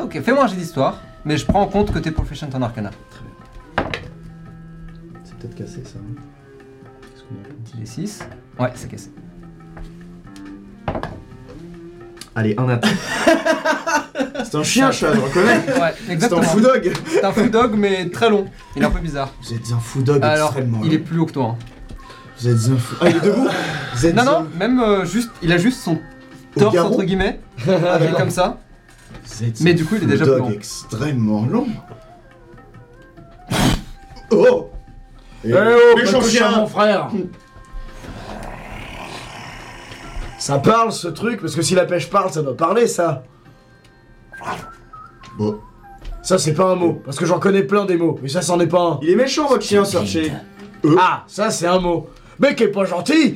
Ok, fais-moi un jet d'histoire, mais je prends en compte que t'es proficient en arcana.
C'est peut-être cassé ça. hein. Qu'est-ce qu'on a
Petit 6. Ouais, c'est cassé.
Allez, un attaque. c'est un chien, chat, je reconnais.
Ouais,
C'est un
exactement.
fou dog.
C'est un fou dog, mais très long. Il est un peu bizarre.
Vous êtes un fou dog
Alors,
extrêmement.
il est
long.
plus haut que toi. hein.
Vous êtes un fou. Ah, il est debout Vous êtes
Non, non,
un-
même euh, juste, il a juste son
Au
torse,
garrot
entre guillemets, avec comme ça.
Vous êtes
Mais
un
du coup, il est
fou
déjà plus
dog
long.
extrêmement long. oh
Eh
Et-
Eh
oh,
Méchant chien
frère Ça parle ce truc, parce que si la pêche parle, ça doit parler ça.
Bon.
Ça c'est pas un mot, parce que j'en connais plein des mots, mais ça c'en est pas un.
Il est méchant votre chien, Searcher.
Euh.
Ah, ça c'est un mot. Mais qui est pas gentil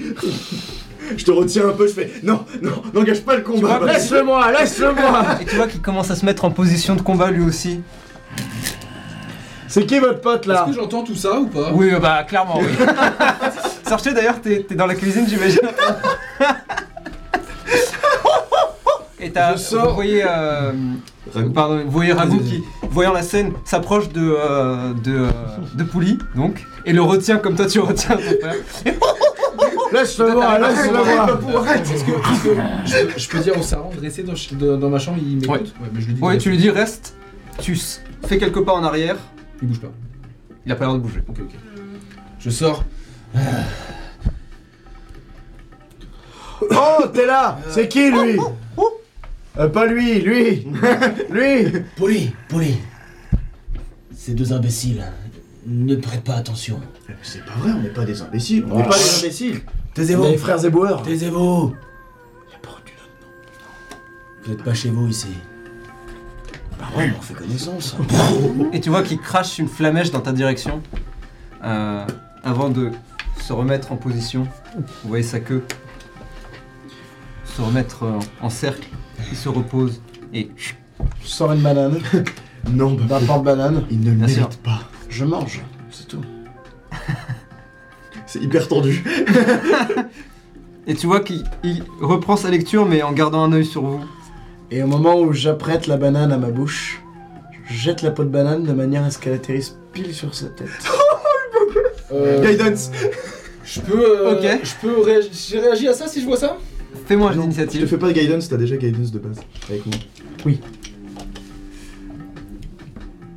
Je te retiens un peu, je fais non, non, n'engage pas le
vois,
combat. vas-y.
Laisse-le-moi, laisse-le-moi
Et tu vois qu'il commence à se mettre en position de combat lui aussi.
C'est qui votre pote
Ah.
Est-ce
là
que j'entends tout ça ou pas
Oui, euh, bah clairement, oui. Sortez d'ailleurs, t'es t'es dans la cuisine, j'imagine. Et t'as,
Je sors.
vous voyez, euh,
Ragout.
pardon, vous voyez Ragout
Vas-y,
qui, voyant la scène, s'approche de, euh, de, euh, de Pouli, donc, et le retient comme toi tu retiens ton frère.
Laisse-le-moi, laisse-le-moi
Est-ce que, est-ce que je, je peux dire au servant de rester dans, ch- dans- dans ma chambre, il m'écoute Ouais, mais je lui dis.
Ouais, tu lui dis, reste, tu s- fais quelques pas en arrière,
Il bouge pas.
il a pas l'air de bouger.
Ok, ok. Je sors.
Oh, t'es là C'est qui lui Euh, Pas lui, lui Lui
Poli, Poli. Ces deux imbéciles ne prêtent pas attention.
Mais C'est pas vrai, on n'est pas des imbéciles. On n'est
Oh.
pas des imbéciles.
Les
Taisez-vous,
frères éboueurs
taisez-vous. Vous n'êtes pas chez vous ici. Bah ouais, mais on fait connaissance. hein.
Et tu vois qu'il crache une flamèche dans ta direction euh, avant de se remettre en position. Vous voyez sa queue se remettre euh, en cercle. Il se repose et
Je sors une banane,
Non, bah,
d'un porte-banane,
il ne le
Bien
mérite
sûr.
pas.
je mange, c'est tout.
C'est hyper tendu.
et tu vois qu'il il reprend sa lecture mais en gardant un œil sur vous.
Et au moment où j'apprête la banane à ma bouche, je jette la peau de banane de manière à ce qu'elle atterrisse pile sur sa tête.
Euh,
Guidance.
Je peux. euh,
Ok.
Je peux réagir, j'ai réagi à ça si je vois ça
Fais-moi une
Non, Je te
initiative.
fais pas de guidance, t'as déjà guidance de base avec moi.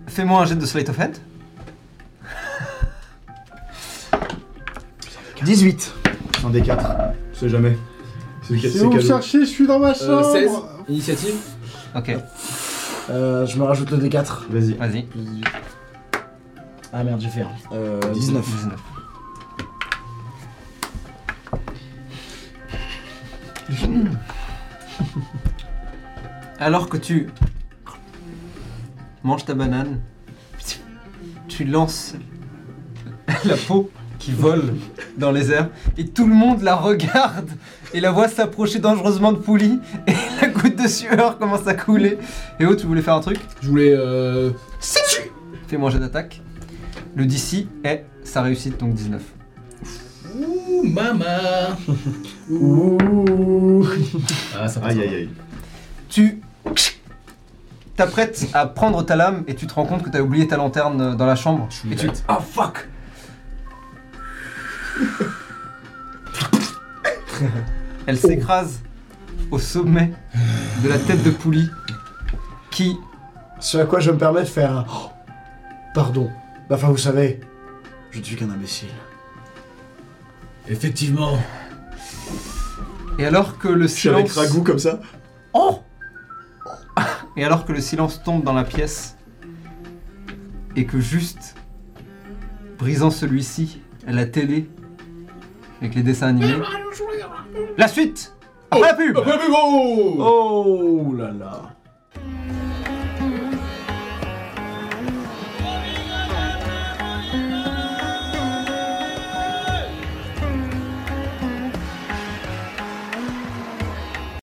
Fais-moi un jet de slate of hand.
18
C'est un des quatre. On sait jamais. C'est
Si
c'est
vous me
cadeau.
cherchez, je suis dans ma
Euh,
chambre
16. Initiative.
Ok,
euh, Je me rajoute le D4.
Vas-y.
vas-y.
Ah merde, j'ai fait un. Euh, 19.
19. Alors que tu manges ta banane, tu lances la peau qui vole dans les airs et tout le monde la regarde et la voit s'approcher dangereusement de Pouli et la goutte de sueur commence à couler. Et oh, tu voulais faire un truc
Je voulais. Euh...
Fais manger d'attaque. Le DC est sa réussite, donc 19.
Ouh, maman
Ouh
Ah, ça passe.
Aïe aïe aïe.
Tu t'apprêtes à prendre ta lame et tu Ah, te rends compte que t'as oublié ta lanterne dans la chambre.
Je suis
et tu
bête.
Ah fuck Elle s'écrase au sommet de la tête de Pouli qui
Ce à quoi je me permets de faire un... Oh, pardon. Bah, Enfin, vous savez, je ne suis qu'un imbécile.
Effectivement.
et alors que le
Je suis avec
silence
Ragout comme ça.
Oh et alors que le silence tombe dans la pièce et que juste brisant celui-ci à la télé avec les dessins animés la suite après la pub
Oh, mais bon
Oh là là.